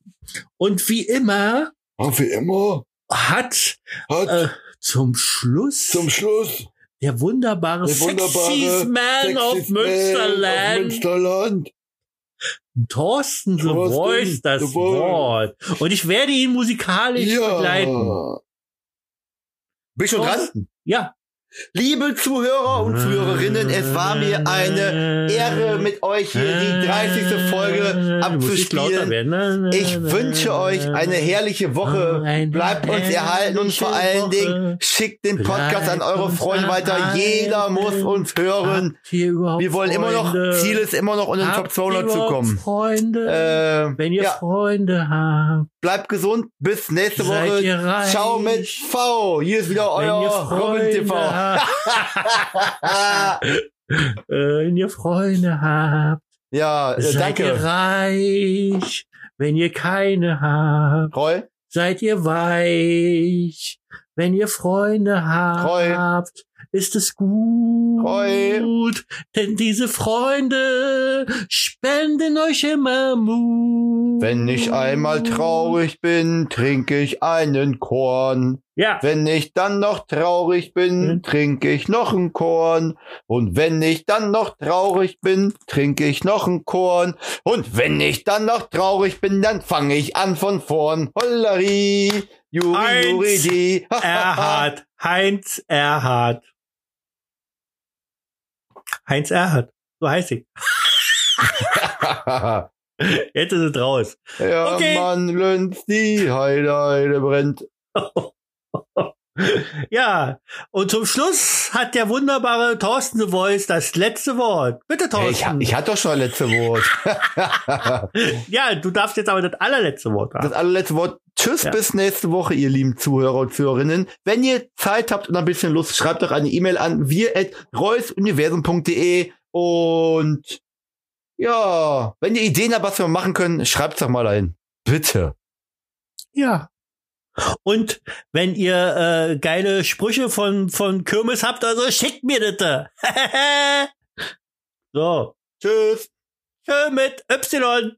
und wie immer
Und wie immer
hat
hat
äh, zum Schluss
zum Schluss
der wunderbare,
Der wunderbare
Sexiest Man
Sexy
of
Man
Münsterland,
Auf Münsterland.
Thorsten The
Thorsten
Voice,
The
das
Voice.
Wort. Und ich werde ihn musikalisch begleiten.
Ja. Bin ich schon dran?
Ja.
Liebe Zuhörer und Zuhörerinnen, es war mir eine Ehre, mit euch hier die 30. Folge
Du musst nicht lauter
abzuspielen.
werden.
Ich wünsche euch eine herrliche Woche.
Eine
Bleibt uns erhalten und vor allen
herrliche
Dingen
Woche.
schickt den Podcast an
Bleibt
eure
uns
Freunde weiter.
erhalten.
Jeder muss uns hören.
Habt ihr überhaupt
Wir wollen immer noch,
Freunde?
Ziel ist immer noch, in den
Habt
Top
ihr
200 zu
überhaupt
kommen.
Freunde,
Äh,
wenn ihr
ja,
Freunde habt,
bleibt gesund. Bis nächste
Seid
Woche.
ihr reich?
Ciao mit V. Hier ist wieder
wenn ihr
euer Robin
Freunde
TV.
habt, äh, wenn ihr Freunde habt,
Ja, äh,
seid ihr
danke.
reich. Wenn ihr keine habt,
Roy.
seid ihr weich. Wenn ihr Freunde habt, ist es gut.
Roy.
Denn diese Freunde spenden euch immer Mut.
Wenn ich einmal traurig bin, trinke ich einen Korn.
Ja.
Wenn ich dann noch traurig bin,
Hm.
trinke ich noch ein Korn. Und wenn ich dann noch traurig bin, trinke ich noch ein Korn. Und wenn ich dann noch traurig bin, dann fange ich an von vorn. Hollari,
Eins.
Juri, Juri, die.
Erhard. Heinz Erhard. Heinz Erhard. So heiß ich.
ja,
Jetzt ist es raus. Okay.
Mann, Lönz, die Heide, Heide brennt.
Ja, und zum Schluss hat der wunderbare Thorsten The Voice das letzte Wort. Bitte,
Hey, ich,
Thorsten.
ich hatte doch schon das letzte Wort.
ja, du darfst jetzt aber das allerletzte Wort haben.
Das allerletzte Wort. Tschüss,
Ja.
bis nächste Woche, ihr lieben Zuhörer und Zuhörerinnen. Wenn ihr Zeit habt und ein bisschen Lust, schreibt doch eine E-Mail an wir.reusuniversum.de E. und ja, wenn ihr Ideen habt, was wir machen können, schreibt doch mal ein. Bitte.
Ja. Und wenn ihr äh, geile Sprüche von, von Kirmes habt, also schickt mir das. da. so.
Tschüss.
Tschö mit Y.